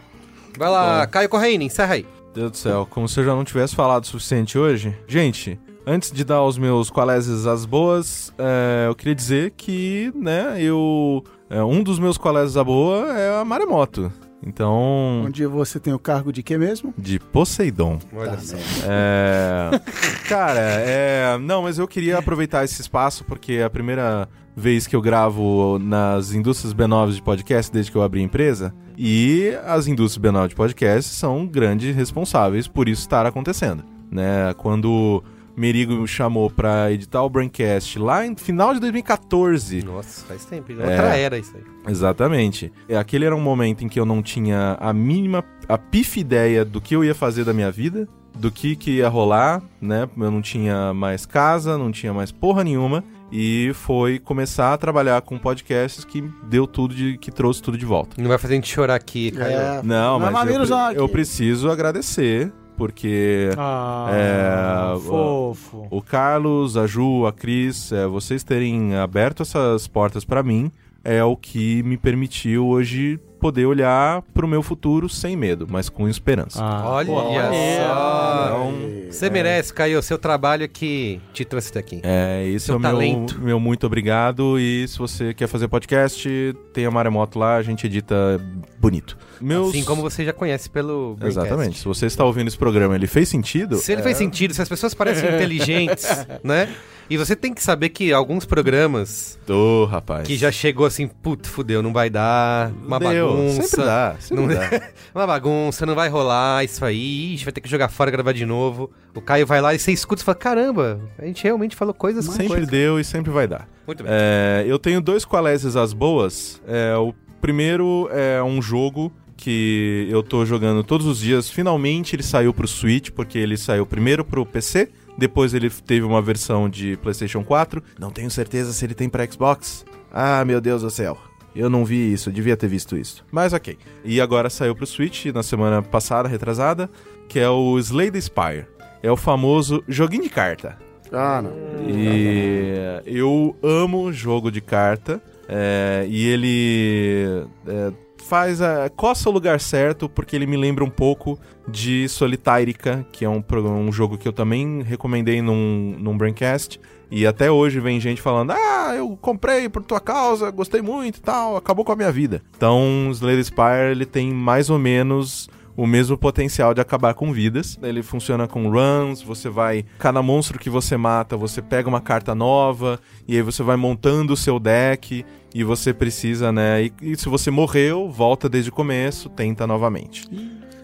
A: Vai lá, Caio Correia, encerra aí.
E: Deus do céu, como se eu já não tivesse falado o suficiente hoje. Gente, antes de dar os meus qualeses as boas, é, eu queria dizer que, né, eu. é, um dos meus qualeses a boa é a Maremoto. Então.
B: Onde você tem o cargo de quê mesmo?
E: De Poseidon.
A: Olha só.
E: É... Cara, é... Não, mas eu queria aproveitar esse espaço porque é a primeira vez que eu gravo nas indústrias B9 de podcast desde que eu abri a empresa. E as indústrias B9 de podcast são grandes responsáveis por isso estar acontecendo. Né? Quando o Merigo me chamou pra editar o Braincast lá em final de 2014,
A: Nossa, faz tempo.
E: É.
A: Outra era isso aí.
E: Exatamente. É, Aquele era um momento em que eu não tinha a mínima, a pif ideia do que eu ia fazer da minha vida, do que, que ia rolar, né? Eu não tinha mais casa, não tinha mais porra nenhuma. E foi começar a trabalhar com podcasts que deu tudo, de, que trouxe tudo de volta.
A: Não vai fazer a gente chorar aqui, Caio.
E: Não,
B: Não é
E: mas eu,
B: Mamilos,
E: pre-
B: não, aqui.
E: eu preciso agradecer, porque
C: Ah,
E: É,
C: fofo.
E: o Carlos, a Ju, a Cris, é, vocês terem aberto essas portas pra mim é o que me permitiu hoje poder olhar pro meu futuro sem medo, mas com esperança.
A: Olha
C: olha.
A: só. Então,
B: É.
A: Você merece, Caio. Seu trabalho é que te trouxe até aqui.
E: É, esse
A: Seu
E: é o meu,
A: talento.
E: meu muito obrigado. E se você quer fazer podcast, tem a Maremoto lá, a gente edita bonito. Meus...
A: Assim como você já conhece pelo Braincast.
E: Exatamente. Se você está ouvindo esse programa, ele fez sentido? É.
A: Se ele fez sentido, se as pessoas parecem inteligentes, né? E você tem que saber que alguns programas
E: Ô, rapaz.
A: que já chegou assim, puto, fudeu, não vai dar, uma
E: Deu.
A: bagunça.
E: Sempre dá, sempre
A: Não-
E: dá.
A: Uma bagunça, não vai rolar isso aí, ixi, vai ter que jogar fora, gravar de novo. O Caio vai lá e você escuta e fala, caramba, a gente realmente falou coisas com
E: Sempre
A: coisas.
E: deu e sempre vai dar.
A: Muito bem.
E: É, eu tenho dois qualeses as boas. É, o primeiro é um jogo que eu tô jogando todos os dias. Finalmente ele saiu pro Switch, porque ele saiu primeiro pro PC, depois ele teve uma versão de PlayStation 4. Não tenho certeza se ele tem pra Xbox. Ah, meu Deus do céu. Eu não vi isso, eu devia ter visto isso. Mas ok. E agora saiu pro Switch na semana passada, retrasada, que é o Slay the Spire. É o famoso joguinho de carta.
I: Ah, não.
E: E eu amo jogo de carta. é, e ele é, faz a. coça o lugar certo, porque ele me lembra um pouco de Solitárica, que é um, pro- um jogo que eu também recomendei num, num Braincast. E até hoje vem gente falando: Ah, eu comprei por tua causa, gostei muito e tal, acabou com a minha vida. Então, Slay the Spire ele tem mais ou menos o mesmo potencial de acabar com vidas. Ele funciona com runs, você vai. Cada monstro que você mata, você pega uma carta nova, e aí você vai montando o seu deck, e você precisa, né? E, e se você morreu, volta desde o começo, tenta novamente.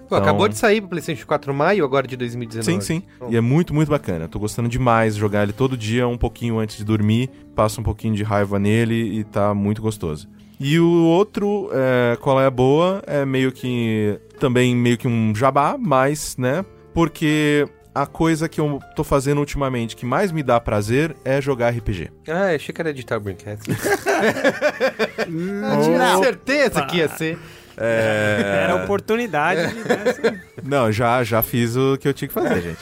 A: Pô, acabou de sair pro PlayStation 4 maio, agora de 2019.
E: Sim, então- sim. E é muito, muito bacana. Tô gostando demais de jogar ele todo dia, um pouquinho antes de dormir. Passa um pouquinho de raiva nele e tá muito gostoso. E o outro, é, qual é a boa, é meio que. Também meio que um jabá, mas, né? Porque a coisa que eu tô fazendo ultimamente que mais me dá prazer é jogar RPG.
A: Ah, eu achei que era editar o Braincast.
B: Não.
A: Eu tinha certeza que ia ser.
E: Então- É.
G: Era a
C: É.
G: oportunidade de né, assim,
E: Não, já, já fiz o que eu tinha que fazer, gente.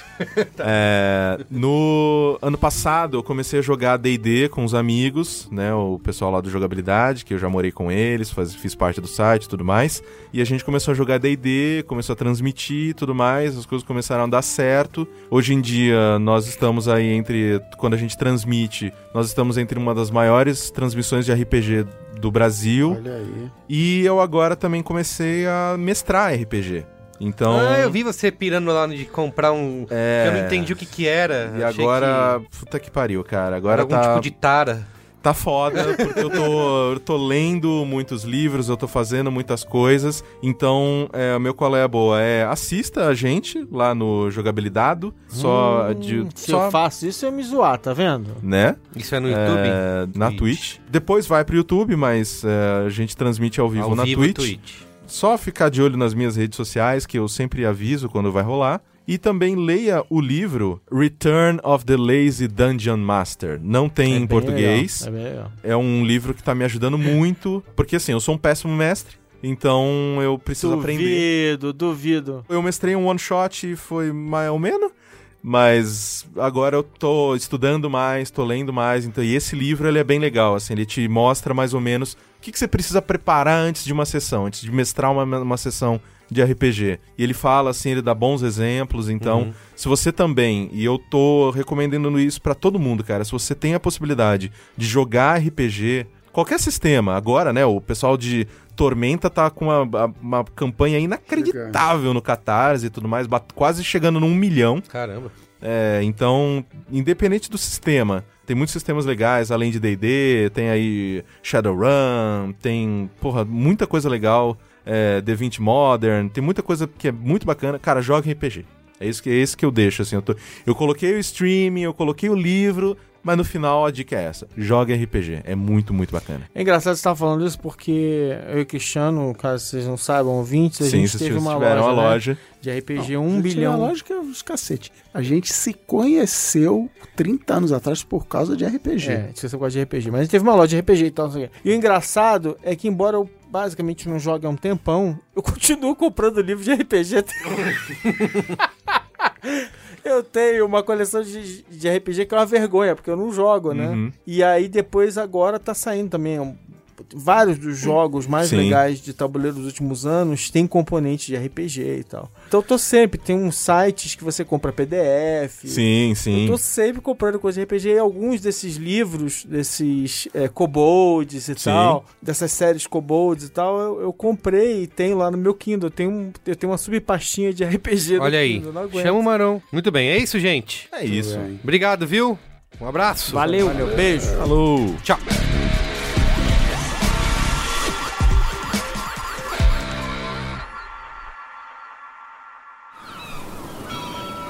E: É, no ano passado, eu comecei a jogar D&D com os amigos, né? O pessoal lá do Jogabilidade, que eu já morei com eles, faz- fiz parte do site e tudo mais. E a gente começou a jogar D&D, começou a transmitir e tudo mais. As coisas começaram a dar certo. Hoje em dia, nós estamos aí entre... Quando a gente transmite, nós estamos entre uma das maiores transmissões de RPG do Brasil.
I: Olha aí.
E: E eu agora também comecei a mestrar RPG. Então...
A: Ah, eu vi você pirando lá de comprar um.
E: É.
A: Eu não entendi o que que era.
E: E
A: Achei
E: agora, puta que pariu, cara.
A: que era
E: Agora
A: algum
E: tá,
A: tipo de tara.
E: tá foda, porque eu tô, eu tô lendo muitos livros, eu tô fazendo muitas coisas. Então, é, o meu qual é a boa? É assista a gente lá no Jogabilidado. Só
A: Hum,
E: de.
C: Se
E: Só,
C: eu faço isso, eu me zoar, tá vendo?
E: né?
A: Isso é no YouTube?
E: É, na Twitch.
A: Twitch.
E: Depois vai pro YouTube, mas é, a gente transmite ao vivo
A: Ao
E: na
A: vivo
E: Twitch.
A: Twitch.
E: Só ficar de olho nas minhas redes sociais, que eu sempre aviso quando vai rolar. E também leia o livro Return of the Lazy Dungeon Master. Não tem
C: É
E: em
C: bem
E: português.
C: legal, É bem legal.
E: É um livro que tá me ajudando muito, porque assim, eu sou um péssimo mestre, então eu preciso aprender.
C: Duvido, duvido.
E: Eu mestrei um one shot e foi mais ou menos, mas agora eu tô estudando mais, tô lendo mais, então e esse livro ele é bem legal, assim, ele te mostra mais ou menos o que, que você precisa preparar antes de uma sessão, antes de mestrar uma, uma sessão de RPG. E ele fala assim, ele dá bons exemplos, então se você também, e eu tô recomendando isso pra todo mundo, cara, se você tem a possibilidade de jogar RPG, qualquer sistema, agora, né, o pessoal de Tormenta tá com uma, a- uma campanha inacreditável no Catarse e tudo mais, bat- quase chegando num milhão.
A: Caramba.
E: É, então, independente do sistema, tem muitos sistemas legais, além de D&D, tem aí Shadowrun, tem, porra, muita coisa legal, é, D20 Modern, tem muita coisa que é muito bacana. Cara, joga RPG. É isso que, é isso que eu deixo, assim, eu, tô- eu coloquei o streaming, eu coloquei o livro, mas no final a dica é essa, joga RPG, é muito, muito bacana.
C: É engraçado você estar falando isso porque eu e o Cristiano, caso vocês não saibam, ouvintes, a gente
E: se
C: teve
E: vocês
C: uma loja,
E: tiveram
C: né,
E: uma loja,
C: de RPG
B: Gente,
C: 1 bilhão.
B: A lógica é os cacete. A gente se conheceu 30 anos atrás por causa de RPG.
C: É, se você gosta de RPG. Mas a gente teve uma loja de RPG e tal. não sei o quê. então, assim, E o engraçado é que, embora eu basicamente não jogue há um tempão, eu continuo comprando livro de RPG. até hoje. Eu tenho uma coleção de, de RPG que é uma vergonha, porque eu não jogo, né?
E: Uhum.
C: E aí depois agora tá saindo também um- vários dos jogos mais
E: Sim.
C: legais de tabuleiro dos últimos anos tem componente de RPG e tal. Então eu tô sempre, tem uns sites que você compra PDF,
E: sim, sim.
C: eu tô sempre comprando coisa de RPG e alguns desses livros, desses é, kobolds e
E: Sim.
C: tal, dessas séries kobolds e tal, eu, eu comprei e tenho lá no meu Kindle. Eu tenho, um- eu tenho uma subpastinha de RPG no
A: Olha aí.
C: Kindle, não aguento.
A: Chama o Marão. Muito bem, é isso, gente.
E: É isso.
C: né?
A: Obrigado, viu? Um abraço.
C: Valeu, beijo.
E: Falou!
A: Tchau.